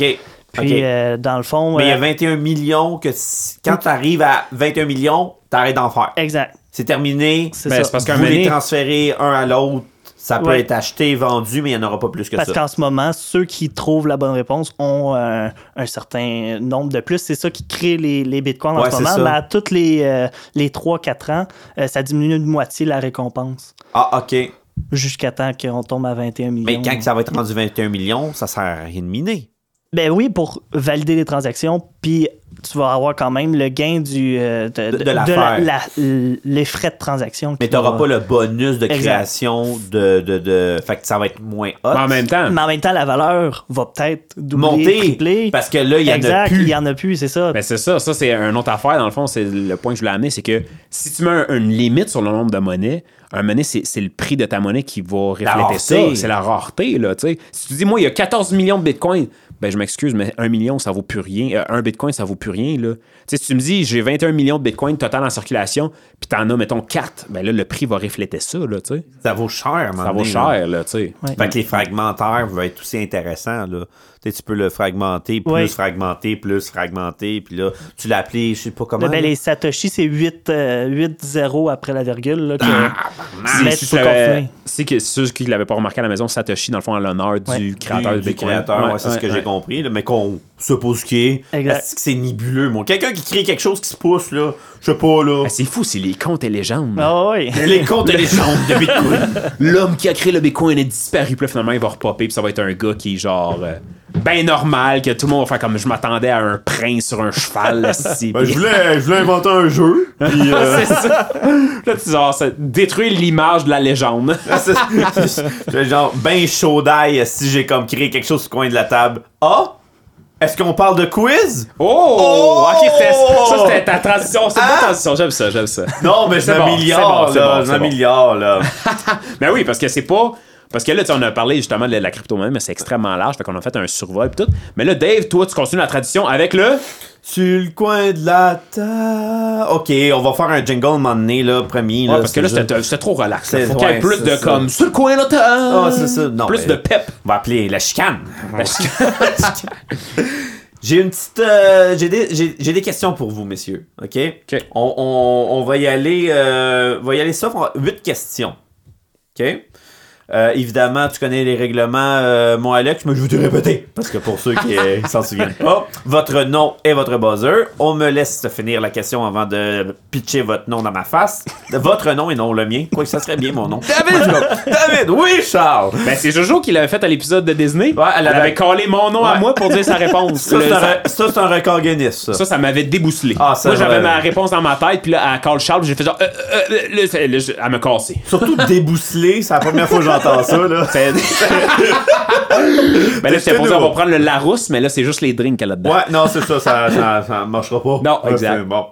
Puis, OK. euh, dans le fond. Mais il y a euh, 21 millions que si- quand tu arrives à 21 millions, t'arrêtes d'en faire. Exact. C'est terminé. C'est Ben, ça. c'est parce qu'un Vous les donné- transférez un à l'autre. Ça peut Ouais. être acheté, vendu, mais il n'y en aura pas plus que Parce ça. qu'en ce moment, ceux qui trouvent la bonne réponse ont euh, un certain nombre de plus. C'est ça qui crée les, les bitcoins Ouais, en ce c'est moment. ça. Mais à tous les, euh, les 3-4 ans, euh, ça diminue de moitié la récompense. Ah, OK. Jusqu'à temps qu'on tombe à 21 millions. Mais quand que ça va être rendu 21 millions, ça sert à rien de miner. Ben oui, pour valider les transactions, puis tu vas avoir quand même le gain du, euh, de, De- de de la- l'affaire. la- les frais de transaction. qui Mais t'auras va- pas le bonus de Exact. création de, de, de. Fait que ça va être moins hot. Mais en même temps, Mais en même temps, la valeur va peut-être doubler, Monter. tripler. Parce que là, il y en a exact, il plus. y en a plus, c'est ça. ben c'est ça, ça c'est une autre affaire dans le fond, c'est le point que je voulais amener, c'est que si tu mets un- une limite sur le nombre de monnaies, un monnaie c'est c'est le prix de ta monnaie qui va rareté. refléter ça, c'est la rareté là, tu sais. Si tu dis moi il y a 14 millions de bitcoins, ben je m'excuse mais un million ça vaut plus rien, Euh, un bitcoin ça vaut plus rien là. Tu sais si tu me dis j'ai 21 millions de bitcoins total en circulation, puis t'en as mettons 4, ben là le prix va refléter ça là, tu sais. Ça vaut cher, Ça vaut cher là, tu sais. Ouais. Fait que les fragmentaires vont être aussi intéressants. Là. Tu sais, tu peux le fragmenter, plus Oui. fragmenter, plus fragmenter. Puis là, tu l'appelais, je sais pas comment. Ben, ben, là. les Satoshi, c'est 8, euh, 8 0 après la virgule. Là, que- C'est Mais ceux tu qui peux l'avaient- confirmer. c'est que ceux qui l'avaient pas remarqué à la maison, Satoshi, dans le fond, à l'honneur du Ouais. créateur du, de Bitcoin. créateur, ouais, c'est ce que ouais, j'ai ouais. compris, là, mais qu'on suppose qu'il est. Exact. Est-ce que c'est nébuleux, moi? Quelqu'un qui crée quelque chose qui se pousse, là, je sais pas, là. Ah, c'est fou, c'est les contes et légendes. Ah oui. Les comptes et les chambres de Bitcoin. L'homme qui a créé le Bitcoin est disparu, puis là, finalement, il va repopper, puis ça va être un gars qui est genre. euh, ben normal, que tout le monde va faire comme je m'attendais à un prince sur un cheval, là, si. Ben, je, voulais, je voulais inventer un jeu. Puis, euh, c'est ça. Là, tu genre, ça détruit l'image de la légende. c'est- Ah, c'est- c'est genre, ben chaud d'ail si j'ai comme créé quelque chose sur le coin de la table. Ah! Est-ce qu'on parle de quiz? Oh! Oh! Ah! Ok, c'était- ça, c'était ta transition. C'est pas transition, j'aime ça, j'aime ça. Non, mais je C'est un bon, milliard, c'est bon, c'est là. bon, je c'est un bon. milliard, là. Ben oui, parce que c'est pas. Parce que là, tu sais, on a parlé justement de la crypto-monnaie, mais c'est extrêmement large. Fait qu'on a fait un survol et tout. Mais là, Dave, toi, tu continues la tradition avec le. Sur le coin de la table. Ok, on va faire un jingle un moment donné, là, premier. Ouais, là, parce que là, c'est juste- c'était c'était trop relax. là. C'est- Faut qu'il y ouais, ait plus c'est de ça. comme. Sur le coin, là, Ah, c'est ça. Non, Plus mais- de pep. On va appeler la chicane. j'ai une petite. euh, j'ai, des, j'ai, j'ai des questions pour vous, messieurs. OK? OK. On, on- on va y aller. euh, on va y aller sauf en huit questions. OK? Euh, évidemment, tu connais les règlements, euh, mon Alex, mais je vais te répéter. Parce que pour ceux qui euh, qui s'en souviennent pas, votre nom et votre buzzer. On me laisse finir la question avant de pitcher votre nom dans ma face. Votre nom et non le mien. Quoique ça serait bien mon nom. David! David! Oui, Charles! Ben, c'est Jojo qui l'avait fait à l'épisode de Disney. Ouais, elle elle, avait- avait collé mon nom à Ouais. moi pour dire sa réponse. Ça, Le- c'est un, ça, re- ça, c'est un record Guinness, ça. ça, ça m'avait débousselé. Ah, ça, moi, j'avais j'aurais- ma réponse dans ma tête, puis là, elle colle Charles, puis j'ai fait genre. Euh, euh, euh, là, c'est- là, je- elle me casser. Surtout débousselé, c'est la première fois que j'entends ça, là. ben là, Testez-nous. c'était pour dire, on va prendre le Larousse, mais là, c'est juste les drinks qu'elle a dedans. Ouais, non, c'est ça, ça, ça, ça marchera pas. Non, Ouais, exact. c'est Bon.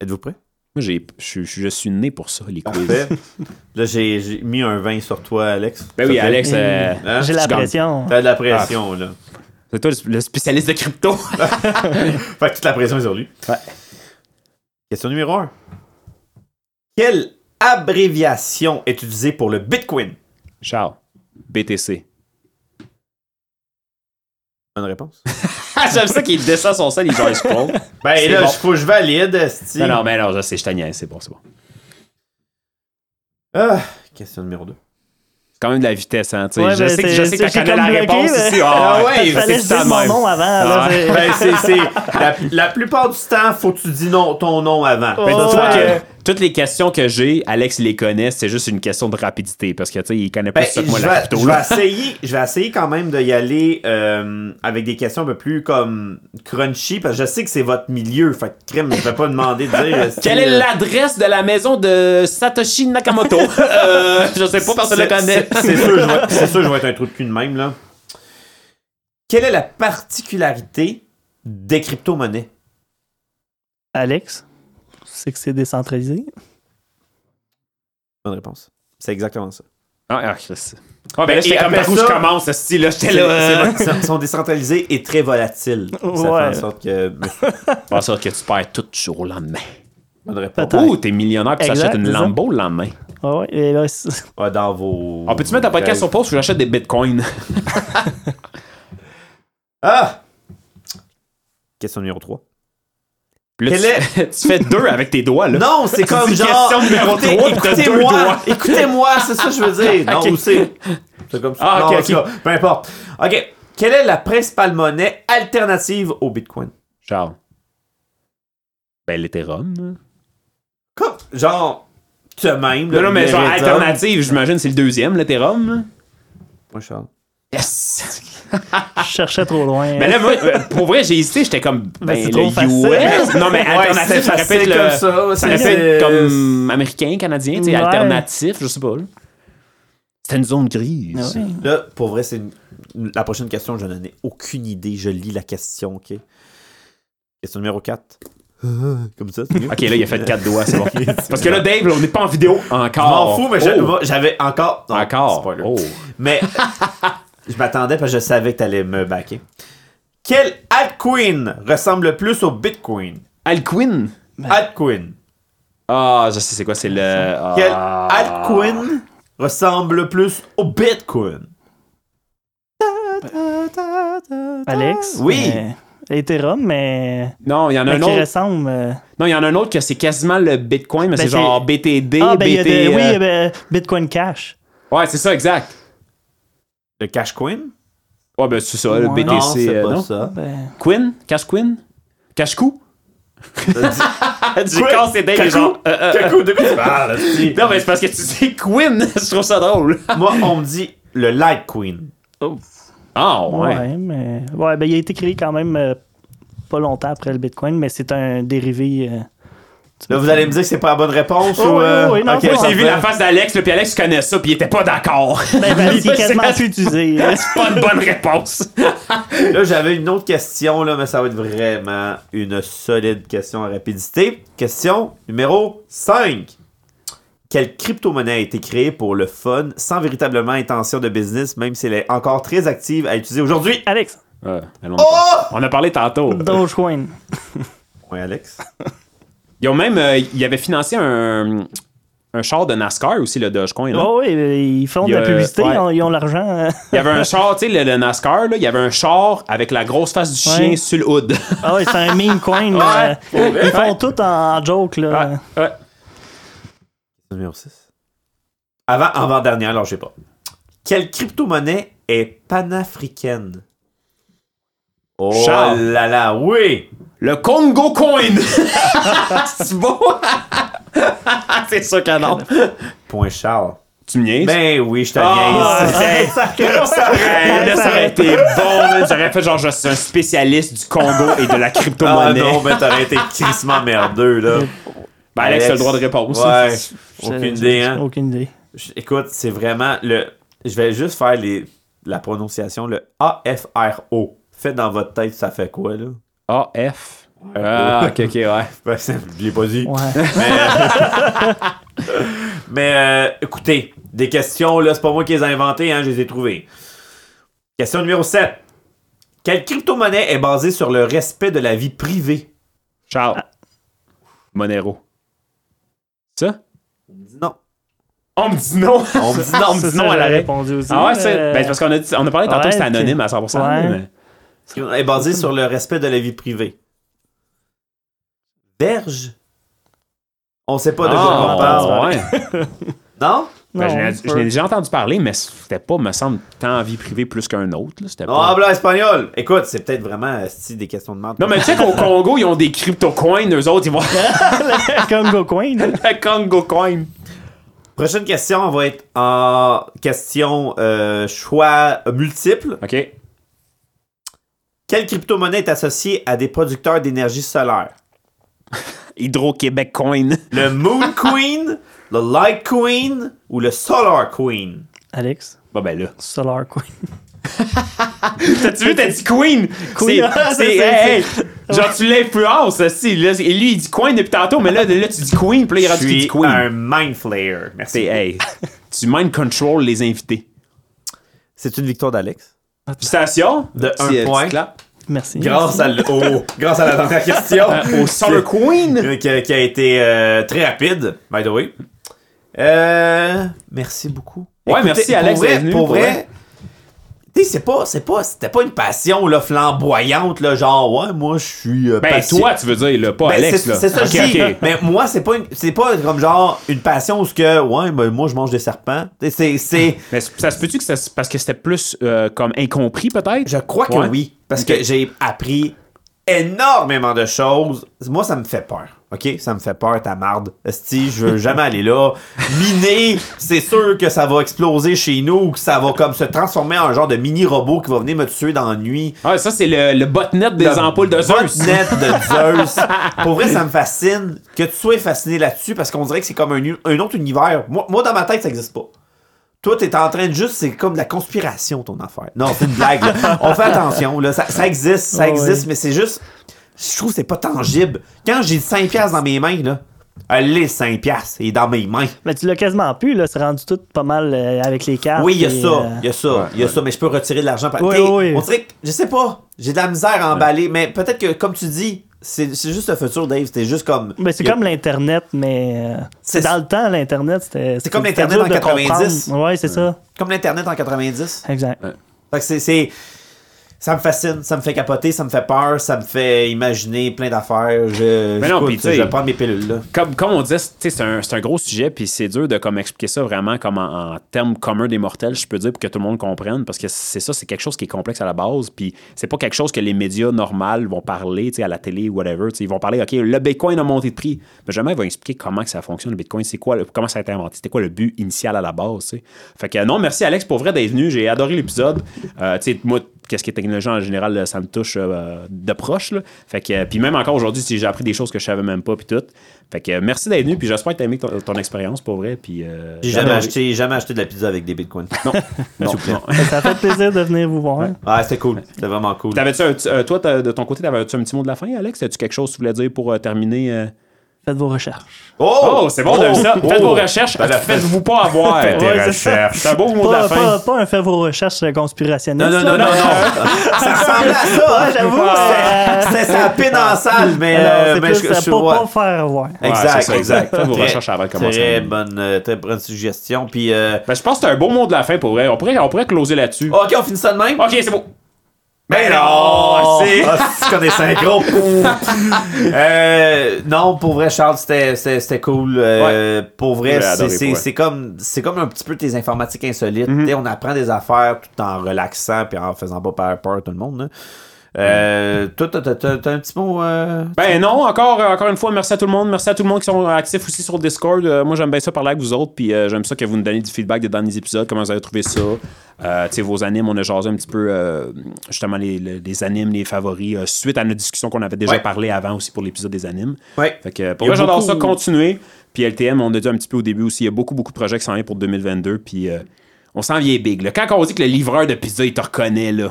Êtes-vous prêts? Moi, j'ai- je suis- je suis né pour ça, les quiz. Parfait. Là, j'ai j'ai mis un 20 sur toi, Alex. Ben oui, Ça fait- Alex, Ah. euh, Hein? J'ai tu la gagnes. pression. T'as de la pression, là. c'est toi le le spécialiste de crypto. Fait que toute la pression est sur lui. Ouais. Question numéro 1. Quelle abréviation est utilisée pour le Bitcoin? Charles, BTC. Bonne réponse. J'aime Ah, ça qu'il descend son sol, il joue un scroll. Ben C'est là, bon. Ben je- faut que je valide, esti. Non, non, mais non, je sais, je t'ai niaise, c'est bon, c'est bon. Ah, question numéro 2. C'est quand même de la vitesse, hein. tu sais. Ouais, je, ben, sais que, je c'est- sais que c'est- t'as j'ai connais la comme bloqué, réponse mais- ici. Ah Ah ouais, ouais, c'est Fallait que je ça dise de mon même. nom avant. Ah là, c'est- Ben, c'est, c'est- la, la plupart du temps, faut que tu dis non, ton nom avant. Ben, Mais Oh, dis-toi ouais. que toutes les questions que j'ai, Alex les connaît, c'est juste une question de rapidité parce que tu sais, il connaît plus Ben, ça que moi je, la vais, crypto. je vais là. essayer, je vais essayer quand même d'y aller euh, avec des questions un peu plus comme crunchy, parce que je sais que c'est votre milieu. Fait que crème, je vais pas demander de dire. euh, Quelle si, est euh, l'adresse de la maison de Satoshi Nakamoto? Euh, je sais pas, personne C'est- le connaît. c'est- C'est sûr, je vais- c'est sûr, je vais être un trou de cul de même, là. Quelle est la particularité des crypto-monnaies? Alex, c'est que c'est décentralisé. Bonne réponse. C'est exactement ça. Ah, ah, je sais. Ah, ben là, Et c'est comme après par où je ça- commence, ce style-là. J'étais C'est- euh, c'est là. euh, vrai qu'ils sont- sont décentralisés et très volatiles. Ça Ouais. fait en sorte que. ben, mais Pas sûr que tu perds tout du jour au lendemain. Bonne réponse. Peut-être. Ouh, t'es millionnaire puis Exact, t'achètes une c'est ça. Lambo le lendemain. Ah ouais, et là, c'est- Ah, dans vos. On peut-tu mettre un podcast sur pause où j'achète des bitcoins? Ah! Question numéro 3. Là, tu, Quelle tu fais deux avec tes doigts, là. Non, c'est comme dis genre. question numéro écoutez- trois, puis t'as deux doigts. Écoutez-moi, écoutez-moi, c'est ça que je veux dire. Non, Ok. ou c'est. C'est comme ça. Ah, ok, Non, en ok. tout cas, Peu importe. OK. Quelle est la principale monnaie alternative au Bitcoin? Charles. Ben, l'Ethereum. Comme, genre, tu même. Non, non, mais genre, l'Ethereum. alternative, j'imagine, c'est le deuxième, l'Ethereum. là. Moi, Charles. Yes! je cherchais trop loin. Mais là, moi, euh, pour vrai, j'ai hésité, j'étais comme. Ben, Ben, c'est le trop facile. US. Non, mais alternative, ça facile répète comme le. Ça ça. Ça répète comme américain, canadien, tu sais, Ouais. alternatif, je sais pas. là. C'était une zone grise. Ah, Ouais. Là, pour vrai, c'est une- la prochaine question, je n'en ai aucune idée. Je lis la question, OK? Question numéro 4. Comme ça, c'est mieux. Ok, là, il a fait quatre doigts, c'est bon. Ok, Parce que là, Dave, là, on n'est pas en vidéo Je m'en encore. fous, mais je- Oh. j'avais encore. non, Encore. spoiler. Oh. Mais je m'attendais parce que je savais que t'allais me backer. Quel altcoin ressemble le plus au Bitcoin? Alcuin. Altcoin. Ah, je sais c'est quoi, c'est le. ah. Quel altcoin ressemble le plus au Bitcoin? Alex. Oui. euh, Ethereum, mais. Non, il y en a mais un qui autre. ressemble. euh, Non, il y en a un autre que c'est quasiment le Bitcoin, mais Ben, c'est genre BTD, Ah, ben, il y BT. a des- euh, Oui, ben, Bitcoin Cash. Ouais, c'est ça, exact. Le cash coin? Ouais, ben c'est ça, le Ouais. BTC. non, c'est euh, pas non? ça. Ben, Quinn? Cash Quinn? Cash Coup? Du Quinn? c'est dingue, les Cacou? gens. Euh, euh, Cacou, de quoi tu parles, hostie? Non, mais c'est parce que tu dis Quinn, je trouve ça drôle. Moi, on me dit le Litecoin. Ah, ouais. ouais. mais. Ouais, ben, il a été créé quand même euh, pas longtemps après le Bitcoin, mais c'est un dérivé. euh, tu Là, vous sais. allez me dire que c'est pas la bonne réponse Oh, ou. oui, euh, oui, oui, non, ok, c'est Moi, bon. parfait. j'ai vu la face d'Alex, là, puis Alex connaît ça, puis il était pas d'accord. Ben, ben, c'est quasiment plus utilisé. là. C'est pas une bonne réponse. Là, j'avais une autre question, là, mais ça va être vraiment une solide question à rapidité. Question numéro 5. Quelle crypto-monnaie a été créée pour le fun sans véritablement intention de business, même si elle est encore très active à utiliser aujourd'hui? Alex, Euh, allons-y. On a parlé tantôt. Dogecoin. Oui, Alex. Ils ont même. euh, ils avaient financé un, un char de NASCAR aussi, le Dogecoin. là. Oh, oui, euh, ils font de la Il y a- publicité, ouais. ils ont- ils ont l'argent. euh. Il y avait un char, tu sais, le, le NASCAR, là, il y avait un char avec la grosse face du chien Ouais. sur le hood. Ah ouais, c'est un meme coin. là. Ils font Ouais. tout en joke. Là. Ouais, ouais. Numéro 6. Avant, avant-dernière, alors je sais pas. Quelle crypto-monnaie est panafricaine? Oh Charles. là là, oui! Le Congo Coin! c'est bon! c'est sûr que non. Point Charles. Tu me niaises? Ben oui, je te Ah, niaise. c'est- ça, aurait, là, Ben, ça aurait été bon, man. J'aurais fait genre, je suis un spécialiste du Congo et de la Ah crypto-monnaie. non, mais t'aurais été crissement merdeux, là. Ben, Alex, t'as le droit de réponse. Ouais. Je- Aucune idée, j'ai hein. Aucune idée. J- Écoute, c'est vraiment le. Je vais juste faire les... la prononciation, le A-F-R-O. Faites dans votre tête, ça fait quoi, là? A, F. Ah, ok, ok, ouais. Ben, c'est- je l'ai pas dit. Ouais. Mais euh, écoutez, des questions, là, c'est pas moi qui les ai inventées, hein, je les ai trouvées. Question numéro 7. Quelle crypto-monnaie est basée sur le respect de la vie privée? Charles. Monero. Ça? Non. On me dit non. On me dit non, on me Ça, dit ça, non à j'aurais l'arrêt. répondu aussi. Ah ouais, c'est euh, ben, c'est parce qu'on a, dit- on a parlé tantôt ouais, que c'était puis- anonyme à 100%. Ouais. mais- est basée sur le respect de la vie privée. Verge? On sait pas de quoi on Ah, parle. ouais. Non? Ben, non, je l'ai- on je peut. l'ai déjà entendu parler, mais c'était pas, me semble, tant en vie privée plus qu'un autre. là. C'était Non, pas- habla espagnol! Écoute, c'est peut-être vraiment euh, si, des questions de menthe. Non, mais tu sais qu'au Congo, ils ont des crypto-coins, eux autres, ils vont Congo Coin. là. le Congo-coin. Prochaine question va être en question euh, choix multiple. OK. Quelle crypto-monnaie est associée à des producteurs d'énergie solaire? Hydro-Québec coin. Le Moon Queen, le Light Queen ou le Solar Queen? Alex, Bah ben là. Solar Coin. T'as-tu vu, t'as dit Queen? Queen, C'est- ah, ça, c'est- c'est- hey, hey, Genre, tu l'influences, aussi. Là, et lui, il dit Coin depuis tantôt, mais là, là tu dis Queen, puis là, il est Je rendu qu'il dit suis Queen. un Mind Flayer. C'est, Merci. hey, tu mind control les invités. C'est une victoire d'Alex. Station De un Petit- point. petit clap. Merci. Grâce, à l- au- grâce à la dernière question. Au Summer Queen. Euh, qui, a, qui a été euh, très rapide, by the way. Euh, merci beaucoup. Ouais, merci, pour Alex, vrai- d'être venu, Pour pour vrai, vrai. tu sais, c'est pas, c'est pas, c'était pas une passion là, flamboyante, là, genre, ouais, moi, je suis. euh, Ben, passion- toi, tu veux dire, là, pas Ben, Alex, c'est- là. C'est ça, OK, je dis. OK. Mais moi, c'est pas, une- c'est pas comme genre une passion où ce que, ouais, ben, moi, je mange des serpents. Tu sais, C'est, c'est, Mais ça se peut-tu que c'est parce que c'était plus euh, comme incompris, peut-être? je crois que Ouais. oui. Parce Ok. que j'ai appris énormément de choses. Moi, ça me fait peur. OK? Ça me fait peur, ta marde. Si je veux jamais aller là. Miner, c'est sûr que ça va exploser chez nous ou que ça va comme se transformer en un genre de mini-robot qui va venir me tuer dans la nuit. Ah, ça, c'est le, le botnet des Le ampoules de Zeus. botnet de Zeus. Pour vrai, ça me fascine que tu sois fasciné là-dessus parce qu'on dirait que c'est comme un, u- un autre univers. Moi, moi, dans ma tête, ça n'existe pas. Toi, t'es en train de juste, c'est comme de la conspiration, ton affaire. Non, c'est une blague. là. On fait attention, là. Ça, ça existe, ça Ouais, existe, ouais. mais c'est juste, je trouve que c'est pas tangible. Quand j'ai 5 piastres dans mes mains, là, euh, les 5 piastres, il est dans mes mains. Mais tu l'as quasiment pu, là. C'est rendu tout pas mal euh, avec les cartes. Oui, il y a et, ça, euh, il y a ça, il y a ça, mais je peux retirer de l'argent. par- Oui, T'sais, oui. On dirait que, je sais pas, j'ai de la misère à emballer, mais peut-être que, comme tu dis, c'est c'est juste le futur, Dave. C'est juste comme. Ben, c'est il y a- comme l'Internet, mais euh, C'est- dans le temps, l'Internet, c'était. C'est comme l'Internet en 90. Oui, c'est ça. comme l'Internet en 90. Exact. Fait que c'est- c'est. Ça me fascine, ça me fait capoter, ça me fait peur, ça me fait imaginer plein d'affaires. Je, Mais non, j'écoute, puis tu sais- je vais prendre mes pilules, là. Comme, comme on disait, c'est tu sais, c'est un, c'est un gros sujet, puis c'est dur de comme, expliquer ça vraiment comme en, en termes communs des mortels, je peux dire, pour que tout le monde comprenne, parce que c'est ça, c'est quelque chose qui est complexe à la base, puis c'est pas quelque chose que les médias normaux vont parler, tu sais, à la télé, whatever, tu sais, ils vont parler, OK, le Bitcoin a monté de prix, mais jamais ils vont expliquer comment que ça fonctionne, le Bitcoin, c'est quoi, le- comment ça a été inventé, c'était quoi le but initial à la base, tu sais. Fait que euh, non, merci Alex pour vrai d'être venu, j'ai adoré l'épisode, Euh, tu sais, moi, qu'est-ce qui est technologie en général, là, ça me touche euh, de proche. là. Fait que, euh, puis même encore aujourd'hui, si j'ai appris des choses que je savais même pas, puis tout. Fait que euh, merci d'être venu, puis j'espère que t'as aimé ton, ton expérience pour vrai. Puis euh, J'ai j'ai jamais adoré. acheté, jamais acheté de la pizza avec des bitcoins. Non, non, non. Ben, Ça fait plaisir de venir vous voir. Ah, c'était cool. C'était vraiment cool. T'avais-tu un petit- euh, toi, t'as- de ton côté, t'avais-tu un petit mot de la fin, Alex? As-tu quelque chose que tu voulais dire pour euh, terminer? euh? Faites vos recherches. Oh, c'est bon, de ça. Faites vos oh. recherches. Ben là, Faites-vous pas avoir. Faites tes Ouais, c'est recherches. C'est un beau mot de Pas, la fin. pas, pas un fait vos recherches euh, Non, conspirationniste. non, non, non, là. non. ça ressemble à ça, hein, j'avoue. Ah. C'est- C'est ça pine en salle, mais. Alors, euh, c'est mais plus je- euh, je- pour ouais. pas me faire voir. Exact, c'est ça, exact. Faites vos Très- recherches avant de commencer. Très bonne, euh, très bonne suggestion. Puis, euh, Ben, je pense que c'est un beau mot de la fin pour vrai. On pourrait, on pourrait closer là-dessus. ok, on finit ça de même. Ok, c'est bon. Mais non, c'est. c'est- Je Ah, connais synchro. euh, non, pour vrai, Charles, c'était- c'était c'était cool. Euh, Pour vrai, J'ai c'est- adoré, pour c'est vrai. c'est comme, c'est comme un petit peu tes informatiques insolites. Mhm. Tu sais, On apprend des affaires tout en relaxant puis en faisant pas peur, peur à tout le monde. là. Euh, toi, t'as- t'as t'as- t'as un petit mot. euh, Ben non, encore, euh, encore une fois, merci à tout le monde. Merci à tout le monde qui sont actifs aussi sur le Discord. Euh, moi, j'aime bien ça parler avec vous autres. Puis euh, j'aime ça que vous nous donnez du feedback des derniers épisodes. Comment vous avez trouvé ça? Euh, tu sais, vos animes, on a jasé un petit peu euh, justement les, les- les animes, les favoris, euh, suite à nos discussions qu'on avait déjà Ouais. parlé avant aussi pour l'épisode des animes. Ouais. Fait que euh, Il pour y a moi, j'adore beaucoup- ça continuer. Puis LTM, on a dit un petit peu au début aussi, il y a beaucoup, beaucoup de projets qui s'en viennent pour 2022. Puis euh, on s'en vient big. là. Quand on dit que le livreur de pizza, il te reconnaît, là.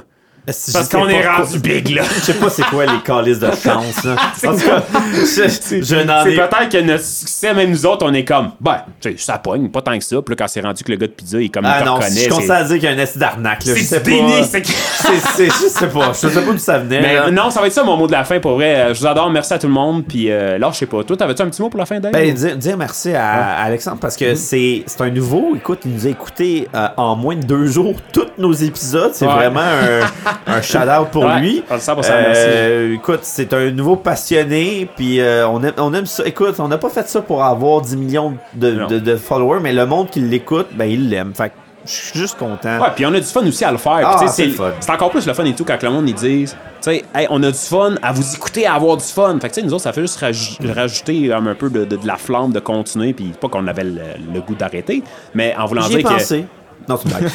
Parce qu'on est rendu big, là. Je sais pas c'est quoi les calices de chance, là. C'est En tout cas, je, je n'en C'est ai peut-être que notre succès, même nous autres, on est comme, ben, tu sais, ça pogne, pas tant que ça. Puis là, quand c'est rendu que le gars de pizza, il, comme, il Ah te non, reconnaît, si je c'est- constate à dire qu'il y a un esti d'arnaque, là. C'est Je sais du déni, pas. c'est que- C'est- c'est- Je sais pas. Je sais pas d'où ça venait. Mais là. non, ça va être ça mon mot de la fin, pour vrai. Euh, Je vous adore, merci à tout le monde. Puis euh, là, je sais pas, toi, t'avais-tu un petit mot pour la fin d'année? Ben, dire, dire merci à, à Alexandre parce Mm-hmm. que c'est c'est un nouveau. Écoute, il nous a écouté euh, en moins de deux jours tous nos épisodes. C'est Ouais. vraiment un, un shout-out pour Ouais, lui. Euh, on le sent pour ça, merci. Écoute, c'est un nouveau passionné. Puis euh, on, aime, on aime ça. Écoute, on n'a pas fait ça pour avoir 10 millions de, Non. de- de followers, mais le monde qui l'écoute, ben il l'aime. Fait que je suis juste content. Ouais, puis on a du fun aussi à le faire. Puis, Ah, tu sais, c'est c'est le fun. C'est encore plus le fun et tout quand le monde ils disent, tu sais, hey, on a du fun à vous écouter, à avoir du fun. Fait que tu sais, nous autres, ça fait juste raj- rajouter comme, un peu de, de- de la flamme, de continuer. Puis pas qu'on avait le, le goût d'arrêter, mais en voulant J'y ai dire que. pensé. Non, c'est une blague.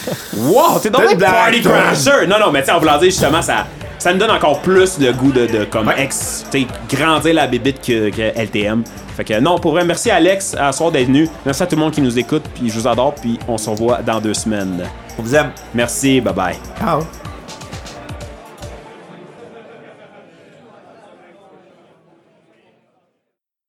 Wow, t'es dans T'es le une blague, party toi. crasher! Non, non, mais tu sais, en voulant dire justement, ça, ça nous donne encore plus le goût de, de comme Ouais. ex, tu sais, grandir la bébite que, que LTM. Fait que non, pour vrai, merci Alex à soir d'être venu. Merci à tout le monde qui nous écoute, puis je vous adore, puis on se revoit dans deux semaines. on vous aime. Merci, bye bye. Ciao.